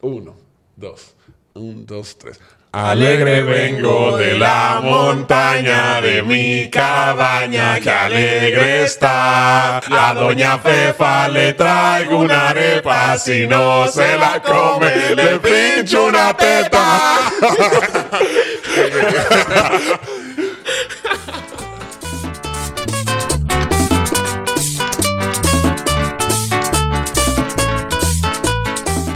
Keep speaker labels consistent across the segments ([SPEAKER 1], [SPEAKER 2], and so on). [SPEAKER 1] Uno, dos, un, dos, tres.
[SPEAKER 2] Alegre vengo de la montaña, de mi cabaña, que alegre está. A doña Fefa le traigo una arepa, si no se la come, le pincho una teta.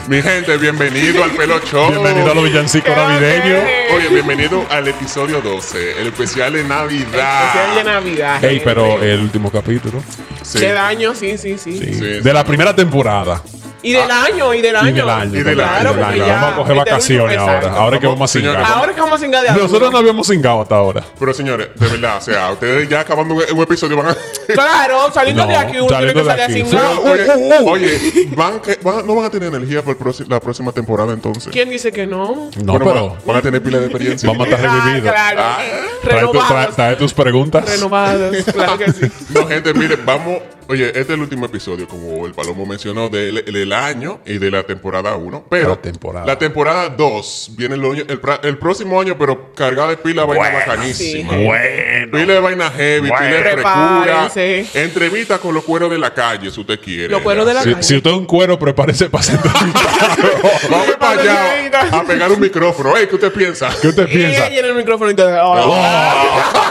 [SPEAKER 1] Mi gente, bienvenido al Pelo Show.
[SPEAKER 2] Bienvenido a los villancicos navideños.
[SPEAKER 3] Eh,
[SPEAKER 1] Oye, bienvenido al episodio 12, el especial de Navidad.
[SPEAKER 3] Especial de Navidad.
[SPEAKER 2] Ey,
[SPEAKER 3] gente.
[SPEAKER 2] pero el último capítulo.
[SPEAKER 1] Sí.
[SPEAKER 3] Del año, sí, sí, sí.
[SPEAKER 2] Sí,
[SPEAKER 1] Sí.
[SPEAKER 2] De la primera temporada.
[SPEAKER 3] Y del año, y del año.
[SPEAKER 2] Y del año.
[SPEAKER 1] Y del
[SPEAKER 2] claro,
[SPEAKER 1] año,
[SPEAKER 2] porque ya
[SPEAKER 1] del año.
[SPEAKER 2] Vamos a coger
[SPEAKER 3] Este
[SPEAKER 2] vacaciones
[SPEAKER 3] último-
[SPEAKER 2] ahora.
[SPEAKER 3] exacto.
[SPEAKER 2] Ahora que vamos a
[SPEAKER 1] Señores,
[SPEAKER 2] cingar.
[SPEAKER 3] Ahora que vamos a engañar.
[SPEAKER 2] Nosotros no habíamos cingado hasta ahora.
[SPEAKER 1] Pero señores, de verdad, o sea, ustedes ya acabando un episodio van a...
[SPEAKER 3] Claro, saliendo
[SPEAKER 2] No,
[SPEAKER 3] de aquí uno tiene
[SPEAKER 2] saliendo
[SPEAKER 3] que
[SPEAKER 2] de
[SPEAKER 3] salir
[SPEAKER 2] aquí.
[SPEAKER 3] sin
[SPEAKER 2] Fuera.
[SPEAKER 3] nada.
[SPEAKER 1] Oye, oye, van que- van- no van a tener energía para el próximo- la próxima temporada entonces.
[SPEAKER 3] ¿Quién dice que no?
[SPEAKER 2] No,
[SPEAKER 1] Bueno,
[SPEAKER 2] pero
[SPEAKER 1] van, van a tener pila de experiencia.
[SPEAKER 2] vamos a estar
[SPEAKER 3] Ah,
[SPEAKER 2] revividos.
[SPEAKER 3] claro.
[SPEAKER 2] Trae, tu- trae-
[SPEAKER 3] Renovados.
[SPEAKER 2] trae tus preguntas.
[SPEAKER 3] Renovados, claro que sí.
[SPEAKER 1] No, gente, miren, vamos. Oye, este es el último episodio, como el Palomo mencionó, del, del año y de la temporada 1. Pero
[SPEAKER 2] La temporada.
[SPEAKER 1] 2 viene el, oño- el pra- el próximo año, pero cargada de pila vaina
[SPEAKER 2] Bueno.
[SPEAKER 1] bacanísima.
[SPEAKER 3] Sí.
[SPEAKER 2] Bueno.
[SPEAKER 1] Pila de vaina heavy, pila de frescura.
[SPEAKER 3] Prepárense.
[SPEAKER 1] Entrevista con los cueros de la calle, si usted quiere.
[SPEAKER 3] Los cueros de la
[SPEAKER 2] Si,
[SPEAKER 3] calle.
[SPEAKER 2] si usted es un cuero, prepárese para sentar.
[SPEAKER 1] Vamos para allá
[SPEAKER 3] Prepárense.
[SPEAKER 1] a pegar un micrófono. Ey, ¿Qué usted piensa?
[SPEAKER 2] ¿Qué usted
[SPEAKER 3] Y
[SPEAKER 2] piensa?
[SPEAKER 3] ella en el micrófono y te- oh.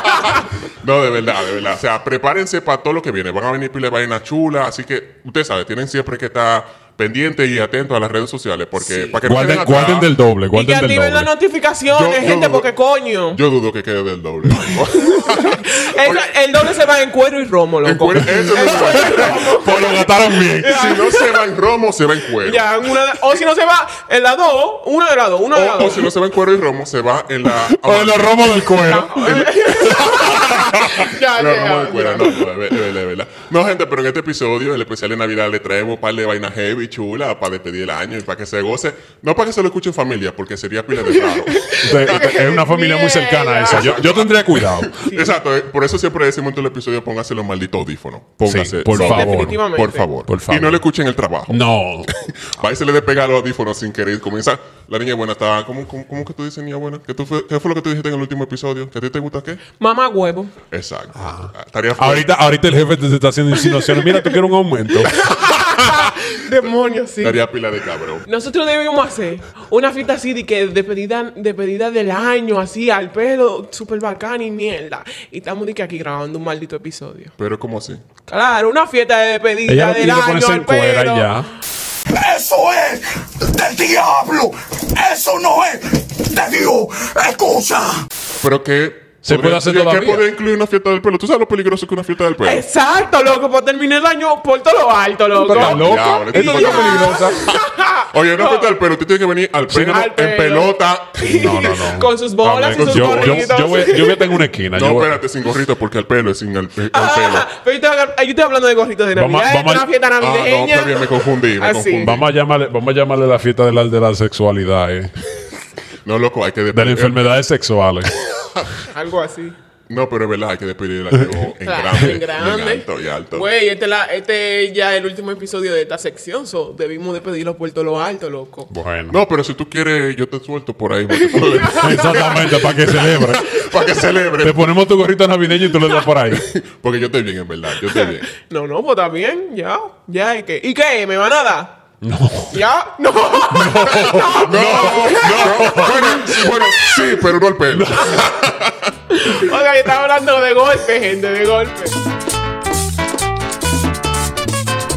[SPEAKER 1] No, de verdad, de verdad. O sea, prepárense para todo lo que viene. Van a venir pile vainas chulas. Así que, ustedes saben, tienen siempre que estar pendientes y atentos a las redes sociales. Porque para que no
[SPEAKER 2] Guarden,
[SPEAKER 1] queden atrás,
[SPEAKER 2] guarden del doble,
[SPEAKER 3] Y que
[SPEAKER 2] guarden del
[SPEAKER 3] activen las
[SPEAKER 2] doble.
[SPEAKER 3] notificaciones,
[SPEAKER 1] Yo- yo-
[SPEAKER 3] gente, porque coño.
[SPEAKER 1] Yo dudo que quede del doble.
[SPEAKER 3] Esa- el doble se va en cuero y romo,
[SPEAKER 1] En
[SPEAKER 3] loco.
[SPEAKER 1] cuero- eso es lo bueno.
[SPEAKER 2] Pues lo gastaron bien.
[SPEAKER 1] Si no se va en romo, se va en cuero.
[SPEAKER 3] Ya, en una de- o si no se va, en la dos, una de las dos, una de
[SPEAKER 2] Oh,
[SPEAKER 3] las
[SPEAKER 1] O, o
[SPEAKER 3] dos.
[SPEAKER 1] si no se va en cuero y romo, se va en la.
[SPEAKER 2] O de los romos del cuero.
[SPEAKER 3] Ya,
[SPEAKER 1] No,
[SPEAKER 3] ya,
[SPEAKER 1] no,
[SPEAKER 3] ya.
[SPEAKER 1] me cuela, no, no, es verdad, es verdad, es verdad. No, gente, pero en este episodio, el especial de Navidad, le traemos un par de vainas heavy, chula, para despedir el año y para que se goce. No para que se lo escuche en familia, porque sería pila de raro.
[SPEAKER 2] Usted- usted- Es una familia muy cercana a esa. Yo, yo tendría cuidado.
[SPEAKER 1] Exacto, eh, por eso siempre decimos en todo el episodio, póngase los malditos audífonos. Póngase.
[SPEAKER 2] Sí, por
[SPEAKER 1] sí,
[SPEAKER 2] favor.
[SPEAKER 3] definitivamente.
[SPEAKER 1] Por favor.
[SPEAKER 2] Por favor.
[SPEAKER 1] Y no le escuchen el trabajo.
[SPEAKER 2] No.
[SPEAKER 1] Va y se le despega los audífonos sin querer. Comienza. La niña buena está. ¿Cómo, cómo, cómo que tú dices, niña buena? ¿Qué, tú fue- ¿Qué fue lo que tú dijiste en el último episodio? ¿Que a ti te gusta qué?
[SPEAKER 3] Mamá huevo.
[SPEAKER 1] Exacto. Ah, Tarea fuerte.
[SPEAKER 2] Ahorita, ahorita el jefe te está haciendo insinuaciones. Mira, tú quieres un aumento.
[SPEAKER 3] Demonios, sí.
[SPEAKER 1] Tarea pila de cabrón.
[SPEAKER 3] Nosotros debemos hacer una fiesta así de que despedida, despedida del año, así al pelo, súper bacana y mierda. Y estamos de que aquí grabando un maldito episodio.
[SPEAKER 1] Pero, ¿cómo así?
[SPEAKER 3] Claro, una fiesta de despedida
[SPEAKER 2] Ella
[SPEAKER 3] del
[SPEAKER 2] y lo pones
[SPEAKER 3] año
[SPEAKER 2] en
[SPEAKER 3] al
[SPEAKER 2] cuera
[SPEAKER 3] pelo.
[SPEAKER 2] y ya.
[SPEAKER 4] Eso es del diablo. Eso no es de Dios. Escucha.
[SPEAKER 1] Pero que.
[SPEAKER 2] Se puede hacer todavía.
[SPEAKER 1] ¿Qué podría incluir una fiesta del pelo? ¿Tú sabes lo peligroso que es una fiesta del pelo?
[SPEAKER 3] Exacto, loco, para terminar el año por todo lo alto, loco.
[SPEAKER 2] Está loco.
[SPEAKER 1] Diablo,
[SPEAKER 2] Esto no
[SPEAKER 3] ya.
[SPEAKER 2] está peligrosa.
[SPEAKER 1] Oye, una fiesta del pelo, usted tiene que venir al pelo,
[SPEAKER 3] al
[SPEAKER 1] en
[SPEAKER 3] pelo.
[SPEAKER 1] pelota.
[SPEAKER 2] No, no, no.
[SPEAKER 3] Con sus bolas
[SPEAKER 1] Amén.
[SPEAKER 3] y sus
[SPEAKER 2] Yo, yo,
[SPEAKER 3] gorritos.
[SPEAKER 2] yo, voy, yo voy a tener una esquina.
[SPEAKER 1] No,
[SPEAKER 2] yo voy-
[SPEAKER 1] espérate, sin gorrito, porque al pelo es sin al, pe- al pelo.
[SPEAKER 3] Ah, pero yo estoy, yo estoy hablando de gorritos de
[SPEAKER 2] Vamos a-
[SPEAKER 3] Navidad. es
[SPEAKER 2] vamos a-
[SPEAKER 3] una fiesta
[SPEAKER 1] Ah, no,
[SPEAKER 3] navideña.
[SPEAKER 1] está bien, me confundí, me
[SPEAKER 3] Así.
[SPEAKER 1] confundí.
[SPEAKER 2] Vamos a, llamarle, vamos a llamarle la fiesta de la, de la sexualidad, eh.
[SPEAKER 1] No, loco, hay que
[SPEAKER 2] de las
[SPEAKER 1] despedir.
[SPEAKER 2] enfermedades sexuales.
[SPEAKER 3] Algo así.
[SPEAKER 1] No, pero es verdad, hay que despedir el año en
[SPEAKER 3] Claro,
[SPEAKER 1] grande.
[SPEAKER 3] en grande.
[SPEAKER 1] En alto y alto.
[SPEAKER 3] Güey, este, la- este ya es el último episodio de esta sección. So, debimos despedirlo por todo lo alto, loco.
[SPEAKER 2] Bueno.
[SPEAKER 1] No, pero si tú quieres, yo te suelto por ahí. porque tú lo ves.
[SPEAKER 2] Exactamente, para que celebre.
[SPEAKER 1] Para que
[SPEAKER 2] Te
[SPEAKER 1] celebre.
[SPEAKER 2] ponemos tu gorrito navideño y tú le das por ahí.
[SPEAKER 1] Porque yo estoy bien, en verdad. Yo estoy bien.
[SPEAKER 3] No, no, pues está bien, ya. Ya, ¿y qué? ¿Y qué? ¿Me van a dar?
[SPEAKER 2] No.
[SPEAKER 3] ¿Ya? No.
[SPEAKER 1] No, no. Bueno, sí, bueno, sí, pero no al pelo.
[SPEAKER 3] Oiga, yo estaba hablando de golpe, gente, de golpe.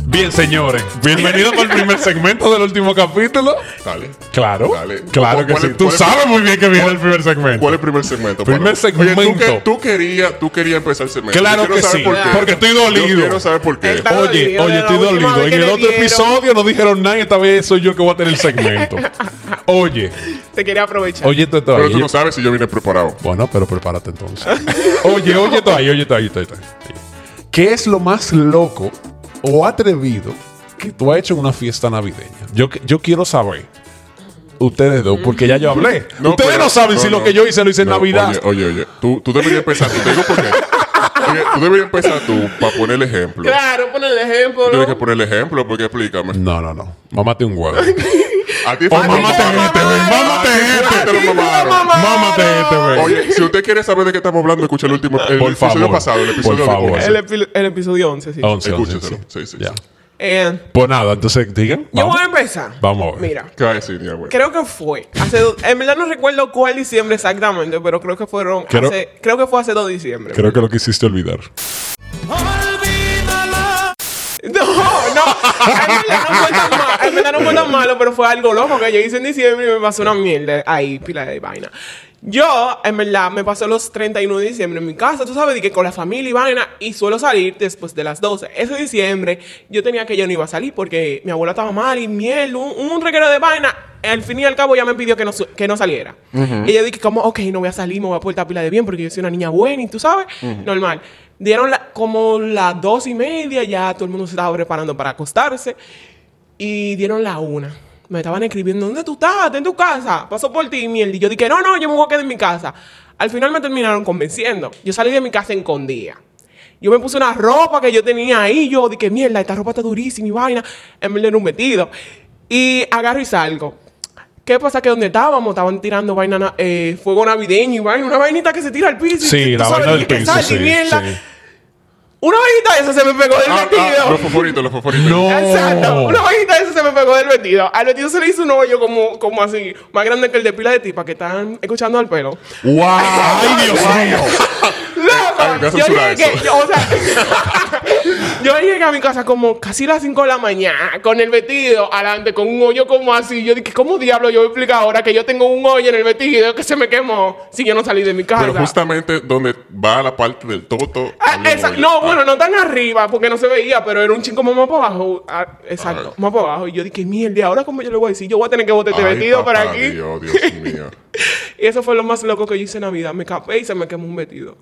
[SPEAKER 2] Bien, señores. Bienvenidos al primer segmento del último capítulo.
[SPEAKER 1] Dale.
[SPEAKER 2] Claro.
[SPEAKER 1] Dale.
[SPEAKER 2] Claro que
[SPEAKER 1] ¿Cuál es-
[SPEAKER 2] sí. Tú
[SPEAKER 1] cuál es-
[SPEAKER 2] sabes muy bien que viene el primer segmento.
[SPEAKER 1] ¿Cuál es el primer segmento?
[SPEAKER 2] Primer
[SPEAKER 1] Pablo?
[SPEAKER 2] segmento.
[SPEAKER 1] Oye, tú, que- tú querías, tú querías empezar el segmento.
[SPEAKER 2] Claro
[SPEAKER 1] Yo quiero
[SPEAKER 2] que
[SPEAKER 1] saber
[SPEAKER 2] sí,
[SPEAKER 1] por qué.
[SPEAKER 2] porque estoy
[SPEAKER 1] Yo
[SPEAKER 2] dolido.
[SPEAKER 1] quiero saber por qué.
[SPEAKER 3] Está-
[SPEAKER 2] Oye,
[SPEAKER 3] dolido,
[SPEAKER 2] oye,
[SPEAKER 3] la
[SPEAKER 2] estoy
[SPEAKER 3] última
[SPEAKER 2] dolido.
[SPEAKER 3] vez
[SPEAKER 2] En
[SPEAKER 3] que
[SPEAKER 2] el
[SPEAKER 3] le
[SPEAKER 2] otro
[SPEAKER 3] dieron.
[SPEAKER 2] episodio no dijeron nada y esta vez soy yo el que voy a tener el segmento. Oye,
[SPEAKER 3] Te quería aprovechar.
[SPEAKER 2] oye, esto está
[SPEAKER 1] Pero
[SPEAKER 2] ahí.
[SPEAKER 1] tú no sabes si yo vine preparado.
[SPEAKER 2] Bueno, pero prepárate entonces. oye, oye, esto ahí, oye, esto ahí, esto ahí, esto ahí. ¿Qué es lo más loco o atrevido que tú has hecho en una fiesta navideña? Yo, que- yo quiero saber. Ustedes dos, porque ya yo hablé.
[SPEAKER 1] No,
[SPEAKER 2] Ustedes
[SPEAKER 1] pero-
[SPEAKER 2] no saben si
[SPEAKER 1] no,
[SPEAKER 2] lo que yo hice lo hice en
[SPEAKER 1] No,
[SPEAKER 2] Navidad.
[SPEAKER 1] Oye, oye, oye. Tú, tú deberías empezar tú. Te digo por qué. Oye, tú deberías empezar tú para poner el ejemplo.
[SPEAKER 3] Claro, pon el ejemplo.
[SPEAKER 1] Tú
[SPEAKER 3] ¿no?
[SPEAKER 1] Tienes que poner el ejemplo porque explícame.
[SPEAKER 2] No, no, no. Mámate un huevo.
[SPEAKER 1] A ti fue
[SPEAKER 2] Pues
[SPEAKER 1] que-
[SPEAKER 2] mámate este, güey. Mámate este.
[SPEAKER 1] Te lo mamaron.
[SPEAKER 2] Mámate este, güey.
[SPEAKER 1] Oye, si usted quiere saber de qué estamos hablando, escucha el último el
[SPEAKER 2] Por
[SPEAKER 1] episodio
[SPEAKER 2] favor.
[SPEAKER 1] pasado, el
[SPEAKER 2] Por
[SPEAKER 1] episodio
[SPEAKER 2] favor.
[SPEAKER 1] de
[SPEAKER 3] El, epi- el episodio 11, sí.
[SPEAKER 2] 11, 11,
[SPEAKER 1] Escúchenselo. Sí, sí,
[SPEAKER 2] Ya.
[SPEAKER 1] sí.
[SPEAKER 3] Eh,
[SPEAKER 2] Pues nada, entonces digan.
[SPEAKER 3] yo
[SPEAKER 2] vamos.
[SPEAKER 3] voy a empezar.
[SPEAKER 2] Vamos a ver.
[SPEAKER 3] Mira,
[SPEAKER 1] ¿Qué va a decir, mi abuela?
[SPEAKER 3] creo que fue. Hace do- en verdad no recuerdo cuál diciembre exactamente, pero creo que fueron.
[SPEAKER 2] Creo-
[SPEAKER 3] hace- creo que fue hace dos diciembre.
[SPEAKER 2] Creo que lo quisiste olvidar.
[SPEAKER 3] No, no. En verdad no fue tan malo, en verdad no fue tan malo, pero fue algo loco que yo hice en diciembre y me pasó una mierda ahí, pila de vaina. Yo, en verdad, me pasó los 31 de diciembre en mi casa, tú sabes, de que con la familia y vaina, y suelo salir después de las 12. Ese diciembre yo tenía que yo no iba a salir porque mi abuela estaba mal y miel, un, un reguero de vaina. Al fin y al cabo ya me pidió que no, su- que no saliera. Y yo dije, como, ok, no voy a salir, me voy a portar pila de bien porque yo soy una niña buena y tú sabes, normal. Dieron la- como las dos y media, ya todo el mundo se estaba preparando para acostarse. Y dieron la una. Me estaban escribiendo, ¿dónde tú estás? ¿Estás en tu casa? Paso por ti, mierda. Y yo dije, no, no, yo me voy a quedar en mi casa. Al final me terminaron convenciendo. Yo salí de mi casa encondida. Yo me puse una ropa que yo tenía ahí. Yo dije, mierda, esta ropa está durísima y vaina. En verdad era un vestido. Y agarro y salgo. ¿Qué pasa? Que donde estábamos, estaban tirando vaina, na- eh, fuego navideño y vaina. Una vainita que se tira al piso. y
[SPEAKER 2] Sí,
[SPEAKER 3] que tú
[SPEAKER 2] la
[SPEAKER 3] sabes,
[SPEAKER 2] vaina del
[SPEAKER 3] que
[SPEAKER 2] piso,
[SPEAKER 3] sal y
[SPEAKER 2] sí,
[SPEAKER 3] mierda.
[SPEAKER 2] sí.
[SPEAKER 3] Una vainita de esa se me pegó del
[SPEAKER 1] Ah,
[SPEAKER 3] vestido.
[SPEAKER 1] ah, los foforitos, los foforitos.
[SPEAKER 2] No.
[SPEAKER 3] Exacto. Una vainita de eso se me pegó del vestido. Al vestido se le hizo un hoyo como, como así, más grande que el de pila de tipa que están escuchando al pelo.
[SPEAKER 2] ¡Wow! ¡Ay, Dios mío!
[SPEAKER 1] Ay, me
[SPEAKER 3] Loco,
[SPEAKER 1] vas a
[SPEAKER 3] yo
[SPEAKER 1] censurar
[SPEAKER 3] llegué,
[SPEAKER 1] eso.
[SPEAKER 3] yo, o sea, yo llegué a mi casa como casi las 5 de la mañana con el vestido adelante, con un hoyo como así. Yo dije, ¿cómo diablo yo voy a explicar ahora que yo tengo un hoyo en el vestido que se me quemó si yo no salí de mi casa?
[SPEAKER 1] Pero justamente donde va la parte del toto.
[SPEAKER 3] Ah,
[SPEAKER 1] había un
[SPEAKER 3] esa-
[SPEAKER 1] hoyo.
[SPEAKER 3] no,
[SPEAKER 1] Ah,
[SPEAKER 3] bueno, no tan arriba porque no se veía, pero era un chingo más para abajo. Ah, exacto,
[SPEAKER 1] Ay.
[SPEAKER 3] más para abajo. Y yo dije, mierda, ahora como yo le voy a decir, yo voy a tener que botar este
[SPEAKER 1] ay,
[SPEAKER 3] vestido para
[SPEAKER 1] papá
[SPEAKER 3] aquí.
[SPEAKER 1] Dios, Dios mío.
[SPEAKER 3] Y eso fue lo más loco que yo hice en Navidad. Me capé y se me quemó un vestido.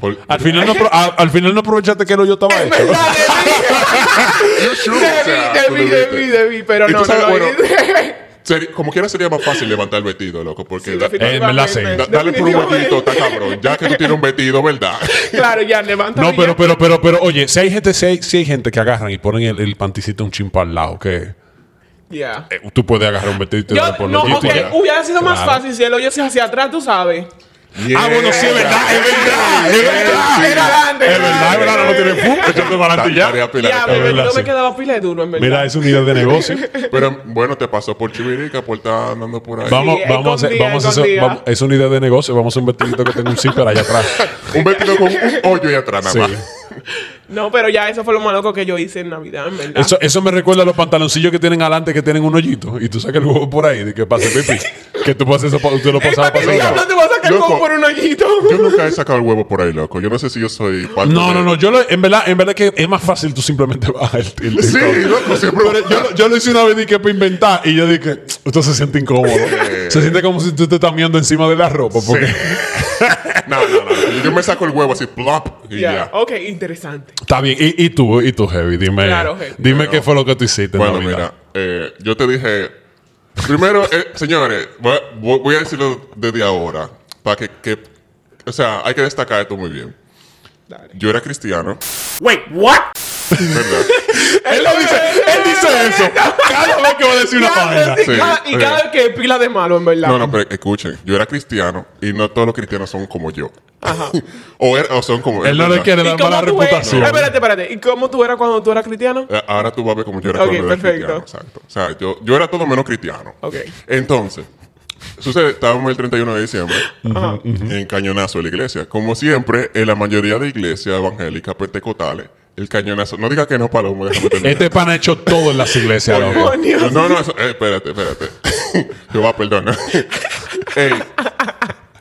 [SPEAKER 1] Por-
[SPEAKER 2] Al final, no, apro- a- al final no aprovechaste que el hoyo estaba
[SPEAKER 3] Es
[SPEAKER 2] hecho.
[SPEAKER 3] verdad,
[SPEAKER 1] You sure, o sea, tú
[SPEAKER 3] debí, debí,
[SPEAKER 1] debiste.
[SPEAKER 3] debí, debí, pero
[SPEAKER 1] Y
[SPEAKER 3] no,
[SPEAKER 1] tú sabes,
[SPEAKER 3] no lo
[SPEAKER 1] bueno,
[SPEAKER 3] hice.
[SPEAKER 1] seri- como quiera sería más fácil levantar el vestido, loco, porque
[SPEAKER 3] Sí,
[SPEAKER 1] da-
[SPEAKER 2] Eh, me la sé.
[SPEAKER 1] da- dale por un
[SPEAKER 3] definitivamente.
[SPEAKER 1] vestido, está cabrón. Ya que tú tienes un vestido, ¿verdad?
[SPEAKER 3] Claro, ya, levanta.
[SPEAKER 2] No, pero, pero, pero, pero, oye, si hay gente, si hay, si hay gente que agarran y ponen el, el panticito un chin para el lado, que
[SPEAKER 3] Ya.
[SPEAKER 2] eh, tú puedes agarrar un vestido y te
[SPEAKER 3] Yo,
[SPEAKER 2] por
[SPEAKER 3] no,
[SPEAKER 2] los
[SPEAKER 3] ok,
[SPEAKER 1] pues
[SPEAKER 2] dientes y ya.
[SPEAKER 3] hubiera sido más
[SPEAKER 2] Claro.
[SPEAKER 3] fácil si el hoyo se hacia atrás, tú sabes.
[SPEAKER 2] Ah, bueno, sí, es verdad, es verdad, es verdad.
[SPEAKER 3] Era adelante,
[SPEAKER 2] Es verdad, es verdad, no tiene fu- echarte para adelante y ya.
[SPEAKER 1] Tarea pila de
[SPEAKER 3] Ya,
[SPEAKER 1] cabeza.
[SPEAKER 3] me,
[SPEAKER 2] verdad,
[SPEAKER 3] yo me
[SPEAKER 2] sí.
[SPEAKER 3] quedaba pila de duro, en verdad.
[SPEAKER 2] Mira, es una idea de negocio.
[SPEAKER 1] Pero bueno, te pasó por Chivirica, por estar andando por ahí.
[SPEAKER 2] Vamos,
[SPEAKER 3] Sí,
[SPEAKER 2] vamos a hacer,
[SPEAKER 3] escondida,
[SPEAKER 2] vamos a hacer,
[SPEAKER 3] escondida.
[SPEAKER 2] vamos- es una idea de negocio. Vamos a hacer un vestidito que tenga un zipper allá atrás.
[SPEAKER 1] Un vestido con un hoyo y atrás, nada
[SPEAKER 2] Sí.
[SPEAKER 1] más.
[SPEAKER 3] No, pero ya eso fue lo más loco que yo hice en Navidad, en verdad.
[SPEAKER 2] Eso, eso me recuerda a los pantaloncillos que tienen adelante que tienen un hoyito y tú sacas el huevo por ahí de que pase pipí. que tú pases eso, pa- tú lo pasabas
[SPEAKER 3] ¿Para
[SPEAKER 2] para
[SPEAKER 3] qué diablos
[SPEAKER 2] allá.
[SPEAKER 3] te vas a sacar
[SPEAKER 1] Loco.
[SPEAKER 3] como por un hoyito?
[SPEAKER 1] Yo nunca he sacado el huevo por ahí, loco. Yo no sé si yo soy parte
[SPEAKER 2] No,
[SPEAKER 1] de-
[SPEAKER 2] no, no. Yo lo- en verdad, en verdad que es más fácil tú simplemente bajar el, el- el-
[SPEAKER 1] Sí, loco, siempre.
[SPEAKER 2] Pero yo, lo- yo lo hice una vez dije para inventar y yo dije, esto se siente incómodo. se siente como si tú te estás mirando encima de la ropa. Porque
[SPEAKER 1] No, no, no. Yo me saco el huevo así, plop, y
[SPEAKER 3] Ya,
[SPEAKER 1] ya.
[SPEAKER 3] ok, interesante.
[SPEAKER 2] está bien. Y, y tú, y tú, Heavy, dime,
[SPEAKER 3] Claro, Heavy.
[SPEAKER 2] dime qué fue lo que tú hiciste. en
[SPEAKER 1] Bueno,
[SPEAKER 2] Navidad.
[SPEAKER 1] mira, eh, yo te dije. Primero, eh, señores, voy a- voy voy a decirlo desde ahora. Para que, que. O sea, hay que destacar esto muy bien.
[SPEAKER 3] Dale.
[SPEAKER 1] Yo era cristiano,
[SPEAKER 3] Wait, what?
[SPEAKER 1] ¿verdad?
[SPEAKER 2] Él lo dice, él dice eso cada vez que va a decir una página.
[SPEAKER 1] sí.
[SPEAKER 3] y cada, y
[SPEAKER 1] ok.
[SPEAKER 3] cada vez que pila de malo, en verdad.
[SPEAKER 1] No, no, pero escuchen, yo era cristiano y no todos los cristianos son como yo. o, er- o son como
[SPEAKER 2] Él no le
[SPEAKER 1] ¿verdad?
[SPEAKER 2] quiere
[SPEAKER 3] ¿Y
[SPEAKER 2] dar
[SPEAKER 3] cómo
[SPEAKER 2] mala
[SPEAKER 3] tú eres?
[SPEAKER 2] reputación.
[SPEAKER 3] Eh, Espérate, espérate. ¿Y cómo tú eras cuando tú eras cristiano?
[SPEAKER 1] Eh, Ahora tú vas a ver como yo era
[SPEAKER 3] Ok,
[SPEAKER 1] cuando era
[SPEAKER 3] perfecto.
[SPEAKER 1] cristiano. Exacto. O sea, yo, yo era todo menos cristiano.
[SPEAKER 3] Ok.
[SPEAKER 1] Entonces, sucede, estábamos el 31 de diciembre
[SPEAKER 3] Ajá.
[SPEAKER 1] en cañonazo de la iglesia. Como siempre, en la mayoría de iglesias evangélicas pentecostales, el cañonazo. No diga que no, Palomo, déjame terminar.
[SPEAKER 2] Este pan ha hecho todo en las iglesias,
[SPEAKER 1] Oye,
[SPEAKER 2] loco.
[SPEAKER 3] Demonios.
[SPEAKER 1] No, no, eso- eh, espérate, espérate. Jehová, perdona. Ey,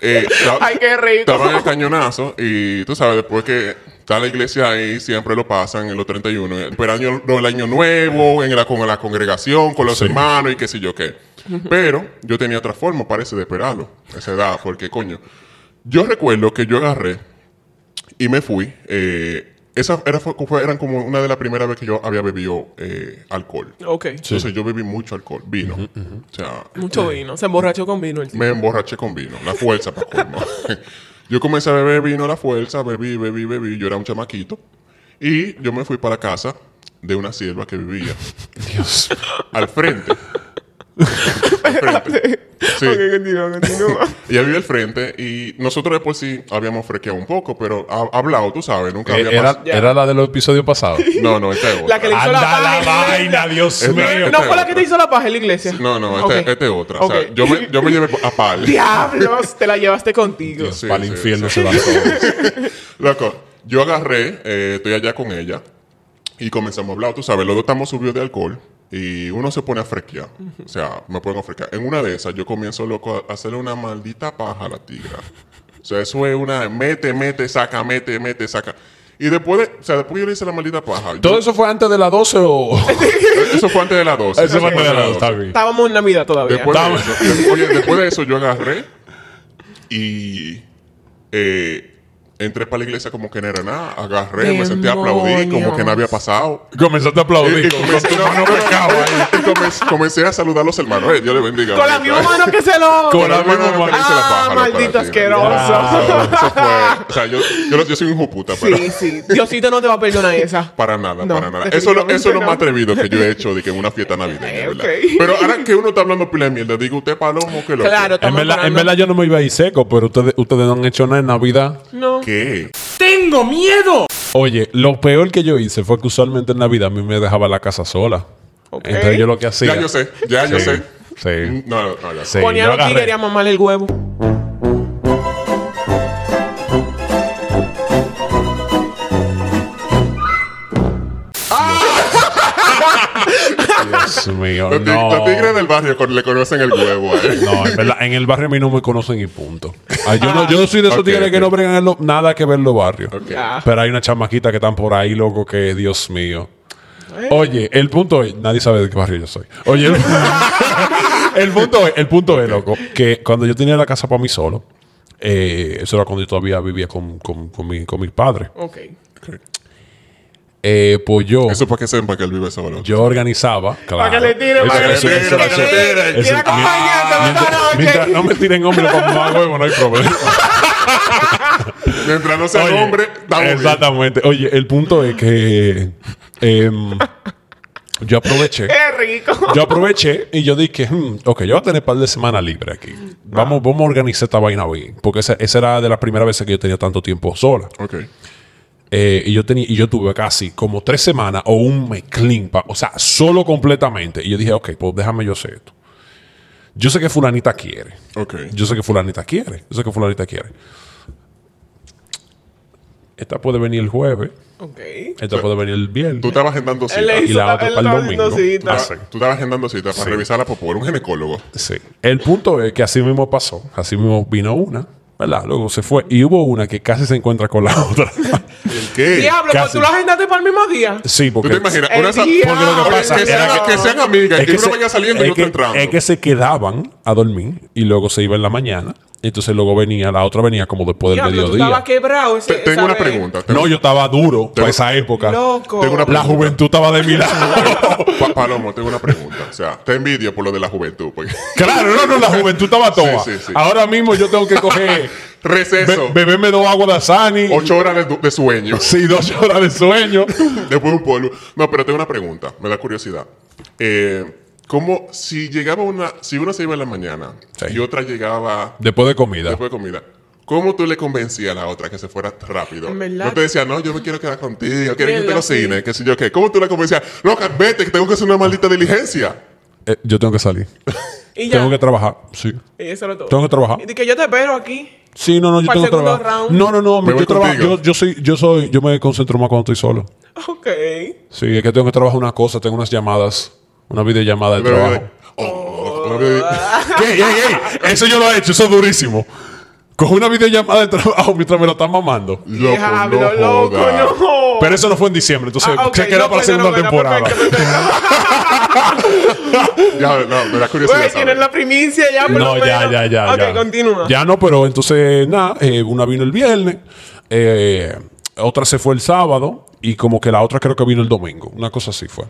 [SPEAKER 1] eh, ta-
[SPEAKER 3] Ay, qué rico.
[SPEAKER 1] Estaba en el cañonazo y tú sabes, después que está la iglesia ahí, siempre lo pasan en los 31, eh, pero año, no, el año nuevo, en la, con la congregación, con los
[SPEAKER 2] Sí.
[SPEAKER 1] hermanos y qué sé yo qué. Pero yo tenía otra forma, parece, de esperarlo, a esa edad, porque coño. Yo recuerdo que yo agarré y me fui. eh, esa era, fue- fue- eran como una de las primeras veces que yo había bebido eh, alcohol.
[SPEAKER 3] Ok.
[SPEAKER 1] Entonces yo bebí mucho alcohol, vino. O sea,
[SPEAKER 3] Mucho vino. Se emborrachó con vino el tío.
[SPEAKER 1] me emborraché con vino, la fuerza para colmo. yo comencé a beber vino, la fuerza, bebí, bebí, bebí. Yo era un chamaquito. Y yo me fui para casa de una sierva que vivía
[SPEAKER 2] Dios.
[SPEAKER 1] al frente. frente. Sí.
[SPEAKER 3] Ok, continúa, continúa.
[SPEAKER 1] Ella vive al frente y nosotros de por sí habíamos fresqueado un poco, pero ha- hablado, tú sabes, nunca había
[SPEAKER 2] Eh, Era,
[SPEAKER 1] pasado.
[SPEAKER 3] Ya.
[SPEAKER 2] era la del episodio pasado.
[SPEAKER 1] No, no, esta es
[SPEAKER 3] Eh, La que
[SPEAKER 1] otra.
[SPEAKER 3] le hizo la
[SPEAKER 2] Anda la
[SPEAKER 3] paja. en la
[SPEAKER 2] vaina,
[SPEAKER 3] iglesia.
[SPEAKER 2] Dios
[SPEAKER 1] Esta-
[SPEAKER 2] mío.
[SPEAKER 1] esta
[SPEAKER 3] No
[SPEAKER 1] es
[SPEAKER 3] fue la que
[SPEAKER 1] otra.
[SPEAKER 3] te hizo la paja en la iglesia.
[SPEAKER 1] No, no, esta,
[SPEAKER 3] Ok.
[SPEAKER 1] esta es otra.
[SPEAKER 3] Ok.
[SPEAKER 1] O sea, yo me, yo me llevé a pal.
[SPEAKER 3] Diablos, te la llevaste contigo.
[SPEAKER 2] Dios,
[SPEAKER 1] Sí,
[SPEAKER 2] para el
[SPEAKER 1] sí,
[SPEAKER 2] infierno
[SPEAKER 1] sí.
[SPEAKER 2] se va todo.
[SPEAKER 1] Loco, yo agarré, eh, estoy allá con ella y comenzamos a hablar, tú sabes, los dos estamos subidos de alcohol y uno se pone a fresquear. O sea, me pueden ofrecer. En una de esas yo comienzo, loco, a hacerle una maldita paja a la tigra. O sea, eso es una mete, mete, saca, mete, mete, saca. Y después, de- o sea, después yo le hice la maldita paja. Yo-
[SPEAKER 2] ¿Todo eso fue antes de las 12 o...?
[SPEAKER 1] eso fue antes de las 12.
[SPEAKER 2] Eso fue antes de las 12, está bien.
[SPEAKER 3] Estábamos en Navidad todavía.
[SPEAKER 1] Después de,
[SPEAKER 2] Estamos-
[SPEAKER 1] eso, de- oye, después de eso yo agarré y eh, entré para la iglesia como que no era nada. Agarré, me senté a aplaudir como que no había pasado.
[SPEAKER 2] Comenzaste a
[SPEAKER 1] Y,
[SPEAKER 2] aplaudir
[SPEAKER 1] y
[SPEAKER 2] con, con
[SPEAKER 1] comencé,
[SPEAKER 2] tu
[SPEAKER 1] no,
[SPEAKER 2] mano
[SPEAKER 1] no, no,
[SPEAKER 2] pescado ahí.
[SPEAKER 1] y comencé- comencé a saludar a los hermanos. Eh, Dios le bendiga.
[SPEAKER 3] Con la
[SPEAKER 1] manito,
[SPEAKER 3] misma
[SPEAKER 1] eh.
[SPEAKER 3] mano que se lo.
[SPEAKER 2] Con la
[SPEAKER 1] Con la misma
[SPEAKER 2] misma
[SPEAKER 1] mano que hice la
[SPEAKER 3] Ah,
[SPEAKER 1] paja, loco,
[SPEAKER 3] maldito
[SPEAKER 1] la tigra.
[SPEAKER 3] asqueroso.
[SPEAKER 1] Eso fue. O sea, yo, yo, no- yo soy un hijo puta, pero.
[SPEAKER 3] Sí, sí. Diosito no te va a perdonar esa.
[SPEAKER 1] Para nada,
[SPEAKER 3] No,
[SPEAKER 1] para nada. Eso, es lo- eso es lo
[SPEAKER 3] definitivamente
[SPEAKER 1] más
[SPEAKER 3] no.
[SPEAKER 1] atrevido que yo he hecho de que en una fiesta navideña,
[SPEAKER 3] Eh,
[SPEAKER 1] ¿verdad?
[SPEAKER 3] ok.
[SPEAKER 1] Pero ahora que uno está hablando pila de mierda, digo, usted palomo, que lo.
[SPEAKER 3] Claro,
[SPEAKER 2] En
[SPEAKER 3] estamos
[SPEAKER 2] verdad, en
[SPEAKER 3] hablando-
[SPEAKER 2] verdad yo no me iba a ir seco, pero ustedes, ustedes no han hecho nada en Navidad.
[SPEAKER 3] No.
[SPEAKER 1] ¿Qué?
[SPEAKER 2] Oye, lo peor que yo hice fue que usualmente en Navidad a mí me dejaba la casa sola.
[SPEAKER 3] Ok.
[SPEAKER 2] Entonces yo lo que hacía...
[SPEAKER 1] Ya yo sé, ya yo
[SPEAKER 2] Sí,
[SPEAKER 1] sé.
[SPEAKER 2] Sí.
[SPEAKER 1] No, no, no, ya sé.
[SPEAKER 2] sí,
[SPEAKER 3] Ponía
[SPEAKER 2] yo
[SPEAKER 3] a los
[SPEAKER 2] agarré.
[SPEAKER 3] tigres y a mamarle el huevo.
[SPEAKER 2] Dios mío,
[SPEAKER 1] Los, tig-
[SPEAKER 2] no.
[SPEAKER 1] los tigres del barrio con- le conocen el huevo. eh.
[SPEAKER 2] No, en verdad, en el barrio a mí no me conocen y punto. Ay, yo, no, yo no soy de esos
[SPEAKER 1] Ah. Ok,
[SPEAKER 2] tigres
[SPEAKER 1] ok.
[SPEAKER 2] que no bregan en lo- nada que ver en los barrios.
[SPEAKER 1] Ok.
[SPEAKER 3] Ah.
[SPEAKER 2] Pero hay una chamaquita que están por ahí, loco, que Dios mío. Oye, el punto es, nadie sabe de qué barrio yo soy. Oye, el, el punto es, el punto es, loco, que cuando yo tenía la casa para mí solo, eh, eso era cuando yo todavía vivía con, con, con mi, con mis padres.
[SPEAKER 3] Ok.
[SPEAKER 2] Eh, pues yo,
[SPEAKER 1] Eso es para que sepan que él vive solo.
[SPEAKER 2] yo organizaba. Claro,
[SPEAKER 3] Para que le tire, para
[SPEAKER 1] que le tire, para que le tire.
[SPEAKER 3] Quiere acompañarte, ¿verdad?
[SPEAKER 2] mientras,
[SPEAKER 3] Ok.
[SPEAKER 2] mientras no me tiren hombre con más huevo, no hay problema.
[SPEAKER 1] Mientras no sea
[SPEAKER 2] Oye,
[SPEAKER 1] hombre, da
[SPEAKER 2] Exactamente. Oye, el punto es que em, yo aproveché.
[SPEAKER 3] Qué rico.
[SPEAKER 2] Yo aproveché y yo dije, "Hmm, ok, yo voy a tener un par de semanas libre aquí. Vamos, vamos a organizar esta vaina bien. Porque esa, esa era de las primeras veces que yo tenía tanto tiempo sola.
[SPEAKER 1] Ok.
[SPEAKER 2] Eh, y yo tenía, y yo tuve casi como tres semanas o un mes clean, pa- o sea, solo completamente. Y yo dije, ok, pues déjame yo hacer esto. Yo sé que fulanita quiere.
[SPEAKER 1] Ok.
[SPEAKER 2] Yo sé que fulanita quiere. Yo sé que fulanita quiere. Esta puede venir el jueves.
[SPEAKER 3] Ok.
[SPEAKER 2] Esta puede venir el viernes.
[SPEAKER 1] Tú estabas agendando
[SPEAKER 3] Él le
[SPEAKER 1] citas.
[SPEAKER 3] hizo
[SPEAKER 2] la
[SPEAKER 3] la-
[SPEAKER 2] otra
[SPEAKER 3] él
[SPEAKER 2] para el
[SPEAKER 3] estaba haciendo
[SPEAKER 2] domingo.
[SPEAKER 3] cita.
[SPEAKER 2] Ah,
[SPEAKER 1] Tú estabas agendando citas para revisar la popó. Era un ginecólogo.
[SPEAKER 2] Sí. El punto es que así mismo pasó. Así mismo vino una, ¿verdad? Luego se fue. Y hubo una que casi se encuentra con la otra.
[SPEAKER 1] ¿El qué?
[SPEAKER 3] Diablo, pues
[SPEAKER 2] Casi.
[SPEAKER 3] tú lo agendaste para el mismo día.
[SPEAKER 2] sí,
[SPEAKER 1] ¿Tú
[SPEAKER 2] porque.
[SPEAKER 1] te imaginas?
[SPEAKER 3] El
[SPEAKER 1] Una sa-
[SPEAKER 3] día.
[SPEAKER 2] Porque lo que
[SPEAKER 1] Ahora,
[SPEAKER 2] pasa
[SPEAKER 1] que,
[SPEAKER 2] era
[SPEAKER 1] sean,
[SPEAKER 2] que-
[SPEAKER 1] que sean amigas, que, una
[SPEAKER 2] se-
[SPEAKER 1] vaya saliendo y
[SPEAKER 2] es
[SPEAKER 1] otra
[SPEAKER 2] que-
[SPEAKER 1] entrando.
[SPEAKER 2] es que se quedaban a dormir y luego se iba en la mañana. Entonces luego venía, la otra venía como después del
[SPEAKER 3] Diablo, tú
[SPEAKER 2] mediodía.
[SPEAKER 3] estabas quebrado. Ese,
[SPEAKER 1] Te- Tengo
[SPEAKER 3] esa
[SPEAKER 1] una
[SPEAKER 3] vez.
[SPEAKER 1] pregunta. Tengo-
[SPEAKER 2] No, yo estaba duro
[SPEAKER 1] Pero-
[SPEAKER 2] para esa época.
[SPEAKER 3] Loco.
[SPEAKER 1] Tengo una
[SPEAKER 2] La juventud estaba de mi lado.
[SPEAKER 1] Pa- Palomo, tengo una pregunta. O sea, te envidio por lo de la juventud. pues. Porque...
[SPEAKER 2] claro, no, no, la juventud estaba toda.
[SPEAKER 1] Sí, sí, sí.
[SPEAKER 2] Ahora mismo yo tengo que coger,
[SPEAKER 1] Receso.
[SPEAKER 2] be- beberme dos aguas de Asani,
[SPEAKER 1] Ocho horas de, du- de sueño.
[SPEAKER 2] sí, dos horas de sueño.
[SPEAKER 1] Después un polvo. No, pero tengo una pregunta. Me da curiosidad. Eh, ¿Cómo si llegaba una... Si una se iba en la mañana
[SPEAKER 2] Sí.
[SPEAKER 1] y otra llegaba
[SPEAKER 2] Después de comida.
[SPEAKER 1] después de comida, ¿cómo tú le convencías a la otra que se fuera rápido?
[SPEAKER 3] En verdad.
[SPEAKER 1] No te decía, no, yo me quiero quedar contigo, quiero irte a
[SPEAKER 3] verdad,
[SPEAKER 1] los
[SPEAKER 3] sí.
[SPEAKER 1] cines, qué sé yo qué. ¿Cómo tú la convencías? Loca, vete, que tengo que hacer una maldita diligencia.
[SPEAKER 2] Eh, yo tengo que salir.
[SPEAKER 3] Y ya.
[SPEAKER 2] tengo que trabajar. Sí.
[SPEAKER 3] Y Eh, eso era todo.
[SPEAKER 2] Tengo que trabajar.
[SPEAKER 3] Y di que yo te espero aquí.
[SPEAKER 2] Sí, no, no, yo
[SPEAKER 3] Para
[SPEAKER 2] tengo
[SPEAKER 3] el
[SPEAKER 2] que
[SPEAKER 3] segundo
[SPEAKER 2] trabajar.
[SPEAKER 3] round.
[SPEAKER 2] No, no, no,
[SPEAKER 1] Me voy
[SPEAKER 2] yo trabajo.
[SPEAKER 1] contigo.
[SPEAKER 2] Yo, yo soy, yo soy, yo me concentro más cuando estoy solo.
[SPEAKER 3] Ok.
[SPEAKER 2] Sí, es que tengo que trabajar una cosa, tengo unas llamadas, una videollamada de trabajo.
[SPEAKER 1] Oh, una vida-
[SPEAKER 2] ¿Qué? Ey, ey, Eso yo lo he hecho, eso es durísimo. Cojo una videollamada de trabajo mientras me lo están mamando.
[SPEAKER 1] Loco,
[SPEAKER 3] Diablo,
[SPEAKER 1] no
[SPEAKER 3] loco,
[SPEAKER 1] joda.
[SPEAKER 3] no.
[SPEAKER 2] Pero eso no fue en diciembre, entonces
[SPEAKER 3] Ah, ok,
[SPEAKER 2] se queda
[SPEAKER 3] no,
[SPEAKER 2] para la
[SPEAKER 3] pues, no,
[SPEAKER 2] segunda
[SPEAKER 3] no, no,
[SPEAKER 2] temporada.
[SPEAKER 3] perfecto, perfecto.
[SPEAKER 1] Ya, no, me da curiosidad.
[SPEAKER 3] Güey,
[SPEAKER 1] ¿sabes?
[SPEAKER 3] Pues, tienen la primicia ya, por
[SPEAKER 2] No,
[SPEAKER 3] lo
[SPEAKER 2] ya,
[SPEAKER 3] menos.
[SPEAKER 2] ya, ya.
[SPEAKER 3] Ok,
[SPEAKER 2] ya.
[SPEAKER 3] continúa.
[SPEAKER 2] Ya no, pero entonces, nada, eh, una vino el viernes, eh, otra se fue el sábado y como que la otra creo que vino el domingo, una cosa así fue.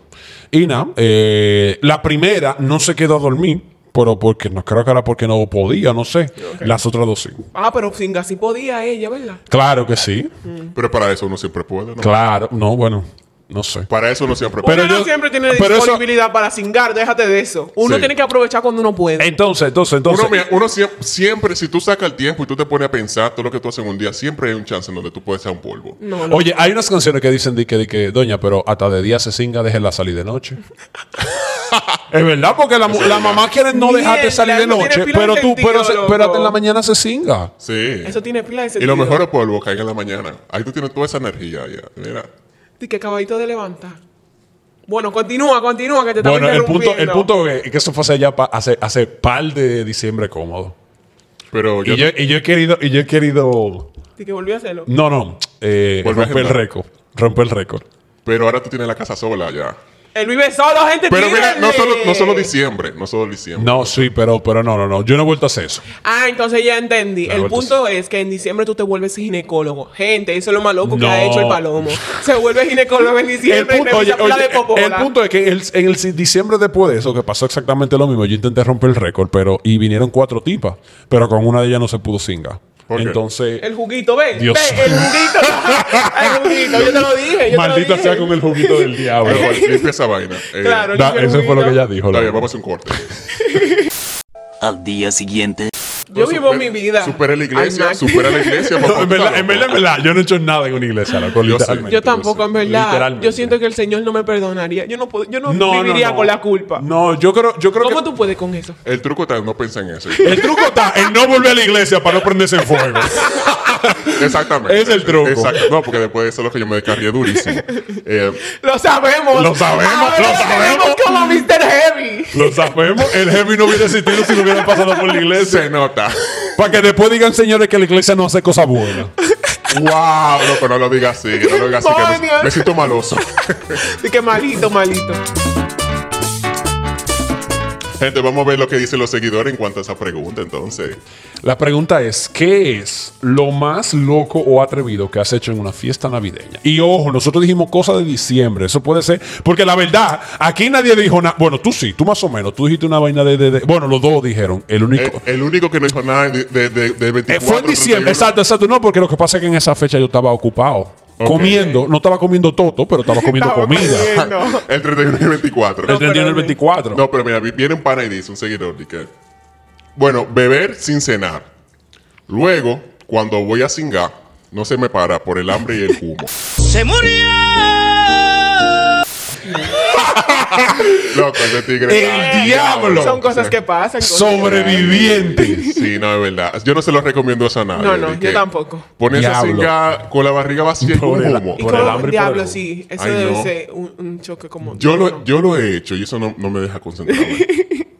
[SPEAKER 2] Y nada, eh, la primera no se quedó a dormir, pero porque no creo que era porque no podía, no sé. Las otras dos sí.
[SPEAKER 3] Ah, pero sin así podía ella, ¿verdad?
[SPEAKER 2] Claro que sí,
[SPEAKER 1] Mm. Pero para eso uno siempre puede, ¿no?
[SPEAKER 2] claro, no, bueno. No sé.
[SPEAKER 1] Para eso no se han preparado.
[SPEAKER 2] Pero
[SPEAKER 3] Pero uno
[SPEAKER 2] yo-
[SPEAKER 3] no siempre tiene
[SPEAKER 2] pero eso-
[SPEAKER 3] disponibilidad para cingar, déjate de eso. Uno
[SPEAKER 1] Sí.
[SPEAKER 3] tiene que aprovechar cuando uno puede.
[SPEAKER 2] Entonces, entonces, entonces.
[SPEAKER 1] Uno, mira, uno siem- siempre, si tú sacas el tiempo y tú te pones a pensar todo lo que tú haces en un día, siempre hay un chance en donde tú puedes echar un polvo.
[SPEAKER 3] no, no.
[SPEAKER 2] Oye, hay unas canciones que dicen de que, de que, doña, pero hasta de día se singa, déjela salir de noche. es verdad, porque la, mu-
[SPEAKER 1] Eso es
[SPEAKER 2] la
[SPEAKER 1] verdad.
[SPEAKER 2] mamá quiere no
[SPEAKER 3] Mierda,
[SPEAKER 2] dejarte salir de
[SPEAKER 3] no tiene
[SPEAKER 2] noche,
[SPEAKER 3] pila de
[SPEAKER 2] pero tú, pero,
[SPEAKER 3] sentido,
[SPEAKER 2] se-
[SPEAKER 3] loco.
[SPEAKER 2] pero hasta en la mañana se singa.
[SPEAKER 1] Sí.
[SPEAKER 3] Eso tiene pila de
[SPEAKER 1] y
[SPEAKER 3] sentido.
[SPEAKER 1] lo mejor es polvo, caiga en la mañana. Ahí tú tienes toda esa energía ya. Mira.
[SPEAKER 3] Di que acabadito de levantar. Bueno, continúa, continúa, que te estamos
[SPEAKER 2] Bueno, el punto, el
[SPEAKER 3] interrumpiendo.
[SPEAKER 2] punto es que eso fue hace ya pa- hace, hace par de diciembre cómodo.
[SPEAKER 1] Pero yo,
[SPEAKER 2] Y yo, y yo he querido, y yo he querido.
[SPEAKER 3] Di que volví a hacerlo.
[SPEAKER 2] No, no. Eh,
[SPEAKER 1] Vuelve a
[SPEAKER 2] romper el
[SPEAKER 1] agendar.
[SPEAKER 2] récord. Romper el récord.
[SPEAKER 1] Pero ahora tú tienes la casa sola ya.
[SPEAKER 3] Él vive solo, gente.
[SPEAKER 1] Pero mira, no
[SPEAKER 3] tírenle.
[SPEAKER 1] solo, no solo diciembre, no solo diciembre.
[SPEAKER 2] No, sí, pero, pero no, no, no. Yo no he vuelto a hacer eso.
[SPEAKER 3] Ah, entonces ya entendí.
[SPEAKER 2] La
[SPEAKER 3] el
[SPEAKER 2] vuelta
[SPEAKER 3] punto es que en diciembre tú te vuelves ginecólogo. Gente, eso es lo más loco que ha
[SPEAKER 2] No.
[SPEAKER 3] hecho el palomo. Se vuelve ginecólogo en
[SPEAKER 2] El
[SPEAKER 3] diciembre
[SPEAKER 2] punto,
[SPEAKER 3] y
[SPEAKER 2] oye,
[SPEAKER 3] revisa pila
[SPEAKER 2] oye,
[SPEAKER 3] de popola.
[SPEAKER 2] el punto es que el- en el si- diciembre después de eso, que pasó exactamente lo mismo, yo intenté romper el récord, pero y vinieron cuatro tipas, pero con una de ellas no se pudo singa.
[SPEAKER 1] ¿Por qué?
[SPEAKER 2] Entonces,
[SPEAKER 3] El juguito, ve.
[SPEAKER 2] Dios.
[SPEAKER 3] Ve, el juguito. el juguito, yo te lo dije. Yo
[SPEAKER 2] maldita
[SPEAKER 3] te lo dije.
[SPEAKER 2] sea con el juguito del diablo.
[SPEAKER 1] Pero bueno, limpia esa vaina. Eh,
[SPEAKER 3] Claro.
[SPEAKER 2] Da, eso fue lo que ella dijo. loco.
[SPEAKER 1] Está bien, vamos a hacer un corte.
[SPEAKER 5] Al día siguiente.
[SPEAKER 3] Yo vivo
[SPEAKER 1] Supera-
[SPEAKER 3] mi vida.
[SPEAKER 1] Supera la iglesia,
[SPEAKER 3] Al máximo.
[SPEAKER 1] supera la iglesia.
[SPEAKER 2] No,
[SPEAKER 1] papá,
[SPEAKER 2] en, verdad,
[SPEAKER 1] loco.
[SPEAKER 2] en verdad, en verdad, yo no he hecho nada en una iglesia. loco,
[SPEAKER 1] Yo sé.
[SPEAKER 2] literalmente.
[SPEAKER 3] Yo tampoco, en verdad.
[SPEAKER 2] Literalmente.
[SPEAKER 3] Yo siento que el Señor no me perdonaría. Yo no, puedo, yo no, viviría con la culpa.
[SPEAKER 2] No, yo creo, yo creo
[SPEAKER 3] ¿Cómo
[SPEAKER 2] que
[SPEAKER 3] tú puedes con eso?
[SPEAKER 1] El truco está en no pensar en eso.
[SPEAKER 2] el truco está en no volver a la iglesia para no prenderse en fuego.
[SPEAKER 1] Exactamente.
[SPEAKER 2] Es el truco.
[SPEAKER 1] Exacto. No, porque después de eso es lo que yo me descarrié durísimo. Eh,
[SPEAKER 3] Lo sabemos.
[SPEAKER 2] Lo sabemos,
[SPEAKER 3] Ahora
[SPEAKER 2] lo sabemos.
[SPEAKER 3] tenemos como Mr. Heavy.
[SPEAKER 2] Lo sabemos, el heavy no hubiera existido si no hubiera pasado por la iglesia.
[SPEAKER 1] se nota.
[SPEAKER 2] Para que después digan, señores, que la iglesia no hace cosas buenas.
[SPEAKER 1] wow, loco, no lo digas así, que no lo digas así, que me-
[SPEAKER 3] Coño.
[SPEAKER 1] me siento maloso.
[SPEAKER 3] Así que malito, malito.
[SPEAKER 1] Gente, vamos a ver lo que dicen los seguidores en cuanto a esa pregunta, entonces.
[SPEAKER 2] La pregunta es, ¿qué es lo más loco o atrevido que has hecho en una fiesta navideña? Y ojo, nosotros dijimos cosas de diciembre, eso puede ser, porque la verdad, aquí nadie dijo nada, bueno, tú sí, tú más o menos, tú dijiste una vaina de, de- de- bueno, los dos dijeron, el único...
[SPEAKER 1] El, Eh, el único que no dijo nada de, de, de, de 24.
[SPEAKER 2] Eh, fue en diciembre,
[SPEAKER 1] 31.
[SPEAKER 2] exacto, exacto. No, porque lo que pasa es que en esa fecha yo estaba ocupado.
[SPEAKER 1] Ok.
[SPEAKER 2] Comiendo, no estaba comiendo toto, pero estaba comiendo
[SPEAKER 3] Estaba
[SPEAKER 2] comida.
[SPEAKER 3] comiendo. No.
[SPEAKER 1] El 31 y 24.
[SPEAKER 2] El
[SPEAKER 1] No,
[SPEAKER 2] 31 y el
[SPEAKER 3] pero-
[SPEAKER 2] 24.
[SPEAKER 1] pero mira, vi- viene un pana y dice, un seguidor, di que, bueno, beber sin cenar. Luego, cuando voy a cingar, no se me para por el hambre y el humo.
[SPEAKER 6] ¡Se murió!
[SPEAKER 1] Loco, ese tigre. está
[SPEAKER 2] El diablo.
[SPEAKER 3] Son cosas que pasan. cosas que
[SPEAKER 2] Sobreviviente.
[SPEAKER 1] Sí, no, es verdad. Yo no se lo recomiendo eso a nadie.
[SPEAKER 3] No, no,
[SPEAKER 1] di
[SPEAKER 3] yo
[SPEAKER 1] que
[SPEAKER 3] tampoco.
[SPEAKER 1] Ponerse a
[SPEAKER 2] Diablo.
[SPEAKER 1] cingar con la barriga vacía y con
[SPEAKER 2] Por el-
[SPEAKER 1] humo.
[SPEAKER 3] Y
[SPEAKER 2] Por
[SPEAKER 3] con
[SPEAKER 2] el hambre y por
[SPEAKER 3] diablo,
[SPEAKER 2] el-
[SPEAKER 3] sí. Eso
[SPEAKER 1] Ay,
[SPEAKER 3] debe
[SPEAKER 1] no.
[SPEAKER 3] ser un, un choque como...
[SPEAKER 1] Yo lo,
[SPEAKER 3] No,
[SPEAKER 1] yo lo he hecho y eso no, no me deja concentrarme.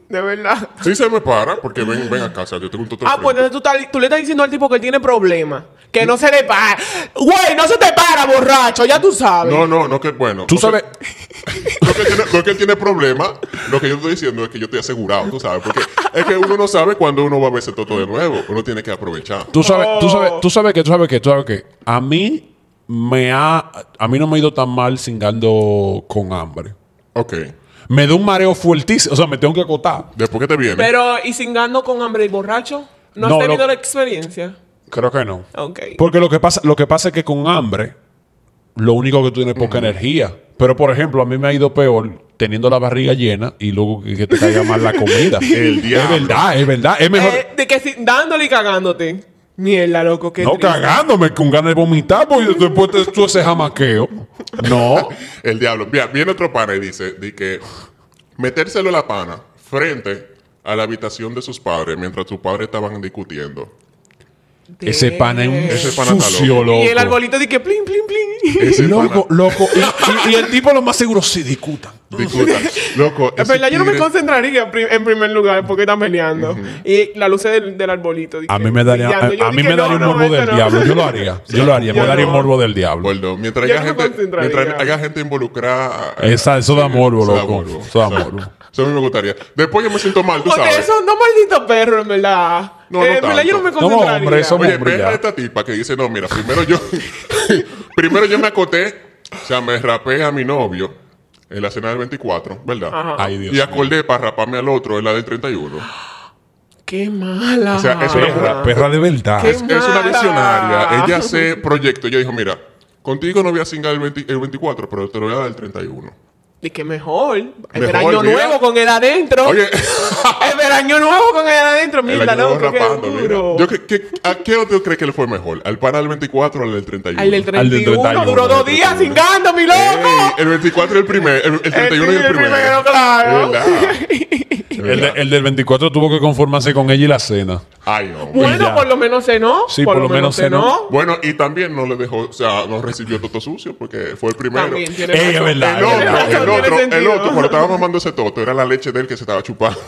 [SPEAKER 3] De verdad.
[SPEAKER 1] Sí se me para, porque ven, ven acá, o sea, yo tengo un toto
[SPEAKER 3] Ah, pues
[SPEAKER 1] frente.
[SPEAKER 3] entonces tú, estás- tú le estás diciendo al tipo que él tiene problemas. Que no se le para. Güey, no se te para, borracho. Ya tú sabes.
[SPEAKER 1] No, no, no que bueno.
[SPEAKER 2] Tú
[SPEAKER 1] no
[SPEAKER 2] sabes,
[SPEAKER 1] Que, no, que tiene, no que él tiene problema. Lo que yo estoy diciendo es que yo estoy asegurado, tú sabes. Porque es que uno no sabe cuándo uno va a ver ese toto de nuevo. Uno tiene que aprovechar.
[SPEAKER 2] tú sabes, tú
[SPEAKER 3] Oh.
[SPEAKER 2] sabes, tú sabes que, tú sabes que, tú sabes que. A mí me ha, a mí no me ha ido tan mal singando con hambre.
[SPEAKER 1] Ok.
[SPEAKER 2] Me da un mareo fuertísimo, o sea, me tengo que acotar.
[SPEAKER 1] Después que te viene.
[SPEAKER 3] Pero, ¿y cingando con hambre y borracho? ¿No has
[SPEAKER 2] No,
[SPEAKER 3] tenido
[SPEAKER 2] lo-
[SPEAKER 3] la experiencia?
[SPEAKER 2] Creo que no.
[SPEAKER 3] Ok.
[SPEAKER 2] Porque lo que pasa, lo que pasa es que con hambre, lo único que tú tienes es poca energía. Pero por ejemplo, a mí me ha ido peor teniendo la barriga llena y luego que, que te caiga mal la comida.
[SPEAKER 1] El
[SPEAKER 2] es
[SPEAKER 1] diablo.
[SPEAKER 2] verdad, es verdad. Es mejor.
[SPEAKER 3] Eh, de que si- dándole y cagándote. Mierda, loco, qué
[SPEAKER 2] no
[SPEAKER 3] triste.
[SPEAKER 2] cagándome con ganas de vomitar, porque después te- tú ese jamaqueo. No.
[SPEAKER 1] El diablo. Mira, viene otro pana y dice, di que metérselo a la pana frente a la habitación de sus padres mientras sus padres estaban discutiendo.
[SPEAKER 2] Ese pan es un
[SPEAKER 1] Ese pana está
[SPEAKER 2] sucio,
[SPEAKER 1] loco.
[SPEAKER 2] loco.
[SPEAKER 3] Y el arbolito dice que plin, plin, plin.
[SPEAKER 1] Ese
[SPEAKER 2] Loco,
[SPEAKER 1] pana-
[SPEAKER 2] loco. Y, y- y el tipo lo más seguro sí discutan.
[SPEAKER 1] Disculpa. Loco.
[SPEAKER 3] En
[SPEAKER 1] ese
[SPEAKER 3] verdad, yo no me
[SPEAKER 1] tigre-
[SPEAKER 3] concentraría en pri- en primer lugar porque están peleando. Y la luz del, del arbolito. di
[SPEAKER 2] A
[SPEAKER 3] que
[SPEAKER 2] mí me daría,
[SPEAKER 3] brillando. Yo
[SPEAKER 2] a, a
[SPEAKER 3] di
[SPEAKER 2] mí
[SPEAKER 3] que
[SPEAKER 2] me daría
[SPEAKER 3] no,
[SPEAKER 2] un
[SPEAKER 3] no,
[SPEAKER 2] morbo
[SPEAKER 3] esto
[SPEAKER 2] del
[SPEAKER 3] no.
[SPEAKER 2] diablo. Yo lo haría. Yo lo haría.
[SPEAKER 3] Yo
[SPEAKER 2] Me daría un
[SPEAKER 3] no.
[SPEAKER 2] morbo del diablo.
[SPEAKER 1] Gordo, mientras
[SPEAKER 3] Yo no
[SPEAKER 1] haya,
[SPEAKER 3] me
[SPEAKER 1] gente,
[SPEAKER 3] concentraría.
[SPEAKER 1] mientras haya gente involucrada. eh,
[SPEAKER 2] Esa- eso da morbo, loco. Eso da
[SPEAKER 1] o sea,
[SPEAKER 2] morbo.
[SPEAKER 1] Eso a mí me gustaría. Después yo me siento mal, tú
[SPEAKER 3] Porque
[SPEAKER 1] sabes.
[SPEAKER 3] esos no malditos perros, en verdad. Eh,
[SPEAKER 1] No, no
[SPEAKER 3] en verdad, yo no me
[SPEAKER 1] tanto.
[SPEAKER 2] No, hombre,
[SPEAKER 3] concentraría.
[SPEAKER 2] eso-
[SPEAKER 1] Oye,
[SPEAKER 2] Hombre,
[SPEAKER 1] ve
[SPEAKER 2] ya.
[SPEAKER 1] a esta tipa que dice, no, mira, primero yo, primero yo me acoté, o sea, me rapé a mi novio en la cena del 24, ¿verdad?
[SPEAKER 2] Ay, Dios
[SPEAKER 1] Y acordé para raparme al otro en la del 31.
[SPEAKER 3] Qué mala.
[SPEAKER 1] O sea, es una
[SPEAKER 2] Perra, perra de verdad.
[SPEAKER 3] Qué
[SPEAKER 1] Es una
[SPEAKER 3] mala.
[SPEAKER 1] visionaria. Ella se proyectó. Ella dijo, mira, Contigo no voy a singar el, 20 el 24, pero te lo voy a dar el 31.
[SPEAKER 3] Y que mejor. Es ver
[SPEAKER 1] Mejor,
[SPEAKER 3] año
[SPEAKER 1] mira.
[SPEAKER 3] nuevo con él adentro.
[SPEAKER 1] Oye,
[SPEAKER 3] Es ver año nuevo con él adentro.
[SPEAKER 1] el
[SPEAKER 3] Mira,
[SPEAKER 1] año
[SPEAKER 3] loco,
[SPEAKER 1] nuevo
[SPEAKER 3] qué
[SPEAKER 1] rapando, mira.
[SPEAKER 3] duro.
[SPEAKER 1] Yo, que- que- ¿A qué otro crees que le fue mejor? ¿Al pana del 24 o al del 31?
[SPEAKER 3] Al del 31,
[SPEAKER 2] Al del 31,
[SPEAKER 3] duró dos días cingando, mi loco. Este
[SPEAKER 1] Ey, Eh, el 24 y el primer, el, el 31 y el, primero.
[SPEAKER 3] claro.
[SPEAKER 1] Es verdad, es
[SPEAKER 2] El, de-
[SPEAKER 1] verdad.
[SPEAKER 2] el del 24 tuvo que conformarse con ella y la cena.
[SPEAKER 1] Ay,
[SPEAKER 2] Y
[SPEAKER 1] hombre.
[SPEAKER 2] ya.
[SPEAKER 3] Bueno, por lo menos cenó.
[SPEAKER 2] Sí, por lo menos cenó.
[SPEAKER 1] Bueno, y también no le dejó, o sea, no recibió toto sucio porque fue el primero.
[SPEAKER 3] También tiene
[SPEAKER 2] Ey, es
[SPEAKER 3] razón.
[SPEAKER 2] verdad,
[SPEAKER 1] El
[SPEAKER 2] es
[SPEAKER 1] otro,
[SPEAKER 2] verdad.
[SPEAKER 1] el
[SPEAKER 3] Tiene
[SPEAKER 1] otro, el
[SPEAKER 3] sentido.
[SPEAKER 1] otro, cuando estaba mamando ese toto, era la leche de él que se estaba chupando.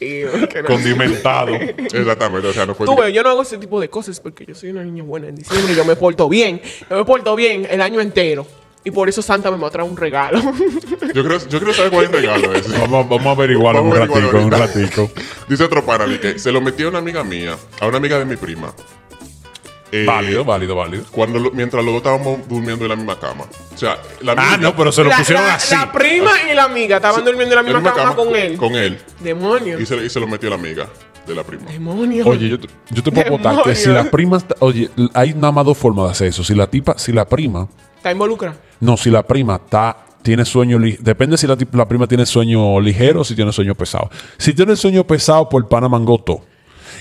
[SPEAKER 3] Ew, qué no-
[SPEAKER 2] Condimentado.
[SPEAKER 1] Exactamente, o sea, no fue.
[SPEAKER 3] Tú ves, yo no hago ese tipo de cosas porque yo soy una niña buena en diciembre. Yo me porto bien. Yo me porto bien el año entero. Y por eso Santa me va a traer un regalo.
[SPEAKER 1] Yo creo, yo quiero saber cuál es el regalo ese.
[SPEAKER 2] Vamos, vamos a averiguarlo
[SPEAKER 1] Vamos
[SPEAKER 2] un
[SPEAKER 1] a averiguarlo
[SPEAKER 2] ratico, un
[SPEAKER 1] ahorita.
[SPEAKER 2] ratico.
[SPEAKER 1] Dice otro pana de que se lo metió a una amiga mía, a una amiga de mi prima. Eh,
[SPEAKER 2] Válido, válido, válido.
[SPEAKER 1] Cuando lo- mientras los dos estábamos durmiendo en la misma cama. O sea, la
[SPEAKER 2] Ah,
[SPEAKER 1] amiga-
[SPEAKER 2] no, pero se lo
[SPEAKER 3] la,
[SPEAKER 2] pusieron
[SPEAKER 3] la-
[SPEAKER 2] así.
[SPEAKER 3] la prima y la amiga estaban durmiendo en la misma cama, con él.
[SPEAKER 1] Con él.
[SPEAKER 3] Demonios.
[SPEAKER 1] Y se, y se lo metió la amiga de la prima.
[SPEAKER 3] Demonios.
[SPEAKER 2] Oye, yo te, yo te puedo votar que si
[SPEAKER 3] Demonios.
[SPEAKER 2] la prima está- Oye, l- hay nada más dos formas de hacer eso. Si la tipa, si la prima.
[SPEAKER 3] Está involucrada.
[SPEAKER 2] No, si la prima está. Tiene sueño. li- Depende si la, tip- la prima tiene sueño ligero o si tiene sueño pesado. Si tiene sueño pesado, por pana mangoto.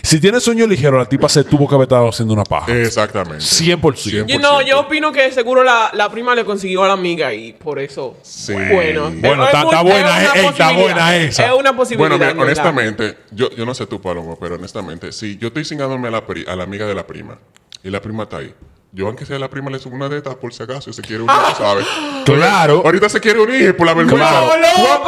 [SPEAKER 2] Si tiene sueño ligero, la tipa se tuvo que haber estado haciendo una paja.
[SPEAKER 1] Exactamente.
[SPEAKER 2] 100%.
[SPEAKER 3] Yo, no,
[SPEAKER 1] 100%.
[SPEAKER 3] yo opino que seguro la, la prima le consiguió a la amiga y por eso.
[SPEAKER 1] Sí.
[SPEAKER 3] Bueno,
[SPEAKER 2] Bueno,
[SPEAKER 3] es
[SPEAKER 2] está-
[SPEAKER 3] muy-
[SPEAKER 2] está buena,
[SPEAKER 3] es una
[SPEAKER 2] eh, ey, está
[SPEAKER 3] posibilidad.
[SPEAKER 2] buena esa.
[SPEAKER 3] Es una
[SPEAKER 1] Bueno,
[SPEAKER 3] posibilidad.
[SPEAKER 1] mira,
[SPEAKER 3] en verdad.
[SPEAKER 1] honestamente, yo, yo no sé tú, Paloma, pero honestamente, si yo estoy cingándome a la, pri- a la amiga de la prima y la prima está ahí, yo aunque sea la prima le subo una de estas por si acaso y se quiere unir, tú ¿sabes?
[SPEAKER 2] Claro.
[SPEAKER 1] Ahorita se quiere unir por la vergüenza.
[SPEAKER 3] ¡No, loco!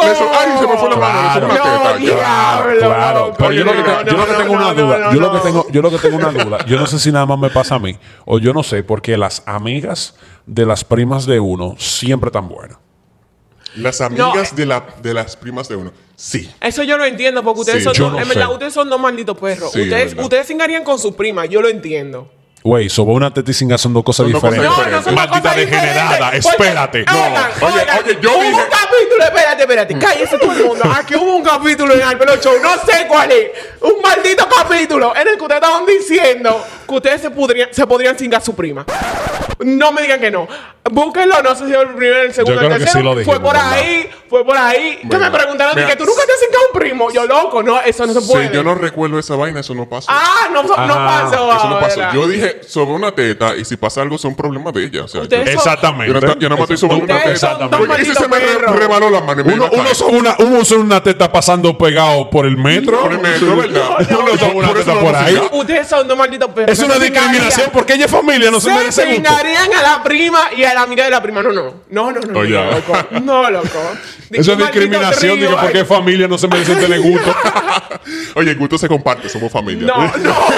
[SPEAKER 1] Le subo- ¡Ay, se me fue la mano! Le subo
[SPEAKER 2] Claro.
[SPEAKER 1] una teta.
[SPEAKER 3] No, diablo,
[SPEAKER 2] Claro,
[SPEAKER 3] loco.
[SPEAKER 2] pero yo lo que te-
[SPEAKER 3] No,
[SPEAKER 2] yo lo que
[SPEAKER 3] no,
[SPEAKER 2] tengo
[SPEAKER 3] no,
[SPEAKER 2] una
[SPEAKER 3] no,
[SPEAKER 2] duda,
[SPEAKER 3] no,
[SPEAKER 2] yo lo que
[SPEAKER 3] no.
[SPEAKER 2] tengo, yo lo que tengo una duda, yo no sé si nada más me pasa a mí o yo no sé porque las amigas de las primas de uno siempre tan buenas.
[SPEAKER 1] Las amigas de, la, de las primas de uno. Sí.
[SPEAKER 3] Eso yo lo entiendo porque ustedes
[SPEAKER 1] Sí,
[SPEAKER 3] son
[SPEAKER 2] yo
[SPEAKER 3] dos,
[SPEAKER 2] no
[SPEAKER 3] en verdad,
[SPEAKER 2] sé.
[SPEAKER 3] ustedes son dos malditos perros.
[SPEAKER 1] Sí, es
[SPEAKER 3] ustedes,
[SPEAKER 1] verdad.
[SPEAKER 3] ustedes cingarían con su prima, yo lo entiendo.
[SPEAKER 2] Güey, sobre una teta y singa son dos cosas
[SPEAKER 1] Son dos cosas
[SPEAKER 2] diferentes.
[SPEAKER 1] diferentes.
[SPEAKER 3] No, no son
[SPEAKER 2] Maldita
[SPEAKER 3] dos cosas diferentes,
[SPEAKER 2] degenerada,
[SPEAKER 3] porque-
[SPEAKER 2] espérate. No,
[SPEAKER 3] oigan,
[SPEAKER 1] oye,
[SPEAKER 3] oigan,
[SPEAKER 1] oye, yo
[SPEAKER 3] hubo
[SPEAKER 1] dije-
[SPEAKER 3] un capítulo, espérate,
[SPEAKER 2] Mm.
[SPEAKER 3] espérate, cállese todo el mundo. Aquí hubo un capítulo en el pelo show, no sé cuál es. Un maldito capítulo en el que ustedes estaban diciendo que ustedes se podrían, se podrían cingar a su prima. No me digan que no. Búsquenlo, no sé si fue el primero, el segundo,
[SPEAKER 2] creo
[SPEAKER 3] el
[SPEAKER 2] que
[SPEAKER 3] tercero.
[SPEAKER 2] sí lo dijimos,
[SPEAKER 3] fue por
[SPEAKER 2] ¿verdad?
[SPEAKER 3] ahí, fue por ahí. Que me
[SPEAKER 1] Verdad.
[SPEAKER 3] preguntaron,
[SPEAKER 1] Mira,
[SPEAKER 3] dije, ¿tú nunca te has cingado a un primo? Yo, loco, no, eso no se puede.
[SPEAKER 1] Si yo no recuerdo esa vaina, eso no pasó.
[SPEAKER 3] Ah, no, no
[SPEAKER 2] Ah,
[SPEAKER 3] pasó.
[SPEAKER 1] Eso no pasó.
[SPEAKER 3] ahora.
[SPEAKER 1] Yo dije sobre una teta y si pasa algo son problemas de ella. O sea,
[SPEAKER 3] Ustedes
[SPEAKER 1] yo-
[SPEAKER 2] Exactamente.
[SPEAKER 1] yo no, está- yo no me estoy subiendo una
[SPEAKER 3] Ustedes
[SPEAKER 1] teta.
[SPEAKER 3] son dos
[SPEAKER 1] Porque si se me re-
[SPEAKER 3] malditos
[SPEAKER 1] rebaló la mano. y me
[SPEAKER 2] Uno,
[SPEAKER 1] dio una
[SPEAKER 2] uno
[SPEAKER 1] caída.
[SPEAKER 2] sobre una, uno sobre una teta pasando pegado por el metro.
[SPEAKER 1] Por el metro, ¿verdad?
[SPEAKER 2] Uno
[SPEAKER 1] No, no,
[SPEAKER 2] sobre una
[SPEAKER 1] por eso
[SPEAKER 2] teta
[SPEAKER 1] no
[SPEAKER 2] por
[SPEAKER 1] nos
[SPEAKER 2] ahí.
[SPEAKER 1] cingamos.
[SPEAKER 3] Ustedes son dos malditos perros.
[SPEAKER 2] Es una
[SPEAKER 3] Se cingarían.
[SPEAKER 2] discriminación porque ella es familia, no se merece
[SPEAKER 3] Se
[SPEAKER 2] gusto.
[SPEAKER 3] cingarían a la prima y a la amiga de la prima. No, no. No, no, no.
[SPEAKER 1] Oye.
[SPEAKER 3] No, loco. No, loco. De
[SPEAKER 2] Eso
[SPEAKER 3] un
[SPEAKER 2] es discriminación,
[SPEAKER 3] maldito
[SPEAKER 2] digo,
[SPEAKER 3] trío,
[SPEAKER 2] porque
[SPEAKER 3] ay.
[SPEAKER 2] es familia, no se merece tener gusto.
[SPEAKER 1] Oye, el gusto se comparte, somos familia.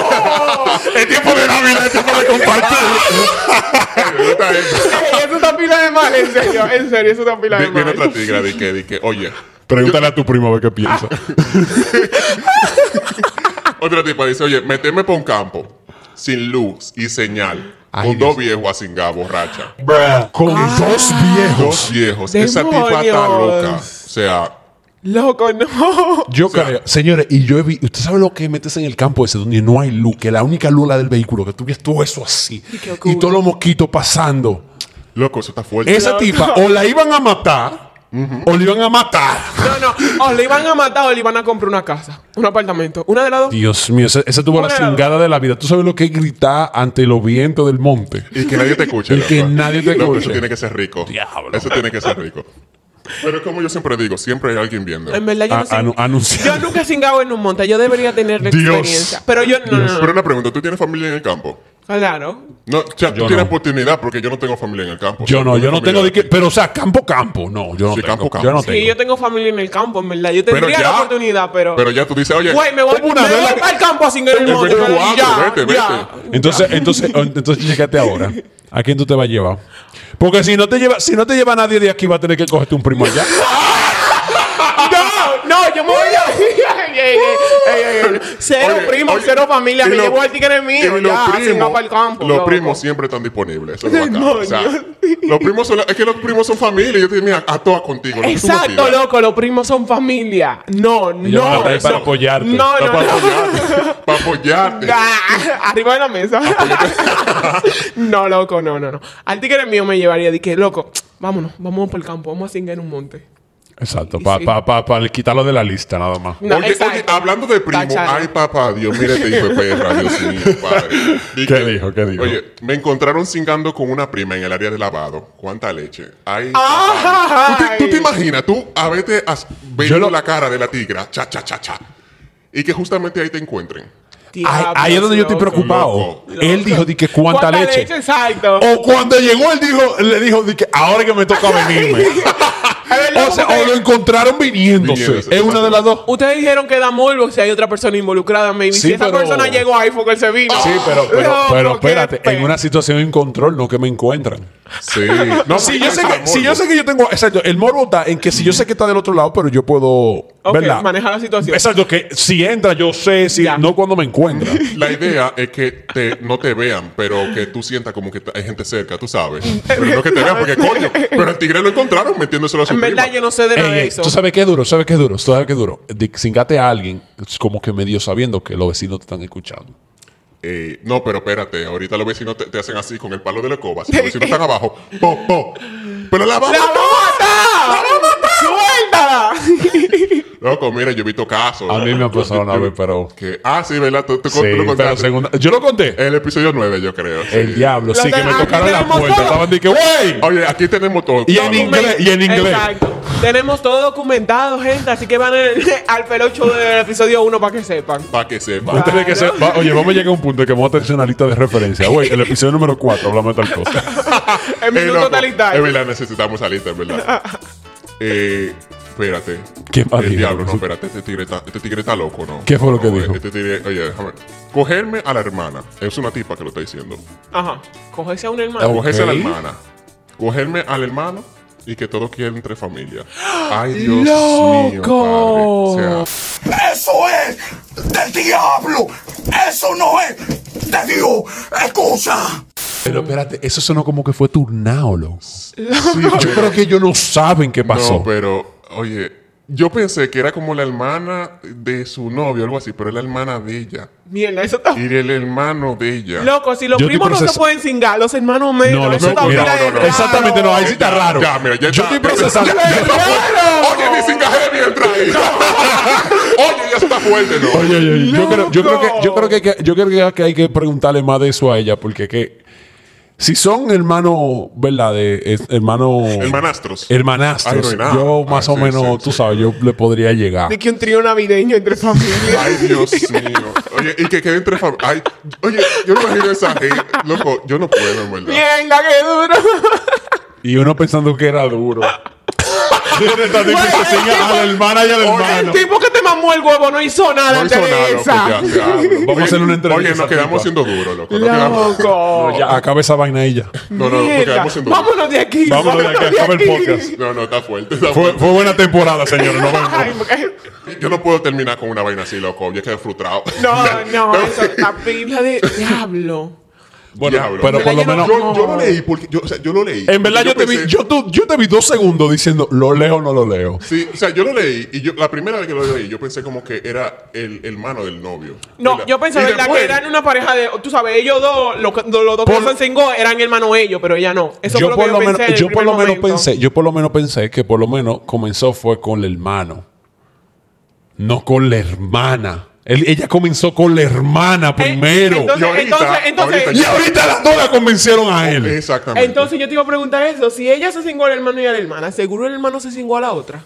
[SPEAKER 3] No, no.
[SPEAKER 1] es tiempo de Navidad, es tiempo de compartir. Me gusta eso.
[SPEAKER 3] Ey, eso está pila de mal, en serio. En serio, eso está pila de
[SPEAKER 1] Vi- Viene otra
[SPEAKER 3] mal.
[SPEAKER 1] tigra de que, de que, oye.
[SPEAKER 2] Pregúntale a tu primo a ver qué piensa.
[SPEAKER 1] Otra tipa dice, oye, meterme por un campo sin luz y señal.
[SPEAKER 2] Ay,
[SPEAKER 1] con
[SPEAKER 2] Dios.
[SPEAKER 1] dos viejos a cingar, borracha.
[SPEAKER 2] Con dos viejos.
[SPEAKER 1] Dos viejos. Esa tipa está
[SPEAKER 3] Demonios.
[SPEAKER 1] loca. O sea,
[SPEAKER 3] Loco, no.
[SPEAKER 2] Yo creo, señores, y yo he vi- ¿Usted sabe lo que metes en el campo ese donde no hay luz? Que la única luz es la del vehículo, que tú ves todo eso así. Y
[SPEAKER 3] qué ocurre?
[SPEAKER 2] todos los mosquitos pasando.
[SPEAKER 1] loco, eso está fuerte.
[SPEAKER 2] Esa tipa, o la iban a matar, o la iban a matar.
[SPEAKER 3] No, no. O le iban a matar o le iban a comprar una casa, un apartamento. Una de las dos.
[SPEAKER 2] Dios mío, esa, esa tuvo la
[SPEAKER 3] Bueno.
[SPEAKER 2] chingada de la vida. ¿Tú sabes lo que es gritar ante los vientos del monte?
[SPEAKER 1] Y que nadie te escuche.
[SPEAKER 2] Y
[SPEAKER 1] loco.
[SPEAKER 2] que nadie te
[SPEAKER 1] Loco, Eso
[SPEAKER 2] escuche.
[SPEAKER 1] tiene que ser rico.
[SPEAKER 2] Diablo.
[SPEAKER 1] Eso tiene que ser rico. Pero como yo siempre digo, siempre hay alguien viendo.
[SPEAKER 3] En verdad, yo
[SPEAKER 2] A-
[SPEAKER 3] no sé.
[SPEAKER 2] Ah, anu- anunciar.
[SPEAKER 3] Yo nunca he cingado en un monte. Yo debería tener la
[SPEAKER 2] Dios.
[SPEAKER 3] experiencia. Pero yo no, no,
[SPEAKER 1] Pero
[SPEAKER 3] no.
[SPEAKER 1] una pregunta, ¿tú tienes familia en el campo?
[SPEAKER 3] Claro.
[SPEAKER 1] No, o sea, tú
[SPEAKER 2] Yo
[SPEAKER 1] tienes
[SPEAKER 2] no.
[SPEAKER 1] oportunidad porque yo no tengo familia en el campo.
[SPEAKER 2] Yo no,
[SPEAKER 1] Tengo
[SPEAKER 2] yo no
[SPEAKER 1] familia
[SPEAKER 2] tengo de
[SPEAKER 1] aquí.
[SPEAKER 2] qué. Pero, o sea, campo, campo. No, yo no
[SPEAKER 1] Sí,
[SPEAKER 2] tengo.
[SPEAKER 1] campo, campo.
[SPEAKER 2] Yo no
[SPEAKER 1] Sí,
[SPEAKER 2] tengo.
[SPEAKER 3] Sí, yo tengo familia en el campo, en verdad. Yo
[SPEAKER 1] Pero
[SPEAKER 3] tendría
[SPEAKER 1] ya-
[SPEAKER 3] la oportunidad, pero.
[SPEAKER 1] Pero ya tú dices, oye,
[SPEAKER 3] Güey, me voy,
[SPEAKER 2] Hubo una
[SPEAKER 3] me
[SPEAKER 2] vela
[SPEAKER 3] voy
[SPEAKER 2] que-
[SPEAKER 3] para el campo a cingar el
[SPEAKER 1] El
[SPEAKER 3] monte.
[SPEAKER 1] 24,
[SPEAKER 3] ya,
[SPEAKER 1] vete,
[SPEAKER 3] ya.
[SPEAKER 2] Entonces, entonces, o- entonces chécate ahora. ¿A quién tú te vas a llevar? Porque si no te lleva, si no te lleva nadie de aquí, va a tener que cogerte un primo allá.
[SPEAKER 3] No, no, yo me voy a. ey, ey, ey, ey, ey. Cero
[SPEAKER 1] Oye,
[SPEAKER 3] primo,
[SPEAKER 1] oye,
[SPEAKER 3] cero familia.
[SPEAKER 1] y
[SPEAKER 3] Me
[SPEAKER 1] lo-
[SPEAKER 3] llevo al tigre mío.
[SPEAKER 1] y los
[SPEAKER 3] Ya, así
[SPEAKER 1] primos-
[SPEAKER 3] no para el campo.
[SPEAKER 1] Los
[SPEAKER 3] loco.
[SPEAKER 1] primos siempre están disponibles. Eso es lo bacano.
[SPEAKER 3] Demonio.
[SPEAKER 1] O sea, los primos son la- es que los primos son familia. Yo te digo, mira, a todas contigo. lo que tú
[SPEAKER 3] Exacto,
[SPEAKER 1] decidas.
[SPEAKER 3] loco, los primos son familia. No,
[SPEAKER 2] Ellos van a
[SPEAKER 3] no.
[SPEAKER 2] estar ahí para apoyarte.
[SPEAKER 3] No,
[SPEAKER 2] Está
[SPEAKER 3] no,
[SPEAKER 2] para
[SPEAKER 3] no.
[SPEAKER 1] Apoyarte, Para apoyarte.
[SPEAKER 3] Ah, Arriba de la mesa.
[SPEAKER 2] Ah, pues,
[SPEAKER 3] no, loco, no, no, no. Al tigre mío me llevaría. Dije, loco, vámonos, vamos por el campo, vamos a cingar en un monte.
[SPEAKER 2] Exacto,
[SPEAKER 3] Y
[SPEAKER 2] para
[SPEAKER 3] sí.
[SPEAKER 2] quitarlo de la lista nada más.
[SPEAKER 3] No,
[SPEAKER 1] oye,
[SPEAKER 3] exacto.
[SPEAKER 1] oye, hablando de primo,
[SPEAKER 3] Tachado.
[SPEAKER 1] ay papá, Dios, mire este hijo de perra, Dios mío, padre. Di
[SPEAKER 2] ¿Qué dijo? ¿Qué dijo?
[SPEAKER 1] Oye, me encontraron cingando con una prima en el área de lavado. ¿Cuánta leche?
[SPEAKER 3] Ay.
[SPEAKER 1] Ay, papá. ¿Tú, te, tú te imaginas, tú haberte has
[SPEAKER 2] Yo
[SPEAKER 1] visto
[SPEAKER 2] lo-
[SPEAKER 1] la cara de la tigra, cha, cha, cha, cha, y que justamente ahí te encuentren.
[SPEAKER 2] Ahí, ahí es donde yo estoy preocupado.
[SPEAKER 1] Loco.
[SPEAKER 2] Él dijo de que cuánta, leche.
[SPEAKER 3] Exacto.
[SPEAKER 2] O cuando llegó, él dijo, le dijo de que ahora que me toca venirme.
[SPEAKER 3] Es verdad,
[SPEAKER 2] o sea,
[SPEAKER 3] porque
[SPEAKER 2] o lo encontraron viniéndose.
[SPEAKER 1] Viniéndose,
[SPEAKER 2] es una de las dos.
[SPEAKER 3] Ustedes dijeron que da morbo si hay otra persona involucrada, maybe.
[SPEAKER 2] Sí,
[SPEAKER 3] si esa
[SPEAKER 2] pero-
[SPEAKER 3] persona llegó ahí fue que él se vino.
[SPEAKER 2] Sí, pero, pero,
[SPEAKER 3] Loco,
[SPEAKER 2] pero
[SPEAKER 3] qué
[SPEAKER 2] espérate,
[SPEAKER 3] pe-
[SPEAKER 2] en una situación en control, no que me encuentran. Ah,
[SPEAKER 1] Sí. No,
[SPEAKER 2] si,
[SPEAKER 1] porque
[SPEAKER 2] yo sé
[SPEAKER 1] es
[SPEAKER 2] que,
[SPEAKER 1] amor,
[SPEAKER 2] si yo
[SPEAKER 1] ¿no?
[SPEAKER 2] sé que yo tengo. Exacto, el morbo está en que si yo sé que está del otro lado, pero yo puedo.
[SPEAKER 3] Ok,
[SPEAKER 2] ¿Verdad?
[SPEAKER 3] manejar la situación.
[SPEAKER 2] Exacto, que si entra, yo sé, si
[SPEAKER 3] Ya.
[SPEAKER 2] no cuando me encuentra.
[SPEAKER 1] La idea es que te- no te vean, pero que tú sientas como que t- hay gente cerca, tú sabes. Pero no que te vean, porque coño. Pero el tigre lo encontraron metiéndoselo a su
[SPEAKER 3] En
[SPEAKER 1] prima.
[SPEAKER 3] verdad, yo no sé de nada
[SPEAKER 2] Ey,
[SPEAKER 3] de
[SPEAKER 2] ey,
[SPEAKER 3] eso.
[SPEAKER 2] tú sabes qué es duro, sabes qué es duro, tú sabes qué es duro. De- Cingate a alguien, es como que medio sabiendo que los vecinos te están escuchando.
[SPEAKER 1] Eh, no, pero espérate, ahorita los vecinos te, te hacen así con el palo de la escoba. Si los vecinos están abajo, po, po. Pero la
[SPEAKER 3] ¡La vamos
[SPEAKER 1] baja.
[SPEAKER 3] a matar! ¡Suéltala!
[SPEAKER 1] Loco, mira, yo he visto casos.
[SPEAKER 2] A mí me ha pasado una vez, pero.
[SPEAKER 1] Que, ah, sí, ¿verdad? Tú, tú- tú
[SPEAKER 2] Sí,
[SPEAKER 1] lo
[SPEAKER 2] pero
[SPEAKER 1] contaste.
[SPEAKER 2] segunda- Yo lo conté.
[SPEAKER 1] El episodio 9, yo creo. sí.
[SPEAKER 2] El diablo,
[SPEAKER 3] Lo
[SPEAKER 2] sí, que
[SPEAKER 3] de-
[SPEAKER 2] me
[SPEAKER 3] ah,
[SPEAKER 2] tocaron la
[SPEAKER 3] tenemos
[SPEAKER 2] puerta.
[SPEAKER 3] todo.
[SPEAKER 2] Estaban de que, ¡wey!
[SPEAKER 1] Oye, aquí tenemos todo.
[SPEAKER 2] Y en inglés. y en inglés.
[SPEAKER 3] Exacto. Tenemos todo documentado, gente. Así que van en- al pelocho del episodio 1 para que sepan.
[SPEAKER 1] Para que sepa.
[SPEAKER 2] Vamos a tener que ser- va- oye, vamos a llegar a un punto en que vamos a tener una lista de referencia. Güey, el episodio número 4, hablamos de tal cosa.
[SPEAKER 3] En
[SPEAKER 1] Eh,
[SPEAKER 3] minuto
[SPEAKER 1] loco, Es
[SPEAKER 3] totalitario.
[SPEAKER 1] verdad, necesitamos esa lista, es verdad. eh, espérate.
[SPEAKER 2] ¿Qué más
[SPEAKER 1] El
[SPEAKER 2] dijo?
[SPEAKER 1] diablo, no, espérate, este tigre, está, este tigre está loco, ¿no?
[SPEAKER 2] ¿Qué fue lo que
[SPEAKER 1] No,
[SPEAKER 2] dijo?
[SPEAKER 1] Este tigre, oye, déjame ver. Cogerme a la hermana. Es una tipa que lo está diciendo.
[SPEAKER 3] Ajá. Cogerse a un hermano.
[SPEAKER 2] Ok.
[SPEAKER 1] Cogerse a la hermana. Cogerme al hermano y que todo quede entre familia. Ay, Dios mío, padre.
[SPEAKER 3] ¡Loco!
[SPEAKER 1] O sea,
[SPEAKER 4] Eso es del diablo. Eso no es de Dios. Escucha.
[SPEAKER 2] Pero espérate, eso sonó como que fue turnado, loco.
[SPEAKER 1] sí,
[SPEAKER 2] Yo
[SPEAKER 1] pero-
[SPEAKER 2] creo que ellos no saben qué pasó.
[SPEAKER 1] No, pero, oye, yo pensé que era como la hermana de su novio, algo así, pero es la hermana de ella.
[SPEAKER 3] Mierda, eso está.
[SPEAKER 1] Y el hermano de ella.
[SPEAKER 3] Loco, si los
[SPEAKER 2] Yo estoy
[SPEAKER 3] primos no se
[SPEAKER 2] proces-
[SPEAKER 3] pueden cingar, los hermanos menos.
[SPEAKER 2] No, los
[SPEAKER 3] eso está
[SPEAKER 2] hermanos- mira,
[SPEAKER 3] pila de
[SPEAKER 1] no, no, no.
[SPEAKER 3] raro.
[SPEAKER 2] Exactamente, no, ahí sí está raro.
[SPEAKER 1] Ya, mira, ya
[SPEAKER 2] Yo
[SPEAKER 1] está.
[SPEAKER 2] estoy procesando.
[SPEAKER 1] Oye, mi singa heavy entra ahí. Oye, ya está fuerte, ¿no?
[SPEAKER 2] Oye, oye, oye, yo creo, yo creo que, yo
[SPEAKER 3] Loco.
[SPEAKER 2] creo que, hay que- yo creo que hay que preguntarle más de eso a ella, porque que si son hermanos, ¿verdad? De, es- hermano,
[SPEAKER 1] Hermanastros. Ay, no
[SPEAKER 2] hermanastros,
[SPEAKER 1] hay nada.
[SPEAKER 2] yo más
[SPEAKER 1] Ah,
[SPEAKER 2] o
[SPEAKER 1] sí,
[SPEAKER 2] menos,
[SPEAKER 1] sí,
[SPEAKER 2] tú
[SPEAKER 1] sí.
[SPEAKER 2] sabes, yo le podría llegar.
[SPEAKER 3] De que un trío navideño entre familia.
[SPEAKER 1] Ay, Dios mío. Oye, y que quede entre familia. Ay, oye, yo no imagino esa gente. Loco, yo no puedo, en verdad.
[SPEAKER 3] Mierda, qué duro.
[SPEAKER 2] Y uno pensando que era duro. Está diciendo
[SPEAKER 3] Güey,
[SPEAKER 2] que
[SPEAKER 3] el
[SPEAKER 2] siga
[SPEAKER 3] tipo-
[SPEAKER 2] a la hermana y al hermano.
[SPEAKER 3] El tipo que te mamó el huevo no hizo nada
[SPEAKER 1] No
[SPEAKER 3] ante
[SPEAKER 1] hizo nada, loco.
[SPEAKER 3] esa.
[SPEAKER 1] Ya, diablo.
[SPEAKER 2] Vamos a hacer una entrevista,
[SPEAKER 1] Oye, nos quedamos
[SPEAKER 2] tipa.
[SPEAKER 1] siendo duros, loco. Nos quedamos.
[SPEAKER 3] Loco.
[SPEAKER 2] No, ya, acaba esa vaina y ya.
[SPEAKER 1] No, no, nos
[SPEAKER 3] Mierda.
[SPEAKER 1] quedamos siendo duros.
[SPEAKER 3] Vámonos de aquí.
[SPEAKER 2] Vámonos de aquí, acaba el podcast.
[SPEAKER 1] No, no, está fuerte. Está
[SPEAKER 2] Fue,
[SPEAKER 1] fuerte.
[SPEAKER 2] fue buena temporada, señores. Nos vemos.
[SPEAKER 3] Ay, porque-
[SPEAKER 1] Yo no puedo terminar con una vaina así, loco. Yo quedé frustrado.
[SPEAKER 3] No, no, eso, la pila de diablo.
[SPEAKER 2] Bueno,
[SPEAKER 1] Diablo.
[SPEAKER 2] pero por lo
[SPEAKER 3] Mira, yo no-
[SPEAKER 2] menos.
[SPEAKER 1] Yo, yo lo leí, porque yo, o sea, yo lo leí.
[SPEAKER 2] En verdad, yo, te
[SPEAKER 1] pensé-
[SPEAKER 2] vi, yo, tú- yo te vi dos segundos diciendo, ¿lo leo o no lo leo?
[SPEAKER 1] Sí, o sea, yo lo leí y yo, la primera vez que lo leí, yo pensé como que era el hermano del novio.
[SPEAKER 3] No,
[SPEAKER 1] ¿verdad?
[SPEAKER 3] yo pensaba
[SPEAKER 1] Y
[SPEAKER 3] ¿verdad?
[SPEAKER 1] después-
[SPEAKER 3] que eran una pareja de. Tú sabes, ellos dos, los, que- los dos
[SPEAKER 2] pues. Por-
[SPEAKER 3] que se cingó eran hermanos ellos, pero ella no. Eso
[SPEAKER 2] yo
[SPEAKER 3] fue
[SPEAKER 2] por
[SPEAKER 3] lo
[SPEAKER 2] lo
[SPEAKER 3] que yo
[SPEAKER 2] menos,
[SPEAKER 3] pensé. en el
[SPEAKER 2] yo por
[SPEAKER 3] primer
[SPEAKER 2] lo menos
[SPEAKER 3] momento. Eh,
[SPEAKER 2] pensé, yo por lo menos pensé que por lo menos comenzó fue con el hermano, no con la hermana. Él- ella comenzó con la hermana
[SPEAKER 3] Eh,
[SPEAKER 2] primero.
[SPEAKER 3] Entonces,
[SPEAKER 1] Y ahorita-
[SPEAKER 3] entonces, entonces,
[SPEAKER 1] ahorita
[SPEAKER 2] y ahorita las dos la convencieron a él.
[SPEAKER 1] Exactamente.
[SPEAKER 3] entonces yo te iba a preguntar eso. Si ella se cingó al hermano y a la hermana, seguro el hermano se cingó a la otra.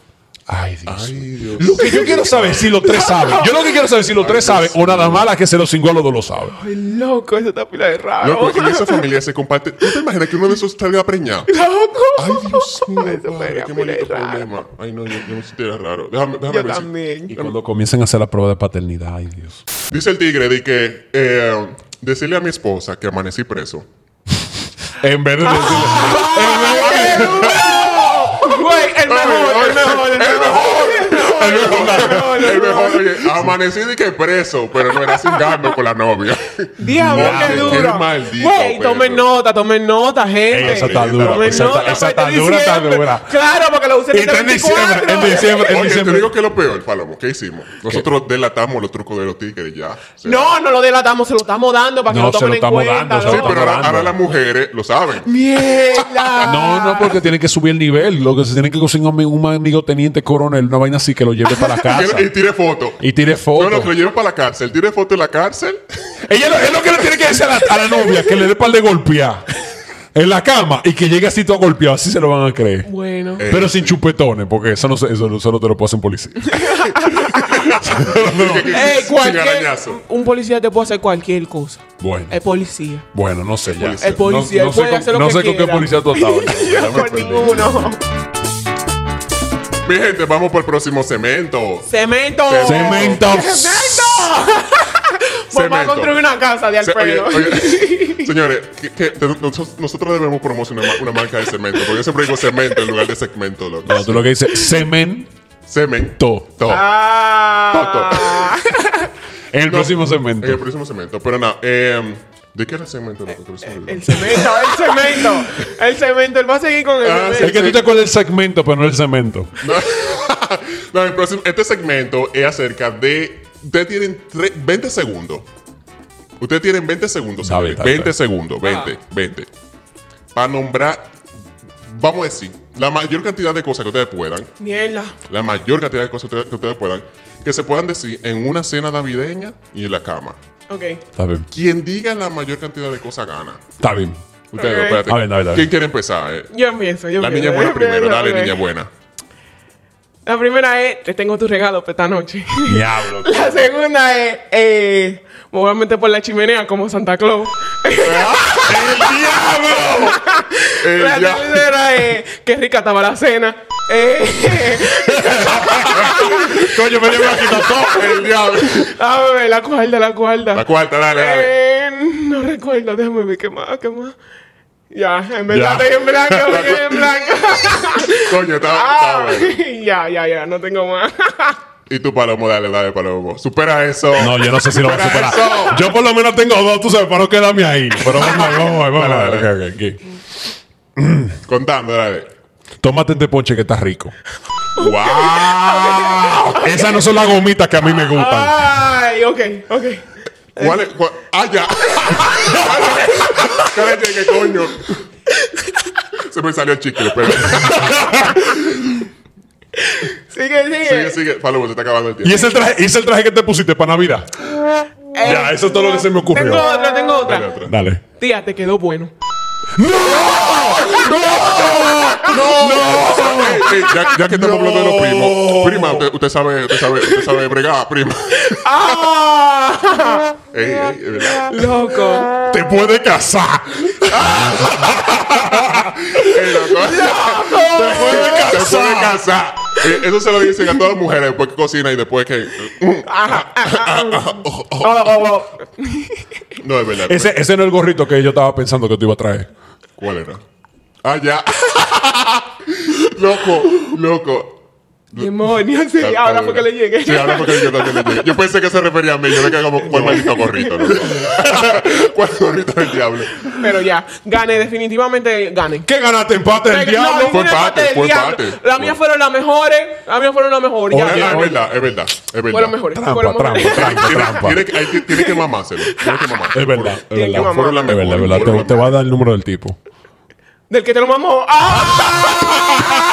[SPEAKER 2] Ay, Dios.
[SPEAKER 1] Ay, Dios.
[SPEAKER 2] Lo que yo quiero saber es si los tres saben. Yo lo que quiero saber es si los tres saben o nada más la que se los cingó a los dos lo sabe.
[SPEAKER 3] Ay, loco, eso está pila de raro.
[SPEAKER 1] Loco, en esa familia se comparte. ¿Tú te imaginas que uno de esos salga preñado?
[SPEAKER 3] Loco.
[SPEAKER 1] Ay, Dios mío,
[SPEAKER 3] Eso
[SPEAKER 1] padre,
[SPEAKER 3] pega
[SPEAKER 1] qué
[SPEAKER 3] pila de
[SPEAKER 1] bonito
[SPEAKER 3] raro.
[SPEAKER 1] problema. Ay, no, yo, yo me sentía raro. Déjame,
[SPEAKER 2] Ah,
[SPEAKER 1] déjame
[SPEAKER 3] Yo
[SPEAKER 1] ver si-
[SPEAKER 3] también.
[SPEAKER 2] Cuando comiencen a hacer la prueba de paternidad, ay Dios.
[SPEAKER 1] Dice el tigre de que eh, decirle a mi esposa que amanecí preso.
[SPEAKER 2] En vez de decirle, en vez de-
[SPEAKER 3] Güey, el mejor,
[SPEAKER 1] Ay,
[SPEAKER 3] el mejor, el
[SPEAKER 1] ¡El
[SPEAKER 3] mejor.
[SPEAKER 1] mejor! El mejor,
[SPEAKER 3] el
[SPEAKER 1] el mejor, oye, amanecí de que preso, pero no era cingando con la novia.
[SPEAKER 3] Diablo,
[SPEAKER 1] Madre,
[SPEAKER 3] qué
[SPEAKER 1] qué
[SPEAKER 3] duro.
[SPEAKER 1] maldito
[SPEAKER 3] Güey,
[SPEAKER 1] perro.
[SPEAKER 3] tomen nota, tomen nota, gente.
[SPEAKER 2] Ey, esa está
[SPEAKER 1] dura,
[SPEAKER 3] Tomen
[SPEAKER 2] esa está-
[SPEAKER 3] nota,
[SPEAKER 2] esa está
[SPEAKER 3] pues, este
[SPEAKER 2] dura, está
[SPEAKER 3] diciembre.
[SPEAKER 2] dura.
[SPEAKER 3] Claro, porque la usen
[SPEAKER 2] Y está en diciembre, en diciembre, en
[SPEAKER 1] Oye, te
[SPEAKER 2] diciembre.
[SPEAKER 1] digo que es lo peor, Palomo. ¿Qué hicimos? Nosotros delatamos los trucos de los tigres ya. O sea,
[SPEAKER 3] No, no lo delatamos, se lo estamos dando para que
[SPEAKER 2] No,
[SPEAKER 3] lo
[SPEAKER 2] se
[SPEAKER 3] tomen
[SPEAKER 2] lo
[SPEAKER 3] en
[SPEAKER 2] estamos
[SPEAKER 3] cuenta.
[SPEAKER 2] dando, se lo
[SPEAKER 1] Sí,
[SPEAKER 3] loco.
[SPEAKER 1] pero ahora,
[SPEAKER 2] Estamos
[SPEAKER 1] ahora
[SPEAKER 2] hablando.
[SPEAKER 1] las mujeres lo saben.
[SPEAKER 3] Mierda.
[SPEAKER 2] No, no, porque tienen que subir el nivel. Lo que se tienen que conseguir un, un amigo teniente coronel, una vaina así que lo lleve para la casa.
[SPEAKER 1] Y tire foto.
[SPEAKER 2] y tire
[SPEAKER 1] No,
[SPEAKER 2] fotos.
[SPEAKER 1] no, que lo lleven para la cárcel. Tire foto en la cárcel.
[SPEAKER 2] Ella lo- es lo que le tiene que decir a la, a la novia, que le dé par de golpear en la cama y que llegue así todo golpeado. Así se lo van a creer.
[SPEAKER 3] Bueno.
[SPEAKER 2] Pero sin chupetones, porque eso no se- eso, no- eso no te lo puede hacer un policía.
[SPEAKER 3] Ey,
[SPEAKER 1] Sin
[SPEAKER 3] cualquier,
[SPEAKER 1] arañazo.
[SPEAKER 3] un policía te puede hacer cualquier cosa.
[SPEAKER 2] Bueno,
[SPEAKER 3] Es policía.
[SPEAKER 2] bueno, no sé ya.
[SPEAKER 1] policía.
[SPEAKER 3] El policía,
[SPEAKER 2] no,
[SPEAKER 3] él
[SPEAKER 2] no sé,
[SPEAKER 3] puede
[SPEAKER 2] con,
[SPEAKER 3] hacer lo
[SPEAKER 2] no
[SPEAKER 3] que
[SPEAKER 2] sé con qué
[SPEAKER 3] quiera.
[SPEAKER 2] policía tú has estado.
[SPEAKER 3] Yo
[SPEAKER 2] Déjame
[SPEAKER 3] con
[SPEAKER 2] perder.
[SPEAKER 3] ninguno.
[SPEAKER 1] Mi gente, vamos para el próximo cemento.
[SPEAKER 3] Cemento.
[SPEAKER 2] Cemento.
[SPEAKER 3] Vamos a
[SPEAKER 1] Cemento.
[SPEAKER 3] construir una casa de
[SPEAKER 1] Se- oye,
[SPEAKER 3] Alfredo.
[SPEAKER 1] oye, señores, que- que te- nosotros, nosotros debemos promocionar una, una marca de cemento. Porque yo siempre digo cemento en lugar de segmento, loco.
[SPEAKER 2] No, tú lo que dices, cemento.
[SPEAKER 1] Cemento. To.
[SPEAKER 3] Ah.
[SPEAKER 2] En el próximo cemento.
[SPEAKER 1] En el próximo cemento. Pero nada, eh, ¿de qué era el cemento? loco? Que me se me olvidó.
[SPEAKER 3] El cemento, el cemento. El cemento, él va a seguir con el
[SPEAKER 1] Ah,
[SPEAKER 2] Es
[SPEAKER 3] cemento.
[SPEAKER 2] que tú te acuerdas del segmento, pero no el cemento.
[SPEAKER 1] No, No, el próximo- este segmento es acerca de. Ustedes tienen tre- 20 segundos. Ustedes tienen 20 segundos.
[SPEAKER 2] Está bien,
[SPEAKER 1] señores.
[SPEAKER 2] está bien.
[SPEAKER 1] 20 segundos, 20,
[SPEAKER 3] Ah.
[SPEAKER 1] 20. Para nombrar, vamos a decir, la mayor cantidad de cosas que ustedes puedan,
[SPEAKER 3] Mierda.
[SPEAKER 1] la mayor cantidad de cosas que ustedes- que ustedes puedan, que se puedan decir en una cena navideña y en la cama.
[SPEAKER 3] Ok.
[SPEAKER 2] Está bien.
[SPEAKER 1] Quien diga la mayor cantidad de cosas gana.
[SPEAKER 2] Está bien.
[SPEAKER 1] Ustedes,
[SPEAKER 3] Ok.
[SPEAKER 1] espérate.
[SPEAKER 2] A ver, a ver, a ver.
[SPEAKER 1] ¿Quién quiere empezar? eh?
[SPEAKER 3] Yo empiezo, yo
[SPEAKER 1] La niña
[SPEAKER 3] empiezo.
[SPEAKER 1] buena
[SPEAKER 3] yo empiezo,
[SPEAKER 1] primero, dale,
[SPEAKER 3] ok.
[SPEAKER 1] niña buena.
[SPEAKER 3] La primera es, te tengo tu regalo para esta noche.
[SPEAKER 2] Diablo.
[SPEAKER 3] La segunda es, eh, me voy a meter por la chimenea como Santa Claus.
[SPEAKER 1] ¡El diablo! El
[SPEAKER 3] la
[SPEAKER 1] diablo.
[SPEAKER 3] tercera es, qué rica estaba la cena. Eh,
[SPEAKER 1] Coño, me llevo aquí con todo el diablo.
[SPEAKER 3] a ver, la cuarta, la cuarta.
[SPEAKER 1] La cuarta, dale, dale.
[SPEAKER 3] Eh, no recuerdo, déjame ver qué más, qué más. Ya, en verdad
[SPEAKER 2] Ya.
[SPEAKER 3] estoy en blanco, me quedé en blanco.
[SPEAKER 1] Coño, está, está
[SPEAKER 3] Ah,
[SPEAKER 1] bueno.
[SPEAKER 3] ya, ya, ya, no tengo más.
[SPEAKER 1] Y tú, Palomo, dale, dale, Palomo. Supera eso.
[SPEAKER 2] No, yo no sé si lo voy a
[SPEAKER 1] Supera
[SPEAKER 2] superar.
[SPEAKER 1] eso.
[SPEAKER 2] Yo por lo menos tengo dos, tú sabes, para no quedarme ahí. Pero vamos, vamos, vamos.
[SPEAKER 1] Dale,
[SPEAKER 2] vamos.
[SPEAKER 1] dale.
[SPEAKER 2] Ok, ok, ok.
[SPEAKER 1] Contando, dale.
[SPEAKER 2] Tómate este ponche que está rico.
[SPEAKER 1] ¡Wow!
[SPEAKER 3] Ah.
[SPEAKER 2] Esas no son las gomitas que a mí me gustan.
[SPEAKER 3] Ay, ok, ok.
[SPEAKER 1] ¿Cuál es? cuál- ¡Ah, ya! Cállate, que coño. Se me salió el chicle, pero.
[SPEAKER 3] Sigue, sigue.
[SPEAKER 1] Sigue, sigue. Palomo, se está acabando el
[SPEAKER 2] Y
[SPEAKER 1] tiempo.
[SPEAKER 2] es el traje, y es el traje que te pusiste para Navidad.
[SPEAKER 3] Eh,
[SPEAKER 2] Ya, eso es todo lo que se me ocurrió.
[SPEAKER 3] Tengo otra, tengo otra.
[SPEAKER 1] Dale, otra.
[SPEAKER 2] Dale.
[SPEAKER 3] Tía, te quedó bueno.
[SPEAKER 1] ¡No! Ey, ey, ya, ya que estamos hablando de los primos. Prima, usted, usted sabe, usted sabe, usted sabe bregar, prima.
[SPEAKER 3] ¡Ah!
[SPEAKER 1] Ey, ey, de verdad.
[SPEAKER 3] Loco.
[SPEAKER 2] Te puede casar.
[SPEAKER 1] Ey, loco.
[SPEAKER 2] Te puede
[SPEAKER 1] Se puede
[SPEAKER 2] casar.
[SPEAKER 1] casar. Eh, Eso se lo dicen a todas las mujeres después que cocina y después que. mm,
[SPEAKER 3] Ajá, ajá. Oh, oh, oh.
[SPEAKER 1] No, es verdad.
[SPEAKER 2] Ese, ese no es el gorrito que yo estaba pensando que te iba a traer.
[SPEAKER 1] ¿Cuál era? Ah, ya. loco, loco.
[SPEAKER 3] Demonios, sí, ahora fue que le llegué.
[SPEAKER 1] Sí, ahora fue que yo también le llegué. Yo pensé que se refería a mí. Yo le cago como cuál maldito gorrito, loco. ¿Cuál gorrito del diablo?
[SPEAKER 3] Pero ya, gane, definitivamente gane.
[SPEAKER 2] ¿Qué ganaste? Empate del
[SPEAKER 3] Pero-
[SPEAKER 2] diablo.
[SPEAKER 3] no,
[SPEAKER 1] fue
[SPEAKER 3] ninguna
[SPEAKER 1] parte,
[SPEAKER 3] del
[SPEAKER 1] fue
[SPEAKER 3] diablo.
[SPEAKER 1] parte.
[SPEAKER 3] Las mías fueron las mejores. Las mías fueron las mejores. ya.
[SPEAKER 1] Ah, es verdad, es verdad. Es verdad.
[SPEAKER 3] Fueron mejores.
[SPEAKER 2] Trampa,
[SPEAKER 3] fueron
[SPEAKER 2] trampa,
[SPEAKER 3] mejores.
[SPEAKER 2] trampa,
[SPEAKER 1] Tiene,
[SPEAKER 2] trampa.
[SPEAKER 1] tiene que, hay que- tiene que mamárselo. Tiene que mamárselo.
[SPEAKER 2] Es verdad, es
[SPEAKER 1] Fueron-
[SPEAKER 2] verdad.
[SPEAKER 1] Fueron las
[SPEAKER 2] Es verdad, es
[SPEAKER 1] mejores,
[SPEAKER 2] verdad.
[SPEAKER 1] fueron
[SPEAKER 2] Te,
[SPEAKER 1] las
[SPEAKER 2] te va a dar el número del tipo.
[SPEAKER 3] Del que te lo mamó. ¡Ah!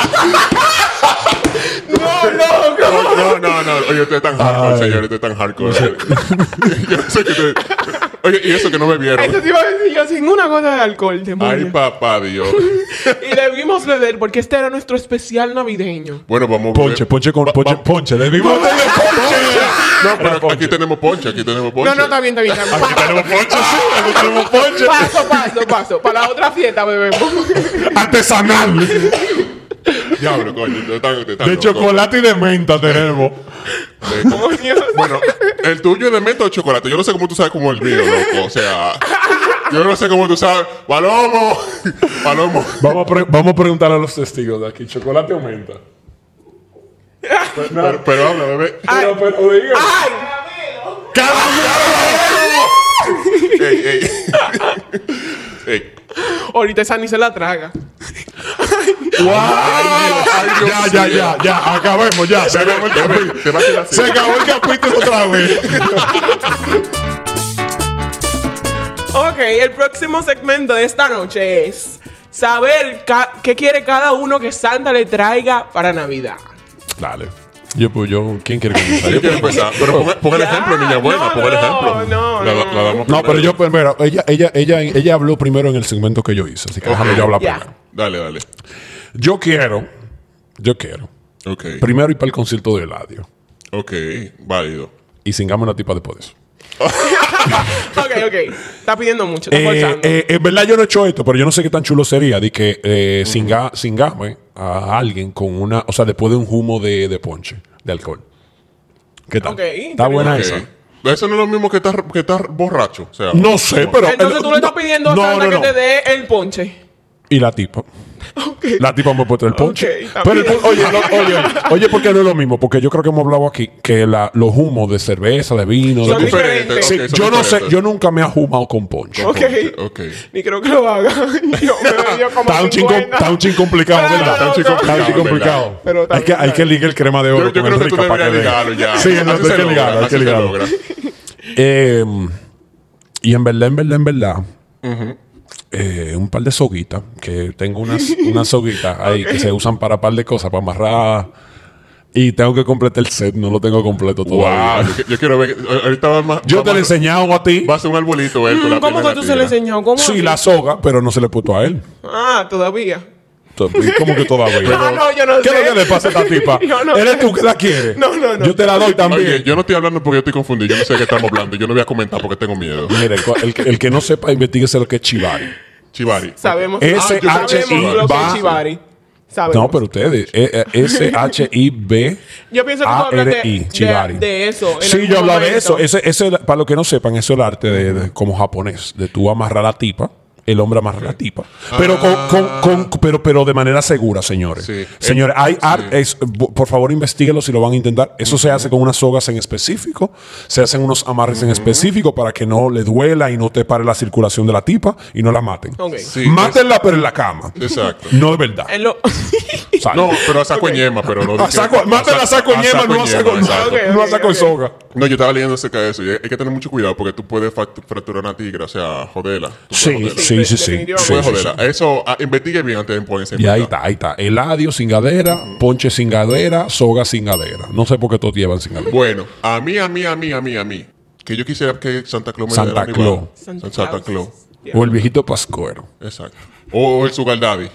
[SPEAKER 3] no, loco.
[SPEAKER 1] No, no, no. Oye, ustedes están hardcore,
[SPEAKER 2] Ay.
[SPEAKER 1] señores. Ustedes están hardcore. Yo no sé qué te... Oye, y eso que no me
[SPEAKER 3] Eso
[SPEAKER 1] vieron.
[SPEAKER 3] te iba a decir yo sin una gota de alcohol,
[SPEAKER 1] Ay,
[SPEAKER 3] demonio.
[SPEAKER 1] papá Dios.
[SPEAKER 3] y debimos beber porque este era nuestro especial navideño.
[SPEAKER 1] Bueno, vamos a
[SPEAKER 2] Ponche, ponche con ponche, ponche. Le digo, ponche.
[SPEAKER 1] No, pero
[SPEAKER 2] Era ponche.
[SPEAKER 1] aquí tenemos ponche, aquí tenemos ponche.
[SPEAKER 3] No, no, está bien, está bien. está bien.
[SPEAKER 2] Aquí tenemos ponche, sí. Aquí tenemos ponche.
[SPEAKER 3] Paso, paso, paso. Para la otra fiesta bebemos.
[SPEAKER 2] Artesanal.
[SPEAKER 1] Diablo, coño. ustedes están- ustedes están
[SPEAKER 2] De
[SPEAKER 1] locos.
[SPEAKER 2] chocolate y de menta tenemos.
[SPEAKER 3] Demonios.
[SPEAKER 1] Bueno, el tuyo es de menta o chocolate. Yo no sé cómo tú sabes cómo el mío, loco. O sea, yo no sé cómo tú sabes. Palomo, Palomo.
[SPEAKER 2] Vamos a, pre- vamos a preguntar a los testigos de aquí. ¿Chocolate o menta?
[SPEAKER 1] Pero, pero habla, bebé.
[SPEAKER 2] Pero, pero, diga.
[SPEAKER 3] ¡Ay!
[SPEAKER 1] Ey, ey. Ey.
[SPEAKER 3] Ahorita esa ni se la traga.
[SPEAKER 2] Ya, ya, ya, ya. Acabemos ya. Se acabó el
[SPEAKER 1] Bebé,
[SPEAKER 2] capítulo.
[SPEAKER 1] te va a quedar así.
[SPEAKER 2] Se acabó el capítulo otra vez.
[SPEAKER 3] Ok, el próximo segmento de esta noche es saber ca- qué quiere cada uno que Santa le traiga para Navidad.
[SPEAKER 2] Dale. Yo, pues, yo, pues, ¿quién quiere comenzar?
[SPEAKER 1] Yo quiero empezar. Pero ponga, ponga el
[SPEAKER 3] Ya.
[SPEAKER 1] ejemplo, niña buena.
[SPEAKER 3] No,
[SPEAKER 1] ponga el
[SPEAKER 3] no,
[SPEAKER 1] ejemplo.
[SPEAKER 3] no,
[SPEAKER 1] La- la-
[SPEAKER 3] no.
[SPEAKER 1] la damos
[SPEAKER 2] No, pero
[SPEAKER 1] primero.
[SPEAKER 2] yo primero, ella, ella, ella, ella habló primero en el segmento que yo hice, así que déjame yo hablar
[SPEAKER 3] Ya.
[SPEAKER 2] primero.
[SPEAKER 1] Dale, dale.
[SPEAKER 2] Yo quiero, yo quiero,
[SPEAKER 1] Ok.
[SPEAKER 2] primero ir para el concierto de Eladio
[SPEAKER 1] Ok. Válido.
[SPEAKER 2] y singamos una tipa después de eso.
[SPEAKER 3] Ok, ok. Está pidiendo mucho, está
[SPEAKER 2] Eh,
[SPEAKER 3] forzando.
[SPEAKER 2] eh, en verdad yo no he hecho esto, pero yo no sé qué tan chulo sería de que eh, singa- singame eh, a alguien con una, o sea, después de un humo de, de ponche, de alcohol. ¿Qué tal?
[SPEAKER 3] Ok,
[SPEAKER 2] ¿Está buena
[SPEAKER 1] Ok.
[SPEAKER 2] esa?
[SPEAKER 1] Eso no es lo mismo que estar, que estar borracho. O sea,
[SPEAKER 2] No sé, pero... eh,
[SPEAKER 3] Entonces tú le estás
[SPEAKER 2] no,
[SPEAKER 3] pidiendo a
[SPEAKER 2] no,
[SPEAKER 3] Santa
[SPEAKER 2] no,
[SPEAKER 3] que
[SPEAKER 2] no.
[SPEAKER 3] te dé el ponche.
[SPEAKER 2] Y la tipa. La tipa me ha puesto el ponche.
[SPEAKER 3] está
[SPEAKER 2] Pero el
[SPEAKER 3] bien.
[SPEAKER 2] pon- oye, no, oye, oye, porque no es lo mismo, porque yo creo que hemos hablado aquí que la- los humos de cerveza, de vino,
[SPEAKER 3] Son
[SPEAKER 2] de-
[SPEAKER 3] diferentes.
[SPEAKER 2] Sí,
[SPEAKER 1] ok, son
[SPEAKER 2] yo no sé,
[SPEAKER 1] diferentes.
[SPEAKER 2] yo nunca me he jumado con ponche.
[SPEAKER 3] Ok.
[SPEAKER 1] Ok.
[SPEAKER 3] Ni creo que lo haga. Yo me bebió como
[SPEAKER 2] Está un chin,
[SPEAKER 3] 50.
[SPEAKER 2] está un chin complicado,
[SPEAKER 3] Claro,
[SPEAKER 2] ¿verdad? Está un chin
[SPEAKER 1] loco.
[SPEAKER 2] complicado. Está un chin
[SPEAKER 1] complicado,
[SPEAKER 2] complicado.
[SPEAKER 3] Pero está
[SPEAKER 2] hay, que,
[SPEAKER 3] bien,
[SPEAKER 2] hay que ligar el crema de oro.
[SPEAKER 1] Yo, yo
[SPEAKER 2] con
[SPEAKER 1] creo que tú
[SPEAKER 2] Enrica para
[SPEAKER 1] deberías
[SPEAKER 2] dé.
[SPEAKER 1] ligarlo ya.
[SPEAKER 2] Sí, no,
[SPEAKER 1] Así
[SPEAKER 2] hay
[SPEAKER 1] se
[SPEAKER 2] que
[SPEAKER 1] logra,
[SPEAKER 2] ligarlo, hay
[SPEAKER 1] así
[SPEAKER 2] que
[SPEAKER 1] se
[SPEAKER 2] ligarlo.
[SPEAKER 1] logra.
[SPEAKER 2] Eh, y en verdad, en verdad, en verdad. eh, un par de soguitas, que tengo unas, unas soguitas ahí que se usan para par de cosas, para amarrar. Y tengo que completar el set, no lo tengo completo todavía.
[SPEAKER 1] Wow. yo, yo quiero ver. a- Ahorita va más.
[SPEAKER 2] Yo
[SPEAKER 1] va
[SPEAKER 2] te lo he
[SPEAKER 1] más-
[SPEAKER 2] enseñado a ti.
[SPEAKER 1] Va a ser un arbolito él. con la
[SPEAKER 3] Mm, ¿Cómo
[SPEAKER 1] pierna
[SPEAKER 3] que tú
[SPEAKER 1] en
[SPEAKER 3] se
[SPEAKER 1] la
[SPEAKER 3] lo
[SPEAKER 1] tira.
[SPEAKER 3] enseñó? ¿Cómo?
[SPEAKER 2] Sí,
[SPEAKER 3] así?
[SPEAKER 2] la soga, pero no se le puso a él.
[SPEAKER 3] Ah, todavía.
[SPEAKER 2] Entonces, ¿Cómo que todavía?
[SPEAKER 3] Ah, no, yo no
[SPEAKER 2] ¿Qué
[SPEAKER 3] sé.
[SPEAKER 2] es lo que le pasa a esta tipa?
[SPEAKER 3] Yo no
[SPEAKER 2] ¿Eres
[SPEAKER 3] sé.
[SPEAKER 2] tú que la quieres?
[SPEAKER 3] No, no, no.
[SPEAKER 2] Yo te la doy también.
[SPEAKER 1] Oye, yo no estoy hablando porque yo estoy confundido. Yo no sé de qué estamos hablando. Yo no voy a comentar porque tengo miedo.
[SPEAKER 2] Mira, el, co- el que- el que no sepa, investiguese lo que es chivari.
[SPEAKER 1] Chivari.
[SPEAKER 3] Sabemos.
[SPEAKER 2] S-
[SPEAKER 3] Ah,
[SPEAKER 2] H- I-
[SPEAKER 3] sabemos lo que es
[SPEAKER 2] va-
[SPEAKER 3] Chivari. Sabemos.
[SPEAKER 2] No, pero ustedes. eh, eh, S-H-I-B.
[SPEAKER 3] pues, Yo pienso que tú hablas de-
[SPEAKER 2] A-R-I,
[SPEAKER 3] de-
[SPEAKER 2] chivari.
[SPEAKER 3] de eso, en
[SPEAKER 2] Sí,
[SPEAKER 3] algún
[SPEAKER 2] yo hablaba de
[SPEAKER 3] momento.
[SPEAKER 2] eso. Ese, ese, para los que no sepan, eso es el arte de, de- como japonés, de tú amarrar a la tipa. El hombre amarrar a la tipa. Pero, con, con- con- pero, pero de manera segura, señores.
[SPEAKER 1] Sí.
[SPEAKER 2] Señores, hay
[SPEAKER 1] Sí.
[SPEAKER 2] arte. es- bu- por favor, investiguenlo si lo van a intentar. Eso se hace con unas sogas en específico. Se hacen unos amarres en específico para que no le duela y no te pare la circulación de la tipa y no la maten.
[SPEAKER 3] Ok.
[SPEAKER 1] Sí,
[SPEAKER 2] Mátenla, pero en la cama.
[SPEAKER 1] Exacto.
[SPEAKER 2] No de verdad.
[SPEAKER 3] En lo-
[SPEAKER 2] Sal.
[SPEAKER 1] No, pero a saco en ñema, pero no.
[SPEAKER 2] A saco- mátela a saco en yema, no a saco, no,
[SPEAKER 1] exacto.
[SPEAKER 3] Ok.
[SPEAKER 2] no a saco en
[SPEAKER 3] ok.
[SPEAKER 2] soga.
[SPEAKER 1] No, yo estaba leyendo acerca de eso. y hay que tener mucho cuidado porque tú puedes fact- fracturar una tigra, o sea, joderla. Tú puedes
[SPEAKER 2] Sí,
[SPEAKER 1] joderla.
[SPEAKER 2] sí, sí, sí.
[SPEAKER 3] definitivamente.
[SPEAKER 2] Sí,
[SPEAKER 1] Puedes
[SPEAKER 2] sí, sí.
[SPEAKER 1] joderla. Eso, ah, investigue bien antes de ponerse en
[SPEAKER 2] Y ahí
[SPEAKER 1] verdad.
[SPEAKER 2] está, ahí está. Eladio singadera, ponche singadera, soga singadera. No sé por qué todos llevan singadera.
[SPEAKER 1] Bueno, a mí, a mí, a mí, a mí, a mí. Que yo quisiera que Santa Claus me
[SPEAKER 2] Santa
[SPEAKER 1] diera un
[SPEAKER 2] Claus.
[SPEAKER 1] regalo.
[SPEAKER 3] Santa
[SPEAKER 1] Santa, Santa
[SPEAKER 3] Claus.
[SPEAKER 1] Claus.
[SPEAKER 2] O el viejito pascuero.
[SPEAKER 1] Exacto. O, o el Sugar Daddy.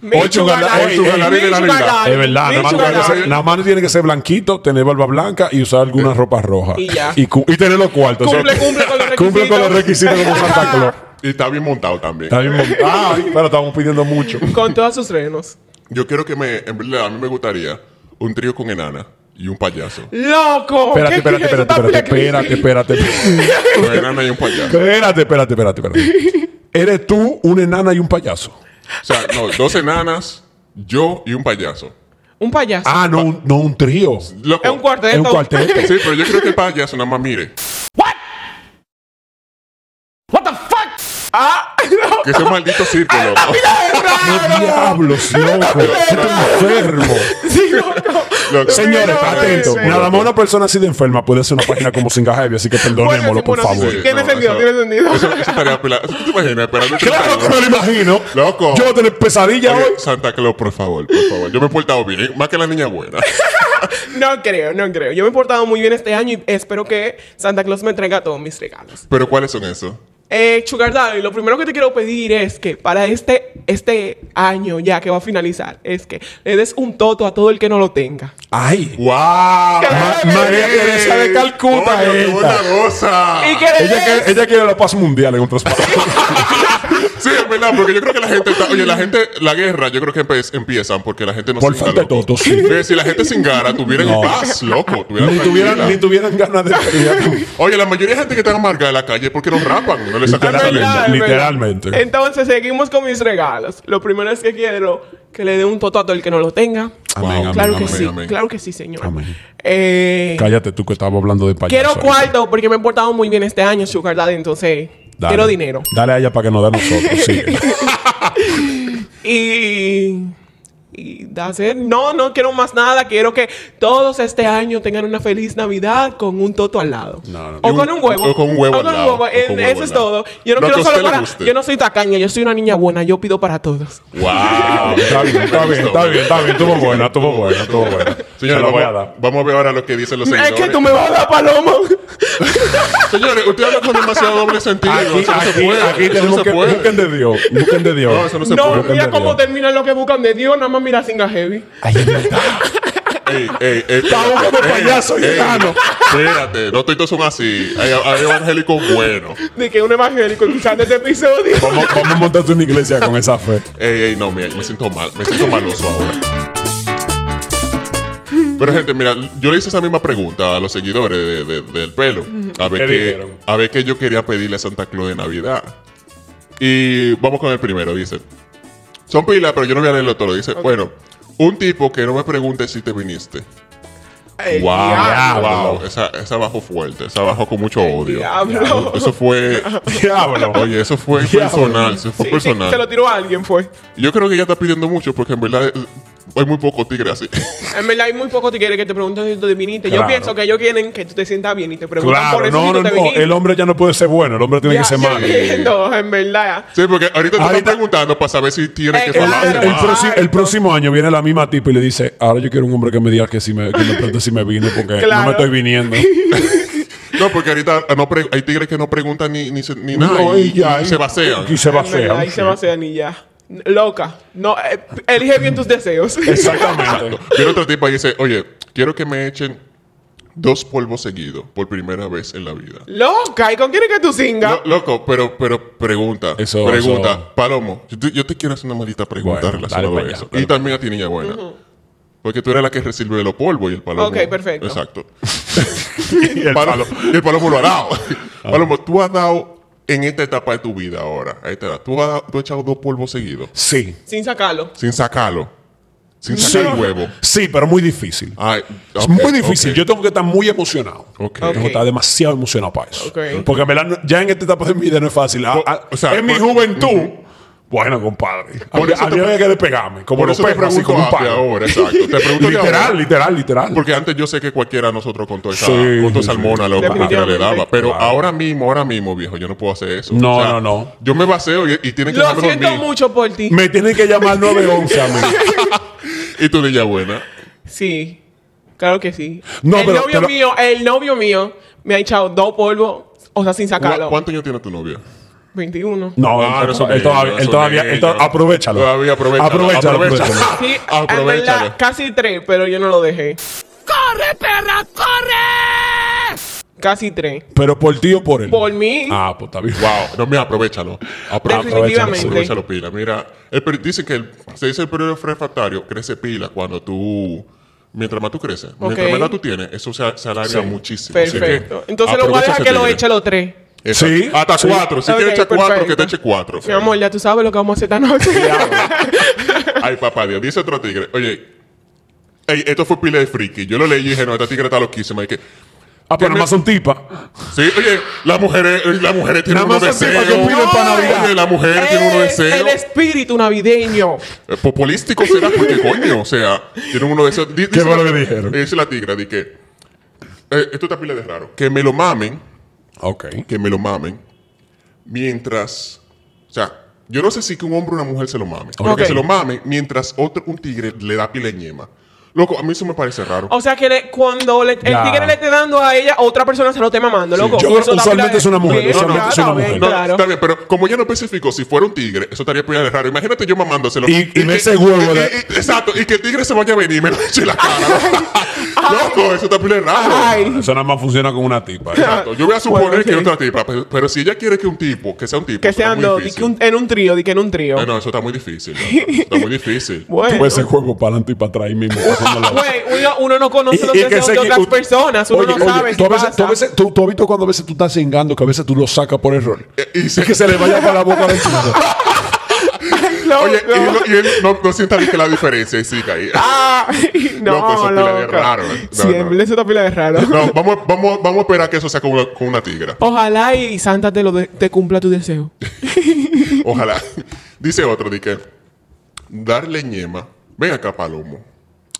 [SPEAKER 3] Mitch
[SPEAKER 2] Ocho gala-
[SPEAKER 3] Galán,
[SPEAKER 2] ocho
[SPEAKER 3] Mitch
[SPEAKER 1] galanes de la
[SPEAKER 3] Galán,
[SPEAKER 1] Navidad.
[SPEAKER 2] Es verdad, nada
[SPEAKER 3] Mitch
[SPEAKER 2] más, tiene que
[SPEAKER 3] Galán.
[SPEAKER 2] ser- nada más tiene que ser blanquito, tener barba blanca y usar alguna ropa roja.
[SPEAKER 3] Y ya.
[SPEAKER 2] cu- y tener los cuartos.
[SPEAKER 3] Cumple,
[SPEAKER 2] O sea,
[SPEAKER 3] cumple con los requisitos.
[SPEAKER 2] Cumple con los requisitos como Santa Claus.
[SPEAKER 1] Y está bien montado también.
[SPEAKER 2] Está bien montado. Ay, pero estamos pidiendo mucho.
[SPEAKER 3] Con todos sus renos.
[SPEAKER 1] Yo quiero que me, en verdad, a mí me gustaría un trío con enana y un payaso.
[SPEAKER 3] ¡Loco!
[SPEAKER 2] Espérate,
[SPEAKER 3] ¿Qué
[SPEAKER 2] espérate, espérate,
[SPEAKER 3] quieres? Está
[SPEAKER 2] espérate, espérate,
[SPEAKER 3] pila-
[SPEAKER 2] espérate, espérate.
[SPEAKER 1] Una enana y un payaso.
[SPEAKER 2] Espérate, espérate, espérate, espérate. Eres tú, una enana y un payaso.
[SPEAKER 1] O sea, no, dos enanas, yo y un payaso.
[SPEAKER 3] Un payaso.
[SPEAKER 2] Ah, no, un- no un trío.
[SPEAKER 1] Loco.
[SPEAKER 3] Es un cuarteto.
[SPEAKER 2] Es un cuarteto.
[SPEAKER 1] Sí, pero yo creo que el payaso nada más mire.
[SPEAKER 3] ¡Ah! no.
[SPEAKER 1] Que ese maldito círculo. loco.
[SPEAKER 2] ¡Qué diablos, loco! ¡Estoy enfermo!
[SPEAKER 3] Sí, loco.
[SPEAKER 1] Loco.
[SPEAKER 2] Señores,
[SPEAKER 3] Pero,
[SPEAKER 2] atento.
[SPEAKER 3] pero,
[SPEAKER 2] Nada más una persona así de enferma puede hacer una página como Singa Heavy, así que perdonémoslo, por
[SPEAKER 3] Bueno, sí,
[SPEAKER 2] favor.
[SPEAKER 3] sí, Tiene sentido,
[SPEAKER 1] eso-
[SPEAKER 3] tiene sentido.
[SPEAKER 1] Eso, eso estaría pela- eso ¿Tú te imaginas? Esperando que-
[SPEAKER 2] ¡Claro que me lo imagino!
[SPEAKER 1] Loco.
[SPEAKER 2] Yo voy a tener pesadilla
[SPEAKER 1] Oye,
[SPEAKER 2] hoy.
[SPEAKER 1] Santa Claus, por favor, por favor. Yo me he portado bien, más que la niña buena.
[SPEAKER 3] No creo, no creo. Yo me he portado muy bien este año y espero que Santa Claus me traiga todos mis regalos.
[SPEAKER 1] Pero ¿cuáles son esos?
[SPEAKER 3] Eh, Sugar Daddy, lo primero que te quiero pedir es que para este, este año ya que va a finalizar, es que le des un toto a todo el que no lo tenga.
[SPEAKER 2] ¡Ay!
[SPEAKER 1] ¡Wow!
[SPEAKER 2] Ma- María Teresa de Calcuta,
[SPEAKER 1] Coño, ¡Qué
[SPEAKER 2] esta.
[SPEAKER 1] buena cosa!
[SPEAKER 3] Y que le
[SPEAKER 2] Ella
[SPEAKER 3] des...
[SPEAKER 2] quiere, ella quiere la paz mundial en otras palabras.
[SPEAKER 1] Sí, es verdad, porque yo creo que la gente está. Oye, la gente, la guerra, yo creo que empe- empiezan porque la gente no
[SPEAKER 2] Por
[SPEAKER 1] se
[SPEAKER 2] falta de
[SPEAKER 1] loco.
[SPEAKER 2] todo, sí.
[SPEAKER 1] Que Si la gente sin gara tuviera
[SPEAKER 2] No.
[SPEAKER 1] en paz, loco. Tuviera
[SPEAKER 2] ni, tuvieran,
[SPEAKER 1] tranquila.
[SPEAKER 2] ni tuvieran ganas de
[SPEAKER 1] Oye, la mayoría de gente que está amargada en la calle es porque no rapan, no les sacan
[SPEAKER 3] Es
[SPEAKER 1] la
[SPEAKER 2] Literalmente,
[SPEAKER 3] verdad, es verdad.
[SPEAKER 2] literalmente.
[SPEAKER 3] Entonces seguimos con mis regalos. Lo primero es que quiero Que le dé un toto a todo el que no lo tenga.
[SPEAKER 1] Wow,
[SPEAKER 2] Amén, amén,
[SPEAKER 3] claro
[SPEAKER 2] amén.
[SPEAKER 3] que sí,
[SPEAKER 1] amén.
[SPEAKER 3] claro que sí, señor.
[SPEAKER 2] Amén.
[SPEAKER 3] Eh,
[SPEAKER 2] Cállate tú que estabas hablando de payaso.
[SPEAKER 3] quiero
[SPEAKER 2] ahí.
[SPEAKER 3] cuarto porque me he portado muy bien este año, Sugar Daddy, entonces
[SPEAKER 2] Dale.
[SPEAKER 3] quiero dinero.
[SPEAKER 2] Dale a ella para que nos dé a nosotros. sigue.
[SPEAKER 3] Y. Y that's it. No, no quiero más nada. Quiero que todos este año tengan una feliz Navidad con un toto al lado.
[SPEAKER 2] No, no.
[SPEAKER 1] Y
[SPEAKER 3] O
[SPEAKER 1] un-
[SPEAKER 3] con un huevo.
[SPEAKER 1] o con un huevo al lado. O con
[SPEAKER 3] Eh,
[SPEAKER 1] un huevo
[SPEAKER 3] Eso
[SPEAKER 1] al
[SPEAKER 3] es
[SPEAKER 1] lado.
[SPEAKER 3] todo. Yo no
[SPEAKER 1] Lo que
[SPEAKER 3] quiero
[SPEAKER 1] a usted
[SPEAKER 3] solo
[SPEAKER 1] le
[SPEAKER 3] para.
[SPEAKER 1] guste.
[SPEAKER 3] Yo no soy tacaña. Yo soy una niña buena. Yo pido para todos.
[SPEAKER 1] ¡Wow!
[SPEAKER 2] Está bien, está bien, está bien, está bien. Estuvo buena, estuvo buena, estuvo buena.
[SPEAKER 1] Señores,
[SPEAKER 2] Se lo
[SPEAKER 1] vamos,
[SPEAKER 2] voy a dar.
[SPEAKER 1] vamos a ver ahora lo que dicen los
[SPEAKER 3] Es
[SPEAKER 1] seguidores.
[SPEAKER 3] que tú me vas a dar paloma.
[SPEAKER 1] Señores, usted habla con demasiado doble sentido.
[SPEAKER 2] Aquí,
[SPEAKER 1] eso no se
[SPEAKER 2] aquí,
[SPEAKER 1] puede.
[SPEAKER 2] aquí
[SPEAKER 1] eso
[SPEAKER 2] tenemos
[SPEAKER 1] no
[SPEAKER 2] que...
[SPEAKER 1] se puede.
[SPEAKER 2] Busquen de Dios. Busquen de Dios.
[SPEAKER 1] No, eso no se
[SPEAKER 3] No,
[SPEAKER 1] puede.
[SPEAKER 3] mira cómo
[SPEAKER 2] Dios.
[SPEAKER 3] termina lo que buscan de Dios. Nada más mira Singa Heavy.
[SPEAKER 2] Ay, es verdad.
[SPEAKER 1] Ey, ey, ey,
[SPEAKER 2] Estamos
[SPEAKER 1] espérate,
[SPEAKER 2] como
[SPEAKER 1] ey,
[SPEAKER 2] payasos
[SPEAKER 1] ey,
[SPEAKER 2] gitanos.
[SPEAKER 1] Espérate, los tuitos son así. Hay, hay evangélicos buenos.
[SPEAKER 3] De que un evangélico escuchando este episodio.
[SPEAKER 2] Vamos, vamos a montarte una iglesia con esa fe.
[SPEAKER 1] Ey, ey, no, mira, me siento mal. Me siento maloso ahora. Pero, gente, mira, yo le hice esa misma pregunta a los seguidores de- de- del pelo. A ver
[SPEAKER 2] ¿Qué
[SPEAKER 1] qué,
[SPEAKER 2] dijeron?
[SPEAKER 1] a ver qué yo quería pedirle a Santa Claus de Navidad. Y vamos con el primero, dice. Son pilas, pero yo no voy a leerlo todo. Dice, bueno, un tipo que no me pregunte si te viniste.
[SPEAKER 3] El
[SPEAKER 1] Wow,
[SPEAKER 3] diablo.
[SPEAKER 1] wow. Esa, esa bajó fuerte, esa bajó con mucho odio.
[SPEAKER 3] diablo.
[SPEAKER 1] Eso fue.
[SPEAKER 2] Diablo.
[SPEAKER 1] Oye, eso fue
[SPEAKER 2] Diablo.
[SPEAKER 1] personal, eso fue
[SPEAKER 3] Sí, sí,
[SPEAKER 1] personal.
[SPEAKER 3] se lo tiró a alguien, fue.
[SPEAKER 1] Yo creo que ella está pidiendo mucho porque en verdad eh, hay muy pocos tigres así.
[SPEAKER 3] En verdad, hay muy pocos que quieren que te pregunten si tú te viniste.
[SPEAKER 2] Claro.
[SPEAKER 3] Yo pienso que ellos quieren que tú te sientas bien y te preguntan por
[SPEAKER 2] Claro,
[SPEAKER 3] eso
[SPEAKER 2] no,
[SPEAKER 3] si
[SPEAKER 2] no,
[SPEAKER 3] tú te
[SPEAKER 2] no.
[SPEAKER 3] viniste.
[SPEAKER 2] El hombre ya no puede ser bueno. El hombre tiene
[SPEAKER 3] Ya,
[SPEAKER 2] que ser
[SPEAKER 3] ya,
[SPEAKER 2] malo.
[SPEAKER 1] sí.
[SPEAKER 3] No, en verdad.
[SPEAKER 1] Sí, porque ahorita te están
[SPEAKER 2] Ahorita-
[SPEAKER 1] preguntando para saber si tiene
[SPEAKER 3] Eh,
[SPEAKER 1] que
[SPEAKER 2] El,
[SPEAKER 1] hablar.
[SPEAKER 3] claro.
[SPEAKER 2] el próximo, el
[SPEAKER 3] Exacto.
[SPEAKER 2] próximo año viene la misma tipa y le dice, ahora yo quiero un hombre que me diga que, si me, que me pregunte si me vine porque no
[SPEAKER 3] Claro.
[SPEAKER 2] me estoy viniendo.
[SPEAKER 1] No, porque ahorita ah, no pre- hay tigres que no preguntan ni, ni, se- ni nada
[SPEAKER 2] No,
[SPEAKER 1] y,
[SPEAKER 2] y ya,
[SPEAKER 1] y
[SPEAKER 2] y-
[SPEAKER 1] se basean.
[SPEAKER 2] Y se
[SPEAKER 3] En verdad,
[SPEAKER 2] vacía.
[SPEAKER 3] Ahí se va a hacer ni ya. Loca. No, eh, elige bien tus deseos.
[SPEAKER 2] Exactamente.
[SPEAKER 1] Viene otro tipo y dice, oye, quiero que me echen dos polvos seguidos por primera vez en la vida.
[SPEAKER 3] Loca. ¿Y con quién es que tú singas?
[SPEAKER 1] Lo- loco, pero, pero pregunta.
[SPEAKER 2] Eso,
[SPEAKER 1] pregunta.
[SPEAKER 2] eso.
[SPEAKER 1] Palomo, yo te, yo te quiero hacer una maldita pregunta
[SPEAKER 2] Bueno,
[SPEAKER 1] relacionada
[SPEAKER 2] dale
[SPEAKER 1] a
[SPEAKER 2] pa'
[SPEAKER 1] eso.
[SPEAKER 2] allá, dale
[SPEAKER 1] y también a ti, niña buena. Porque tú eres la que recibe los polvos y el palomo.
[SPEAKER 3] Ok, perfecto.
[SPEAKER 1] Exacto.
[SPEAKER 2] Y el
[SPEAKER 1] Palo-
[SPEAKER 2] palo. Ah.
[SPEAKER 1] y el palomo lo ha dado. Palomo, tú has dado en esta etapa de tu vida ahora. a esta edad, tú has, dado- tú has echado dos polvos seguidos.
[SPEAKER 2] Sí.
[SPEAKER 3] Sin sacarlo.
[SPEAKER 1] Sin sacarlo. Sin
[SPEAKER 2] Sí.
[SPEAKER 1] sacar el huevo.
[SPEAKER 2] Sí, pero muy difícil.
[SPEAKER 1] Ay,
[SPEAKER 2] Es
[SPEAKER 1] ok,
[SPEAKER 2] muy difícil.
[SPEAKER 1] ok.
[SPEAKER 2] Yo tengo que estar muy emocionado.
[SPEAKER 1] Ok.
[SPEAKER 2] Tengo que estar demasiado emocionado para eso.
[SPEAKER 3] Ok.
[SPEAKER 2] Porque en verdad, no- ya en esta etapa de mi vida no es fácil. A-
[SPEAKER 1] Por-
[SPEAKER 2] a-
[SPEAKER 1] o sea,
[SPEAKER 2] en mi
[SPEAKER 1] por-
[SPEAKER 2] juventud. Bueno, compadre. A
[SPEAKER 1] Por
[SPEAKER 2] mí
[SPEAKER 1] eso
[SPEAKER 2] a
[SPEAKER 1] te
[SPEAKER 2] mí
[SPEAKER 1] pre-
[SPEAKER 2] había que despegarme. Como
[SPEAKER 1] Por
[SPEAKER 2] los
[SPEAKER 1] eso te
[SPEAKER 2] perros, así como
[SPEAKER 1] pregunto
[SPEAKER 2] un
[SPEAKER 1] a ti
[SPEAKER 2] palo.
[SPEAKER 1] ahora, exacto. Te pregunto a ti ahora.
[SPEAKER 2] literal, literal, literal.
[SPEAKER 1] Porque antes yo sé que cualquiera de nosotros con toda esa,
[SPEAKER 2] Sí,
[SPEAKER 1] con toda esa
[SPEAKER 2] sí, sí.
[SPEAKER 1] almona loco, cualquiera le
[SPEAKER 3] Definitivamente.
[SPEAKER 1] daba. Pero
[SPEAKER 2] Claro.
[SPEAKER 1] ahora mismo, ahora mismo, viejo, yo no puedo hacer eso.
[SPEAKER 2] No, no, no.
[SPEAKER 1] Yo me baseo y, y tienen que
[SPEAKER 3] Lo
[SPEAKER 1] dejarme
[SPEAKER 3] siento
[SPEAKER 1] dormir.
[SPEAKER 3] mucho por ti.
[SPEAKER 2] Me tienen que llamar 911 a mí.
[SPEAKER 1] Y tú niña buena.
[SPEAKER 3] Sí. Claro que sí.
[SPEAKER 2] No,
[SPEAKER 3] el
[SPEAKER 2] pero te
[SPEAKER 3] novio
[SPEAKER 2] lo-
[SPEAKER 3] mío, el novio mío me ha echado dos polvos, o sea, sin
[SPEAKER 1] ¿Cuánto
[SPEAKER 3] sacarlo.
[SPEAKER 1] ¿Cuántos años tiene tu novia?
[SPEAKER 3] 21.
[SPEAKER 2] No,
[SPEAKER 1] Ah,
[SPEAKER 2] él,
[SPEAKER 1] no son
[SPEAKER 2] él todavía,
[SPEAKER 1] ellos,
[SPEAKER 2] él
[SPEAKER 1] no
[SPEAKER 2] todavía,
[SPEAKER 1] son
[SPEAKER 2] él to-
[SPEAKER 1] ellos.
[SPEAKER 2] aprovechalo.
[SPEAKER 1] Todavía aprovechalo,
[SPEAKER 2] Aprovechalo,
[SPEAKER 1] aprovechalo.
[SPEAKER 2] aprovechalo.
[SPEAKER 3] Sí, en
[SPEAKER 1] Aprovechalo.
[SPEAKER 3] verdad, casi tres, pero yo no lo dejé. ¡Corre, perra, corre! Casi tres.
[SPEAKER 2] Pero por ti o por él.
[SPEAKER 3] Por mí.
[SPEAKER 2] Ah, pues está bien.
[SPEAKER 1] Wow, no me aprovechalo. Aprovechalo.
[SPEAKER 3] Definitivamente.
[SPEAKER 1] Aprovechalo pila. Mira, el peri- dicen que el- se dice el periodo refractario crece pila cuando tú. Mientras más tú creces, mientras
[SPEAKER 3] Ok.
[SPEAKER 1] más edad tú tienes, eso se, se alarga muchísimo. Así que
[SPEAKER 3] Perfecto. Entonces lo voy a
[SPEAKER 1] aprovecha
[SPEAKER 3] dejar
[SPEAKER 1] ese
[SPEAKER 3] que lo
[SPEAKER 1] tigre.
[SPEAKER 3] eche los tres.
[SPEAKER 1] Exacto.
[SPEAKER 2] Sí,
[SPEAKER 1] Hasta
[SPEAKER 2] sí.
[SPEAKER 1] cuatro. Si
[SPEAKER 3] Ok,
[SPEAKER 1] quieres echar cuatro, que
[SPEAKER 3] perfecto.
[SPEAKER 1] te eche cuatro.
[SPEAKER 3] Mi amor, ya tú sabes lo que vamos a hacer esta noche.
[SPEAKER 1] Ay, papá Dios. Dice otro tigre. Oye, ey, esto fue pila de friki. Yo lo leí y dije, no, esta tigre está loquísima. Y que,
[SPEAKER 2] Ah, pero
[SPEAKER 1] Tiene-
[SPEAKER 2] nada más son tipa.
[SPEAKER 1] sí, oye, las mujeres, eh, las mujeres tienen
[SPEAKER 2] Nada
[SPEAKER 1] unos
[SPEAKER 2] más son
[SPEAKER 1] deseos.
[SPEAKER 2] tipas que piden para Navidad.
[SPEAKER 1] Oye, las mujeres tienen unos
[SPEAKER 3] Es Eh, El
[SPEAKER 1] deseos.
[SPEAKER 3] espíritu navideño.
[SPEAKER 1] Eh, Populístico será porque coño, o sea, tienen unos deseos. Di- dice
[SPEAKER 2] fue lo
[SPEAKER 1] la-
[SPEAKER 2] que dijeron?
[SPEAKER 1] Dice la tigra, di que, eh, esto está pila de raro. Que me lo mamen,
[SPEAKER 2] Ok.
[SPEAKER 1] que me lo mamen, mientras, o sea, yo no sé si que un hombre o una mujer se lo mame, pero que
[SPEAKER 3] Ok.
[SPEAKER 1] se lo mame mientras otro, un tigre le da pila de ñema. Loco, a mí eso me parece raro.
[SPEAKER 3] O sea que le- cuando le- el
[SPEAKER 2] Ya.
[SPEAKER 3] tigre le esté dando a ella, otra persona se lo esté mamando, loco.
[SPEAKER 2] Yo creo
[SPEAKER 3] Eso da
[SPEAKER 2] usualmente
[SPEAKER 3] pila
[SPEAKER 2] es una mujer,
[SPEAKER 3] Bien,
[SPEAKER 2] usualmente
[SPEAKER 3] claro,
[SPEAKER 2] es una
[SPEAKER 3] bien,
[SPEAKER 2] mujer.
[SPEAKER 1] No,
[SPEAKER 3] claro.
[SPEAKER 1] Está bien, pero como ya no especificó si fuera un tigre, eso estaría pila de raro. Imagínate yo mamándoselo.
[SPEAKER 2] Y- y
[SPEAKER 1] que-
[SPEAKER 2] ese huevo de-
[SPEAKER 1] y- y- Exacto, y que el tigre se vaya a venir y me lo eche en la cara. Loco, eso está pila de raro.
[SPEAKER 3] Ay.
[SPEAKER 2] Ah, Eso nada más funciona con una tipa.
[SPEAKER 1] Exacto. Yo voy a suponer
[SPEAKER 3] Bueno,
[SPEAKER 1] que
[SPEAKER 3] sí.
[SPEAKER 1] otra tipa, pero, pero si ella quiere que un tipo, que sea un tipo,
[SPEAKER 3] Que
[SPEAKER 1] eso está
[SPEAKER 3] sean
[SPEAKER 1] muy
[SPEAKER 3] dos, di
[SPEAKER 1] difícil.
[SPEAKER 3] que un- en un trío, di que en un trío.
[SPEAKER 1] Eh, no, eso está muy difícil. loco. Eso Está muy difícil.
[SPEAKER 3] Bueno.
[SPEAKER 2] Pues ese juego para adelante y para atrás ahí mismo. haciéndolo.
[SPEAKER 3] Güey, uno, uno no
[SPEAKER 2] Y-
[SPEAKER 3] conoce los
[SPEAKER 2] y que
[SPEAKER 3] deseos
[SPEAKER 2] se-
[SPEAKER 3] de otras
[SPEAKER 2] u-
[SPEAKER 3] personas. Uno
[SPEAKER 2] Oye, oye,
[SPEAKER 3] no sabe si
[SPEAKER 2] tú a veces,
[SPEAKER 3] pasa.
[SPEAKER 2] tú, a veces, tú, tú has visto cuando a veces tú estás cingando que a veces tú lo sacas por error.
[SPEAKER 1] Eh, y se-
[SPEAKER 2] que se le vaya para la boca del chico.
[SPEAKER 3] loco.
[SPEAKER 1] Oye, y él, no- y él no, no sienta ni que la diferencia y sigue ahí.
[SPEAKER 3] Ah, no,
[SPEAKER 1] Loco,
[SPEAKER 2] pues,
[SPEAKER 1] eso es pila de
[SPEAKER 3] loco.
[SPEAKER 1] raro, eh. No,
[SPEAKER 3] Siempre
[SPEAKER 1] no.
[SPEAKER 3] eso está pila de raro.
[SPEAKER 1] No, vamos, a- vamos, a- vamos a esperar que eso sea con una, con una tigra.
[SPEAKER 3] Ojalá y Santa te, lo de- te cumpla tu deseo.
[SPEAKER 1] Ojalá. Dice otro, di que darle ñema. Ven acá, Palomo.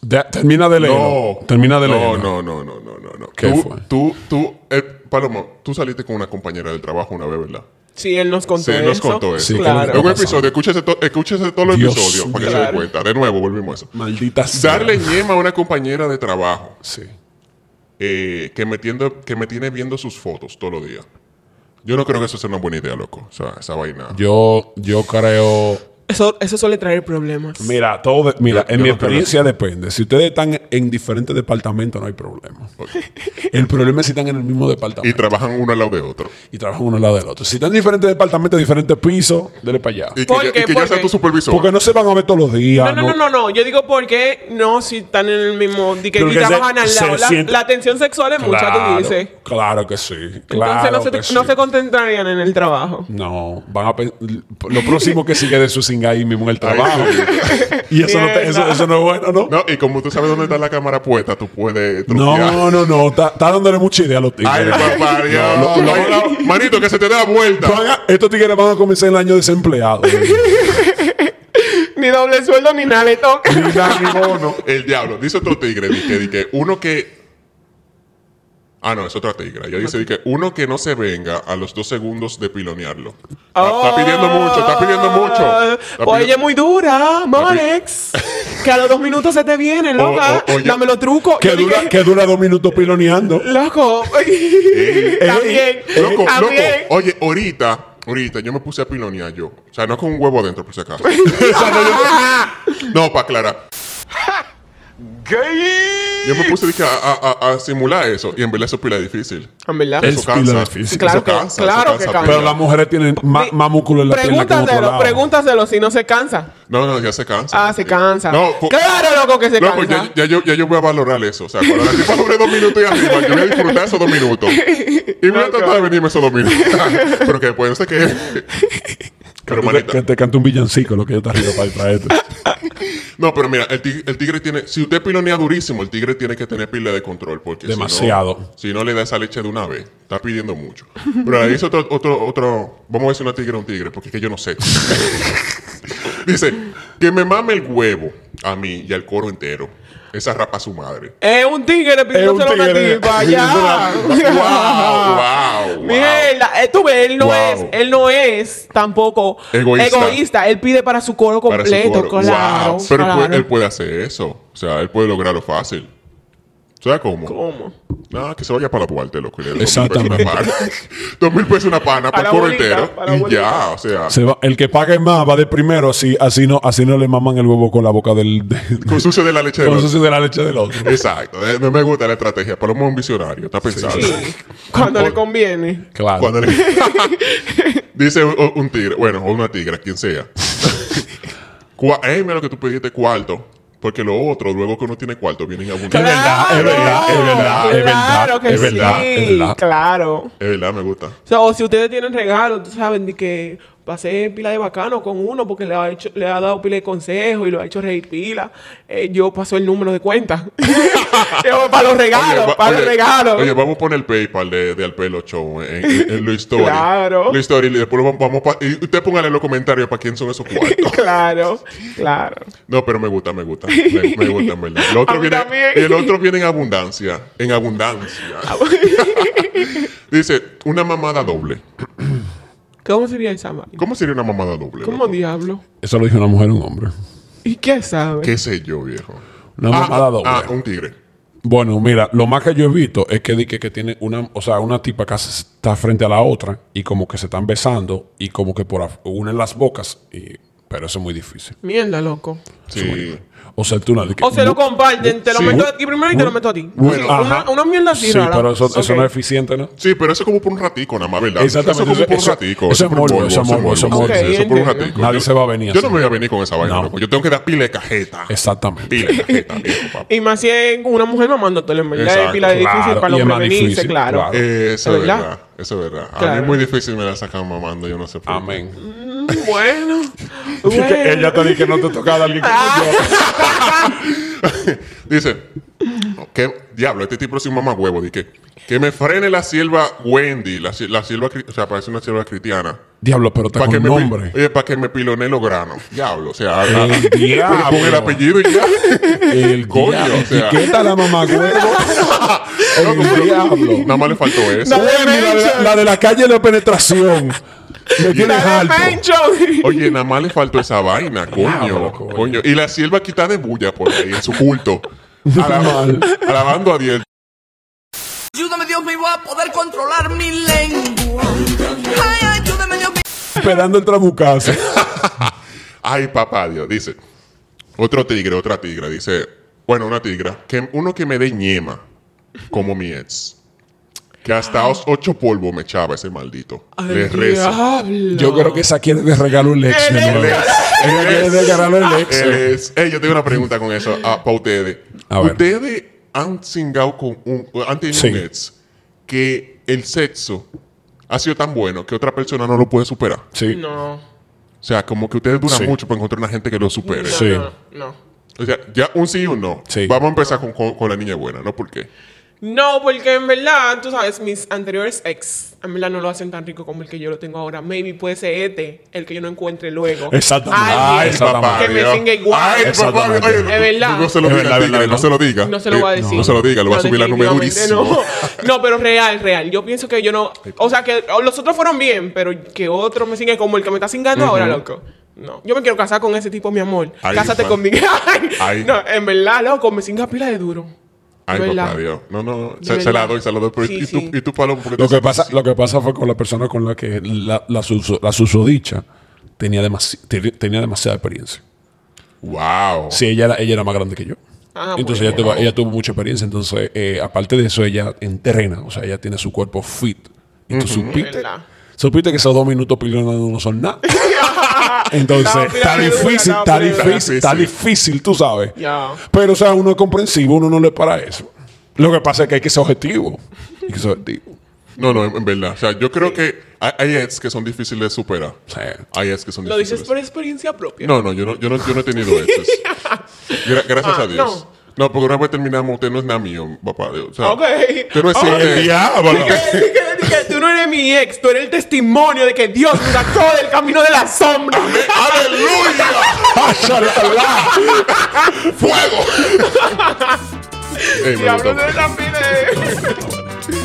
[SPEAKER 2] Da- termina de leerlo.
[SPEAKER 1] No.
[SPEAKER 2] Termina de
[SPEAKER 1] no,
[SPEAKER 2] leerlo.
[SPEAKER 1] no, no, no, no, no, no.
[SPEAKER 2] ¿Qué
[SPEAKER 1] tú,
[SPEAKER 2] fue?
[SPEAKER 1] Tú, tú, eh, Palomo, tú saliste con una compañera del trabajo una vez, ¿verdad?
[SPEAKER 3] Sí, él nos contó
[SPEAKER 1] Sí,
[SPEAKER 3] eso.
[SPEAKER 1] nos contó eso.
[SPEAKER 2] Sí,
[SPEAKER 3] claro.
[SPEAKER 1] Es un
[SPEAKER 2] Pasando.
[SPEAKER 1] episodio, escúchese, to- escúchese todos los
[SPEAKER 2] Dios
[SPEAKER 1] episodios para que se dé
[SPEAKER 3] Claro.
[SPEAKER 1] cuenta. De nuevo, volvimos a eso.
[SPEAKER 2] Maldita sea.
[SPEAKER 1] Darle ñema a una compañera de trabajo
[SPEAKER 2] Sí.
[SPEAKER 1] eh, que, me tiende- que me tiene viendo sus fotos todos los días. Yo no creo que eso sea una buena idea, loco. O sea, esa vaina.
[SPEAKER 2] Yo, yo creo.
[SPEAKER 3] Eso, eso suele traer problemas.
[SPEAKER 2] Mira, todo. de- mira,
[SPEAKER 1] Yo-
[SPEAKER 2] en
[SPEAKER 1] yo
[SPEAKER 2] mi
[SPEAKER 1] no creo
[SPEAKER 2] experiencia depende. Si ustedes están en diferentes departamentos, no hay problema.
[SPEAKER 1] Ok.
[SPEAKER 2] El problema es si están en el mismo
[SPEAKER 1] Y
[SPEAKER 2] departamento
[SPEAKER 1] trabajan uno al lado de otro.
[SPEAKER 2] y, trabajan uno al lado del otro. Si están en diferentes departamentos, diferentes pisos, dele para allá.
[SPEAKER 1] Y que,
[SPEAKER 3] ¿Por
[SPEAKER 1] ya, y
[SPEAKER 3] qué?
[SPEAKER 1] que ya
[SPEAKER 3] ¿Por
[SPEAKER 1] sea
[SPEAKER 3] qué?
[SPEAKER 1] tu supervisor.
[SPEAKER 2] Porque no se van a ver todos los días.
[SPEAKER 3] No, no, no, no, no. Yo digo porque no si están en el mismo. Di que
[SPEAKER 2] Pero
[SPEAKER 3] y
[SPEAKER 2] que se-
[SPEAKER 3] trabajan al lado.
[SPEAKER 2] se
[SPEAKER 3] La,
[SPEAKER 2] siente-
[SPEAKER 3] la atención sexual es mucha, tú dices.
[SPEAKER 2] Claro que sí.
[SPEAKER 3] Entonces
[SPEAKER 2] claro
[SPEAKER 3] no, se,
[SPEAKER 2] que sí.
[SPEAKER 3] no se concentrarían en el trabajo.
[SPEAKER 2] No, van a pen- lo próximo que sigue de su singa ahí mismo en el
[SPEAKER 1] Ay,
[SPEAKER 2] trabajo. y eso no, te- eso,
[SPEAKER 3] Mierda.
[SPEAKER 2] eso no es bueno, ¿no?
[SPEAKER 1] No, y como tú sabes dónde está la cámara puesta, tú puedes truquear.
[SPEAKER 2] No, no, no. Está está dándole mucha idea a los tigres.
[SPEAKER 1] Ay, papá, Dios.
[SPEAKER 2] No, lo- lo-
[SPEAKER 1] Ay, Manito, que se te dé la vuelta.
[SPEAKER 2] Van a- estos tigres van a comenzar el año desempleados.
[SPEAKER 3] Ni doble sueldo ni nada le toca.
[SPEAKER 2] Ni nada, ni bono.
[SPEAKER 1] El diablo. Dice otro tigre, di que, di que uno que... Ah, no, es otra tigra. Ella dice di que uno que no se venga a los dos segundos de pilonearlo. Está,
[SPEAKER 3] Ah.
[SPEAKER 1] está pidiendo mucho, está pidiendo mucho. Está
[SPEAKER 3] O
[SPEAKER 1] pidi-
[SPEAKER 3] ella Ah, es muy dura, Manex. que a los dos minutos se te viene, loca.
[SPEAKER 1] o- o ya-
[SPEAKER 3] Dame los trucos.
[SPEAKER 2] que,
[SPEAKER 3] Yo
[SPEAKER 2] dura,
[SPEAKER 3] dije,
[SPEAKER 2] que dura dos minutos piloneando.
[SPEAKER 3] Loco. También.
[SPEAKER 1] Loco, loco.
[SPEAKER 3] También.
[SPEAKER 1] Oye, ahorita, ahorita yo me puse a pilonear yo. O sea, no con un huevo adentro, por si acaso. O sea, no, yo- no, para aclarar. Yo me puse dije, a, a- a- a simular eso y en verdad eso es pila difícil.
[SPEAKER 3] En verdad.
[SPEAKER 2] Es
[SPEAKER 1] Eso cansa.
[SPEAKER 2] pila difícil.
[SPEAKER 1] Eso
[SPEAKER 3] Claro que-
[SPEAKER 1] cansa, eso
[SPEAKER 3] claro que
[SPEAKER 1] cansa
[SPEAKER 3] cansa.
[SPEAKER 2] Pero
[SPEAKER 1] pila.
[SPEAKER 2] las mujeres tienen más, más músculo en la pierna que en otro
[SPEAKER 3] Pregúntaselo,
[SPEAKER 2] lado.
[SPEAKER 3] pregúntaselo si no se cansa.
[SPEAKER 1] No, no, ya se cansa.
[SPEAKER 3] Ah, se cansa.
[SPEAKER 1] Eh, No, po-
[SPEAKER 3] claro, loco, que se
[SPEAKER 1] Loco,
[SPEAKER 3] cansa.
[SPEAKER 1] ya, ya yo, ya yo voy a valorar eso. O sea, cuando la tipa dure dos minutos y arriba, yo voy a disfrutar esos dos minutos. Y voy a tratar de venirme esos dos minutos. Pero que después no sé qué. Pero
[SPEAKER 2] Que te,
[SPEAKER 1] manita.
[SPEAKER 2] que te cante un villancico lo que yo te arriba para traerte.
[SPEAKER 1] No, pero mira, el tigre, el tigre tiene. Si usted pilonea durísimo, el tigre tiene que tener pila de control. Porque si no-
[SPEAKER 2] Demasiado.
[SPEAKER 1] Si no, le da esa leche de una vez, está pidiendo mucho. Pero ahí dice otro, otro, otro. Vamos a decir una tigre a un tigre, porque es que yo no sé. dice: Que me mame el huevo a mí y al coro entero. Esa rapa a su madre.
[SPEAKER 3] Es un tigre pidiéndoselo a una
[SPEAKER 2] tigre.
[SPEAKER 3] tipa. Ya.
[SPEAKER 1] wow, wow, wow.
[SPEAKER 3] Mierda, eh, tú ves, él no
[SPEAKER 1] Wow.
[SPEAKER 3] es, él no es tampoco
[SPEAKER 1] Egoísta.
[SPEAKER 3] egoísta. Él pide para su coro
[SPEAKER 1] Para su
[SPEAKER 3] completo,
[SPEAKER 1] coro.
[SPEAKER 3] claro.
[SPEAKER 1] Wow. Pero él
[SPEAKER 3] claro.
[SPEAKER 1] puede, él puede hacer eso. O sea, él puede lograrlo fácil. ¿Sabes cómo?
[SPEAKER 3] ¿Cómo?
[SPEAKER 1] Nada, que se vaya para la Duarte, loco. y le doy dos mil pesos
[SPEAKER 2] Exactamente.
[SPEAKER 1] una pana. Dos mil pesos una pana
[SPEAKER 3] Para
[SPEAKER 1] por coro
[SPEAKER 3] abuelita,
[SPEAKER 1] entero.
[SPEAKER 3] para
[SPEAKER 1] Y ya, o sea.
[SPEAKER 2] Se va- el que pague más va de primero, así, así, no, así no le maman el huevo con la boca del. del-
[SPEAKER 1] Con sucio de la leche de
[SPEAKER 2] con
[SPEAKER 1] los...
[SPEAKER 2] sucio de la leche del otro.
[SPEAKER 1] Exacto. eh, No me gusta la estrategia. Palomo es un visionario. Está pensando.
[SPEAKER 3] Sí. Cuando le conviene.
[SPEAKER 2] Claro.
[SPEAKER 1] Cuando le- Dice un, un tigre, bueno, o una tigra, quien sea. Cua- eh, mira lo que tú pediste, cuarto. Porque lo otro, luego que uno tiene cuarto, vienen
[SPEAKER 2] Es
[SPEAKER 1] abundantes.
[SPEAKER 2] verdad, es verdad, es verdad, es verdad,
[SPEAKER 3] Claro que
[SPEAKER 2] es verdad,
[SPEAKER 3] sí.
[SPEAKER 2] es verdad.
[SPEAKER 3] Claro.
[SPEAKER 1] Es verdad, me gusta.
[SPEAKER 3] O sea, o si ustedes tienen regalos, tú saben de que pasé pila de bacano con uno porque le ha, hecho, le ha dado pila de consejos y lo ha hecho reír pila. Eh, yo paso el número de cuenta. Yo, para los regalos,
[SPEAKER 1] Oye, va-
[SPEAKER 3] para
[SPEAKER 1] oye,
[SPEAKER 3] los regalos.
[SPEAKER 1] Oye, vamos a poner el PayPal de, de Al Pelo Show en, en, en Luis Story.
[SPEAKER 3] Claro.
[SPEAKER 1] Luis Story, y después vamos, vamos pa- y usted póngale en los comentarios para quién son esos cuartos.
[SPEAKER 3] claro, claro.
[SPEAKER 1] no, pero me gusta, me gusta. Me, me gusta, en verdad. El
[SPEAKER 3] A
[SPEAKER 1] otro,
[SPEAKER 3] mí
[SPEAKER 1] viene,
[SPEAKER 3] también. Ah,
[SPEAKER 1] el otro viene en abundancia. En abundancia. Dice, una mamada doble.
[SPEAKER 3] ¿Cómo sería esa vaina?
[SPEAKER 1] ¿Cómo sería una mamada doble?
[SPEAKER 3] ¿Cómo
[SPEAKER 1] loco?
[SPEAKER 3] diablo?
[SPEAKER 2] Eso lo dijo una mujer a un hombre.
[SPEAKER 3] ¿Y qué sabe?
[SPEAKER 1] ¿Qué sé yo, viejo?
[SPEAKER 2] Una
[SPEAKER 1] Ah,
[SPEAKER 2] mamada doble.
[SPEAKER 1] Ah, un tigre.
[SPEAKER 2] Bueno, mira, lo más que yo he visto es que di que, que tiene una, o sea, una tipa que se- está frente a la otra y como que se están besando y como que por af- unen las bocas, y, pero eso es muy difícil.
[SPEAKER 3] Mierda, loco.
[SPEAKER 1] Sí.
[SPEAKER 2] O sea, tú la di que-
[SPEAKER 3] O se lo comparten, te lo
[SPEAKER 2] Sí.
[SPEAKER 3] meto a ti primero y te lo meto a ti.
[SPEAKER 2] Bueno,
[SPEAKER 3] Una-
[SPEAKER 2] ajá.
[SPEAKER 3] una, mierda así,
[SPEAKER 2] Sí,
[SPEAKER 3] rara.
[SPEAKER 2] pero eso, eso
[SPEAKER 3] Ok.
[SPEAKER 2] no es eficiente, ¿no?
[SPEAKER 1] Sí, pero eso es como por un ratico, nada más, ¿verdad?
[SPEAKER 2] Exactamente,
[SPEAKER 1] Eso es como por un
[SPEAKER 2] eso-
[SPEAKER 1] ratico.
[SPEAKER 2] eso es
[SPEAKER 1] por un
[SPEAKER 2] morbo, eso es morbo, eso es morbo.
[SPEAKER 1] sí, Eso es por un
[SPEAKER 3] Ok,
[SPEAKER 1] ratico.
[SPEAKER 2] Nadie se va a venir
[SPEAKER 1] Yo
[SPEAKER 2] así.
[SPEAKER 1] no me voy a venir con esa vaina,
[SPEAKER 2] No.
[SPEAKER 1] loco. Yo tengo que dar pila de cajeta.
[SPEAKER 2] Exactamente.
[SPEAKER 1] Pila de cajeta, viejo, papá.
[SPEAKER 3] Y más si es una mujer mamándote, en verdad es
[SPEAKER 1] Exacto,
[SPEAKER 3] pila de difícil
[SPEAKER 2] claro.
[SPEAKER 3] para
[SPEAKER 2] Y
[SPEAKER 3] los
[SPEAKER 2] es más
[SPEAKER 3] prevenirse,
[SPEAKER 2] difícil,
[SPEAKER 3] claro.
[SPEAKER 2] claro.
[SPEAKER 1] Eh, Eso es
[SPEAKER 3] ¿Verdad?
[SPEAKER 1] verdad. Eso es verdad. A mí
[SPEAKER 3] Claro.
[SPEAKER 1] es muy difícil me la sacan mamando, yo no sé por qué.
[SPEAKER 2] Amén.
[SPEAKER 3] Bueno.
[SPEAKER 2] Y que
[SPEAKER 3] bueno. Ah,
[SPEAKER 2] ella te dice que no te toca a alguien como yo.
[SPEAKER 1] Dice, ¿qué diablo? Este tipo es un mamá huevo. Dice, que me frene la sierva Wendy, la, si- la sierva, cri- o sea, parece una sierva cristiana.
[SPEAKER 2] Diablo, pero está
[SPEAKER 1] Para que,
[SPEAKER 2] con
[SPEAKER 1] me pi-
[SPEAKER 2] nombre.
[SPEAKER 1] oye, pa' que me pilone los granos. Diablo, o sea, a-
[SPEAKER 2] El diablo.
[SPEAKER 1] pon el apellido y ya.
[SPEAKER 2] El
[SPEAKER 1] Coño,
[SPEAKER 2] diablo.
[SPEAKER 1] o sea.
[SPEAKER 2] Etiqueta a la mamá El diablo.
[SPEAKER 1] Nada más le faltó eso.
[SPEAKER 3] No.
[SPEAKER 2] Oye, mira, la, la de la calle de penetración. Me tienes alto.
[SPEAKER 3] Mencho.
[SPEAKER 1] Oye, nada más le faltó esa vaina, coño.
[SPEAKER 2] Diablo,
[SPEAKER 1] coño.
[SPEAKER 2] coño.
[SPEAKER 1] Y la sierva quita de bulla por ahí en su culto. Alaba-
[SPEAKER 2] Mal.
[SPEAKER 1] alabando a Dios.
[SPEAKER 6] Ayúdame Dios mío a poder controlar mi lengua. Ay, ayúdame Dios mío.
[SPEAKER 2] Esperando el trabucazo.
[SPEAKER 1] Ay, papá Dios, dice. Otro tigre, otra tigra, dice. Bueno, una tigra. Que, uno que me dé ñema, como mi ex. Que hasta os- ocho polvos me echaba ese maldito. Le rezo.
[SPEAKER 3] Diablo.
[SPEAKER 2] Yo creo que esa quiere de regalo un Lex.
[SPEAKER 3] El
[SPEAKER 2] mi amor.
[SPEAKER 1] Lex.
[SPEAKER 2] Ella
[SPEAKER 1] El
[SPEAKER 2] quiere
[SPEAKER 1] Lex.
[SPEAKER 2] de regalo el Lex.
[SPEAKER 1] Él es- Ey, yo tengo una pregunta con eso para ustedes.
[SPEAKER 2] A ver.
[SPEAKER 1] Ustedes han singado con un, han tenido
[SPEAKER 2] Sí.
[SPEAKER 1] un ex que el sexo ha sido tan bueno que otra persona no lo puede superar.
[SPEAKER 2] Sí.
[SPEAKER 3] No.
[SPEAKER 1] O sea, como que ustedes duran
[SPEAKER 2] Sí.
[SPEAKER 1] mucho para encontrar una gente que lo supere.
[SPEAKER 2] Sí.
[SPEAKER 3] No, no.
[SPEAKER 1] O sea, ya un sí y un no.
[SPEAKER 2] Sí.
[SPEAKER 1] Vamos a empezar con, con- con la niña buena, ¿no? ¿Por qué?
[SPEAKER 3] No, porque en verdad, tú sabes, mis anteriores ex, en verdad no lo hacen tan rico como el que yo lo tengo ahora. Maybe puede ser este, el que yo no encuentre luego.
[SPEAKER 2] Exactamente.
[SPEAKER 3] Alguien.
[SPEAKER 2] Ay, papá,
[SPEAKER 3] Que me
[SPEAKER 1] Dios.
[SPEAKER 3] singa igual.
[SPEAKER 1] Ay, papá,
[SPEAKER 2] Exactamente.
[SPEAKER 1] oye,
[SPEAKER 3] Es verdad.
[SPEAKER 1] No se lo
[SPEAKER 2] Es
[SPEAKER 1] diga,
[SPEAKER 2] verdad,
[SPEAKER 1] tigre,
[SPEAKER 2] verdad,
[SPEAKER 1] no se lo diga.
[SPEAKER 3] No se lo
[SPEAKER 1] Eh,
[SPEAKER 3] voy a decir.
[SPEAKER 1] No se lo diga, lo va a
[SPEAKER 3] No,
[SPEAKER 1] subir la nube
[SPEAKER 3] definitivamente
[SPEAKER 1] durísimo.
[SPEAKER 3] No. no, pero real, real. Yo pienso que yo no. O sea, que los otros fueron bien, pero que otro me sigue como el que me está singando ahora, loco. No, yo me quiero casar con ese tipo, mi amor.
[SPEAKER 1] Ay,
[SPEAKER 3] Cásate
[SPEAKER 1] papá.
[SPEAKER 3] conmigo. Ay.
[SPEAKER 1] Ay.
[SPEAKER 3] No, en verdad, loco, me singa pila de duro.
[SPEAKER 1] Ay,
[SPEAKER 3] De
[SPEAKER 1] papá,
[SPEAKER 3] verdad.
[SPEAKER 1] Dios. No, no,
[SPEAKER 3] De
[SPEAKER 1] se, se la
[SPEAKER 3] verdad.
[SPEAKER 1] doy, se la doy. Pero
[SPEAKER 3] Sí,
[SPEAKER 1] y, tú,
[SPEAKER 3] sí.
[SPEAKER 1] y tú, Pablo, porque
[SPEAKER 2] Lo que, pasa, lo que pasa fue con la persona con la que la, la, suso- la susodicha tenía, demasi- te- tenía demasiada experiencia.
[SPEAKER 1] Wow.
[SPEAKER 2] Sí, ella era, ella era más grande que yo.
[SPEAKER 3] Ah,
[SPEAKER 2] entonces ella,
[SPEAKER 3] bueno.
[SPEAKER 2] tuvo, ella tuvo mucha experiencia. Entonces, eh, aparte de eso, ella entrena. O sea, ella tiene su cuerpo fit. Y tú supiste,
[SPEAKER 3] Verdad.
[SPEAKER 2] supiste que esos dos minutos pilonados no son nada.
[SPEAKER 3] Estaba
[SPEAKER 2] Entonces, está
[SPEAKER 3] piloneando,
[SPEAKER 2] difícil,
[SPEAKER 3] estaba
[SPEAKER 2] está
[SPEAKER 3] piloneando.
[SPEAKER 2] difícil, está
[SPEAKER 1] Difícil.
[SPEAKER 2] difícil, tú sabes.
[SPEAKER 3] Ya.
[SPEAKER 2] Pero, o sea, uno es comprensivo, uno no le para eso. Lo que pasa es que hay que ser objetivo. Hay que ser objetivo.
[SPEAKER 1] No, no, en, en verdad. O sea, yo creo que hay, hay ex que son difíciles de superar.
[SPEAKER 2] O sea,
[SPEAKER 1] Hay ex que son
[SPEAKER 3] Lo dices
[SPEAKER 1] difíciles.
[SPEAKER 3] por experiencia propia.
[SPEAKER 1] No, no, yo no, yo no, yo no he tenido exes. Gra- gracias
[SPEAKER 3] Ah,
[SPEAKER 1] a Dios.
[SPEAKER 3] no.
[SPEAKER 1] No. porque una vez terminamos, usted no es nada mío, papá Dios. O sea,
[SPEAKER 3] Ok.
[SPEAKER 1] Usted no es
[SPEAKER 3] Ok.
[SPEAKER 1] el diablo.
[SPEAKER 3] Dije, dije, dije, Tú no eres mi ex, tú eres el testimonio de que Dios me sacó del camino de la sombra.
[SPEAKER 1] ¡Aleluya! ¡Fuego! Ey, me
[SPEAKER 3] Diablo,
[SPEAKER 1] gustó.
[SPEAKER 3] no eres tan pide.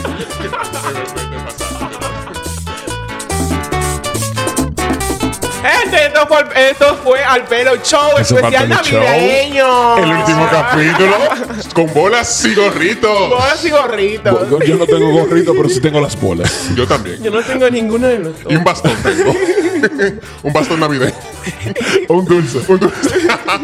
[SPEAKER 3] Gente, Este, esto fue, esto fue al pelo show
[SPEAKER 2] Eso fue
[SPEAKER 3] especial
[SPEAKER 2] Al Pelo Show.
[SPEAKER 3] navideño.
[SPEAKER 1] El último capítulo con bolas y gorritos.
[SPEAKER 3] Bolas y gorritos.
[SPEAKER 2] yo- yo no tengo gorrito, pero sí tengo las bolas.
[SPEAKER 1] Yo también.
[SPEAKER 3] Yo no tengo ninguno de los dos.
[SPEAKER 1] Y un bastón tengo. un bastón navideño. un dulce. Un dulce.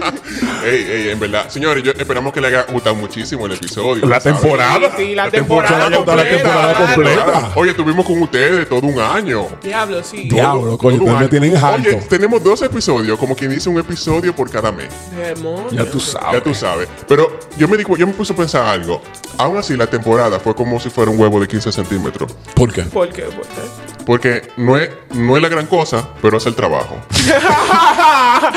[SPEAKER 1] ey, ey, en verdad. Señores, yo esperamos que le haya gustado muchísimo el episodio.
[SPEAKER 2] La
[SPEAKER 1] ¿sabes?
[SPEAKER 2] temporada.
[SPEAKER 3] Sí, la
[SPEAKER 2] La
[SPEAKER 3] temporada,
[SPEAKER 2] temporada, la temporada
[SPEAKER 3] mano.
[SPEAKER 2] completa.
[SPEAKER 1] Oye, estuvimos con ustedes todo un año.
[SPEAKER 3] Diablo, sí.
[SPEAKER 2] Diablo, coño,
[SPEAKER 1] Todo un
[SPEAKER 2] ustedes me
[SPEAKER 1] año.
[SPEAKER 2] tienen
[SPEAKER 1] Oye, este
[SPEAKER 2] alto.
[SPEAKER 1] tenemos dos episodios, como quien dice un episodio por cada mes.
[SPEAKER 3] Demonio.
[SPEAKER 2] Ya tú sabes.
[SPEAKER 1] Ya tú sabes. Pero yo me, di cu- yo me puse a pensar algo. Aún así, la temporada fue como si fuera un huevo de 15 centímetros.
[SPEAKER 2] ¿Por qué?
[SPEAKER 3] ¿Por qué? ¿Por qué?
[SPEAKER 1] Porque no es, no es la gran cosa, pero es el trabajo.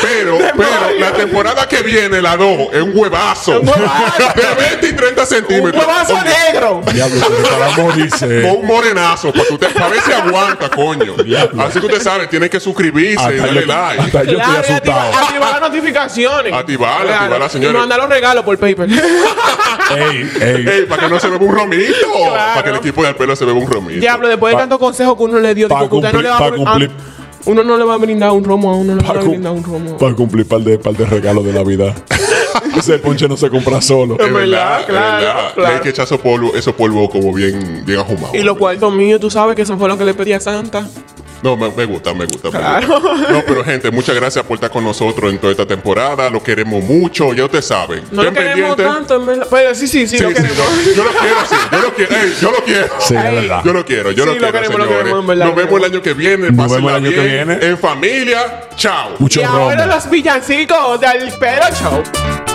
[SPEAKER 1] pero, pero la temporada que viene, la 2, es un huevazo.
[SPEAKER 3] Un huevazo.
[SPEAKER 1] de 20 y 30
[SPEAKER 3] Un
[SPEAKER 1] centímetros. Eh,
[SPEAKER 3] huevazo negro.
[SPEAKER 2] Diablo, para
[SPEAKER 1] Con
[SPEAKER 2] morirse.
[SPEAKER 1] un morenazo, para que usted para ver si aguanta, coño.
[SPEAKER 2] Diablo.
[SPEAKER 1] Así que usted sabe, tiene que suscribirse
[SPEAKER 2] Hasta
[SPEAKER 1] y
[SPEAKER 2] yo-
[SPEAKER 1] darle like.
[SPEAKER 2] hasta yo estoy
[SPEAKER 3] Claro, y activa-
[SPEAKER 2] asustado.
[SPEAKER 3] Activar las notificaciones.
[SPEAKER 1] Activarla, activarla, señores.
[SPEAKER 3] Y mandar los regalos por PayPal.
[SPEAKER 2] Ey, ey.
[SPEAKER 1] Ey, para que no se beba un romito.
[SPEAKER 3] Claro.
[SPEAKER 1] Para que el equipo del pelo se beba un romito.
[SPEAKER 3] Diablo, después de
[SPEAKER 2] Pa-
[SPEAKER 3] tanto consejo que uno le dio,
[SPEAKER 2] pa
[SPEAKER 3] digo, que usted no
[SPEAKER 2] cumplir-
[SPEAKER 3] le va a
[SPEAKER 2] pa
[SPEAKER 3] brin-
[SPEAKER 2] cumplir.
[SPEAKER 3] a- Uno no le va a brindar un romo a uno, no le va a brindar un romo.
[SPEAKER 2] Para cumplir par de, par de regalos de Navidad. Ese ponche no se compra solo.
[SPEAKER 1] Es verdad,
[SPEAKER 3] verdad,
[SPEAKER 1] es
[SPEAKER 3] claro,
[SPEAKER 1] verdad.
[SPEAKER 3] claro.
[SPEAKER 1] Le Hay que echar esos polvos, esos polvos como bien, bien ahumados.
[SPEAKER 3] Y los cuartos míos, tú sabes que eso fue lo que le pedí a Santa.
[SPEAKER 1] No, me, me gusta, me gusta. me gusta. No, pero gente, muchas gracias por estar con nosotros en toda esta temporada. Lo queremos mucho, ya ustedes saben.
[SPEAKER 3] No lo
[SPEAKER 1] Estén
[SPEAKER 3] queremos
[SPEAKER 1] pendientes.
[SPEAKER 3] tanto, en verdad. Pero sí, sí, sí,
[SPEAKER 1] Sí,
[SPEAKER 3] lo
[SPEAKER 1] sí,
[SPEAKER 3] queremos.
[SPEAKER 1] no, yo lo quiero, sí, yo lo quiero, ey, yo lo quiero.
[SPEAKER 2] Sí, es verdad.
[SPEAKER 1] Yo lo quiero, yo
[SPEAKER 3] Sí,
[SPEAKER 1] lo
[SPEAKER 3] lo
[SPEAKER 1] quiero.
[SPEAKER 3] queremos, lo
[SPEAKER 1] señores.
[SPEAKER 3] queremos, en verdad,
[SPEAKER 1] Nos
[SPEAKER 3] lo
[SPEAKER 1] vemos el año que viene.
[SPEAKER 2] Nos vemos
[SPEAKER 1] pásenla
[SPEAKER 2] el año que
[SPEAKER 1] bien,
[SPEAKER 2] viene.
[SPEAKER 1] En familia, chao.
[SPEAKER 2] Mucho
[SPEAKER 3] Y
[SPEAKER 2] romo.
[SPEAKER 3] ahora los villancicos del Pero Show.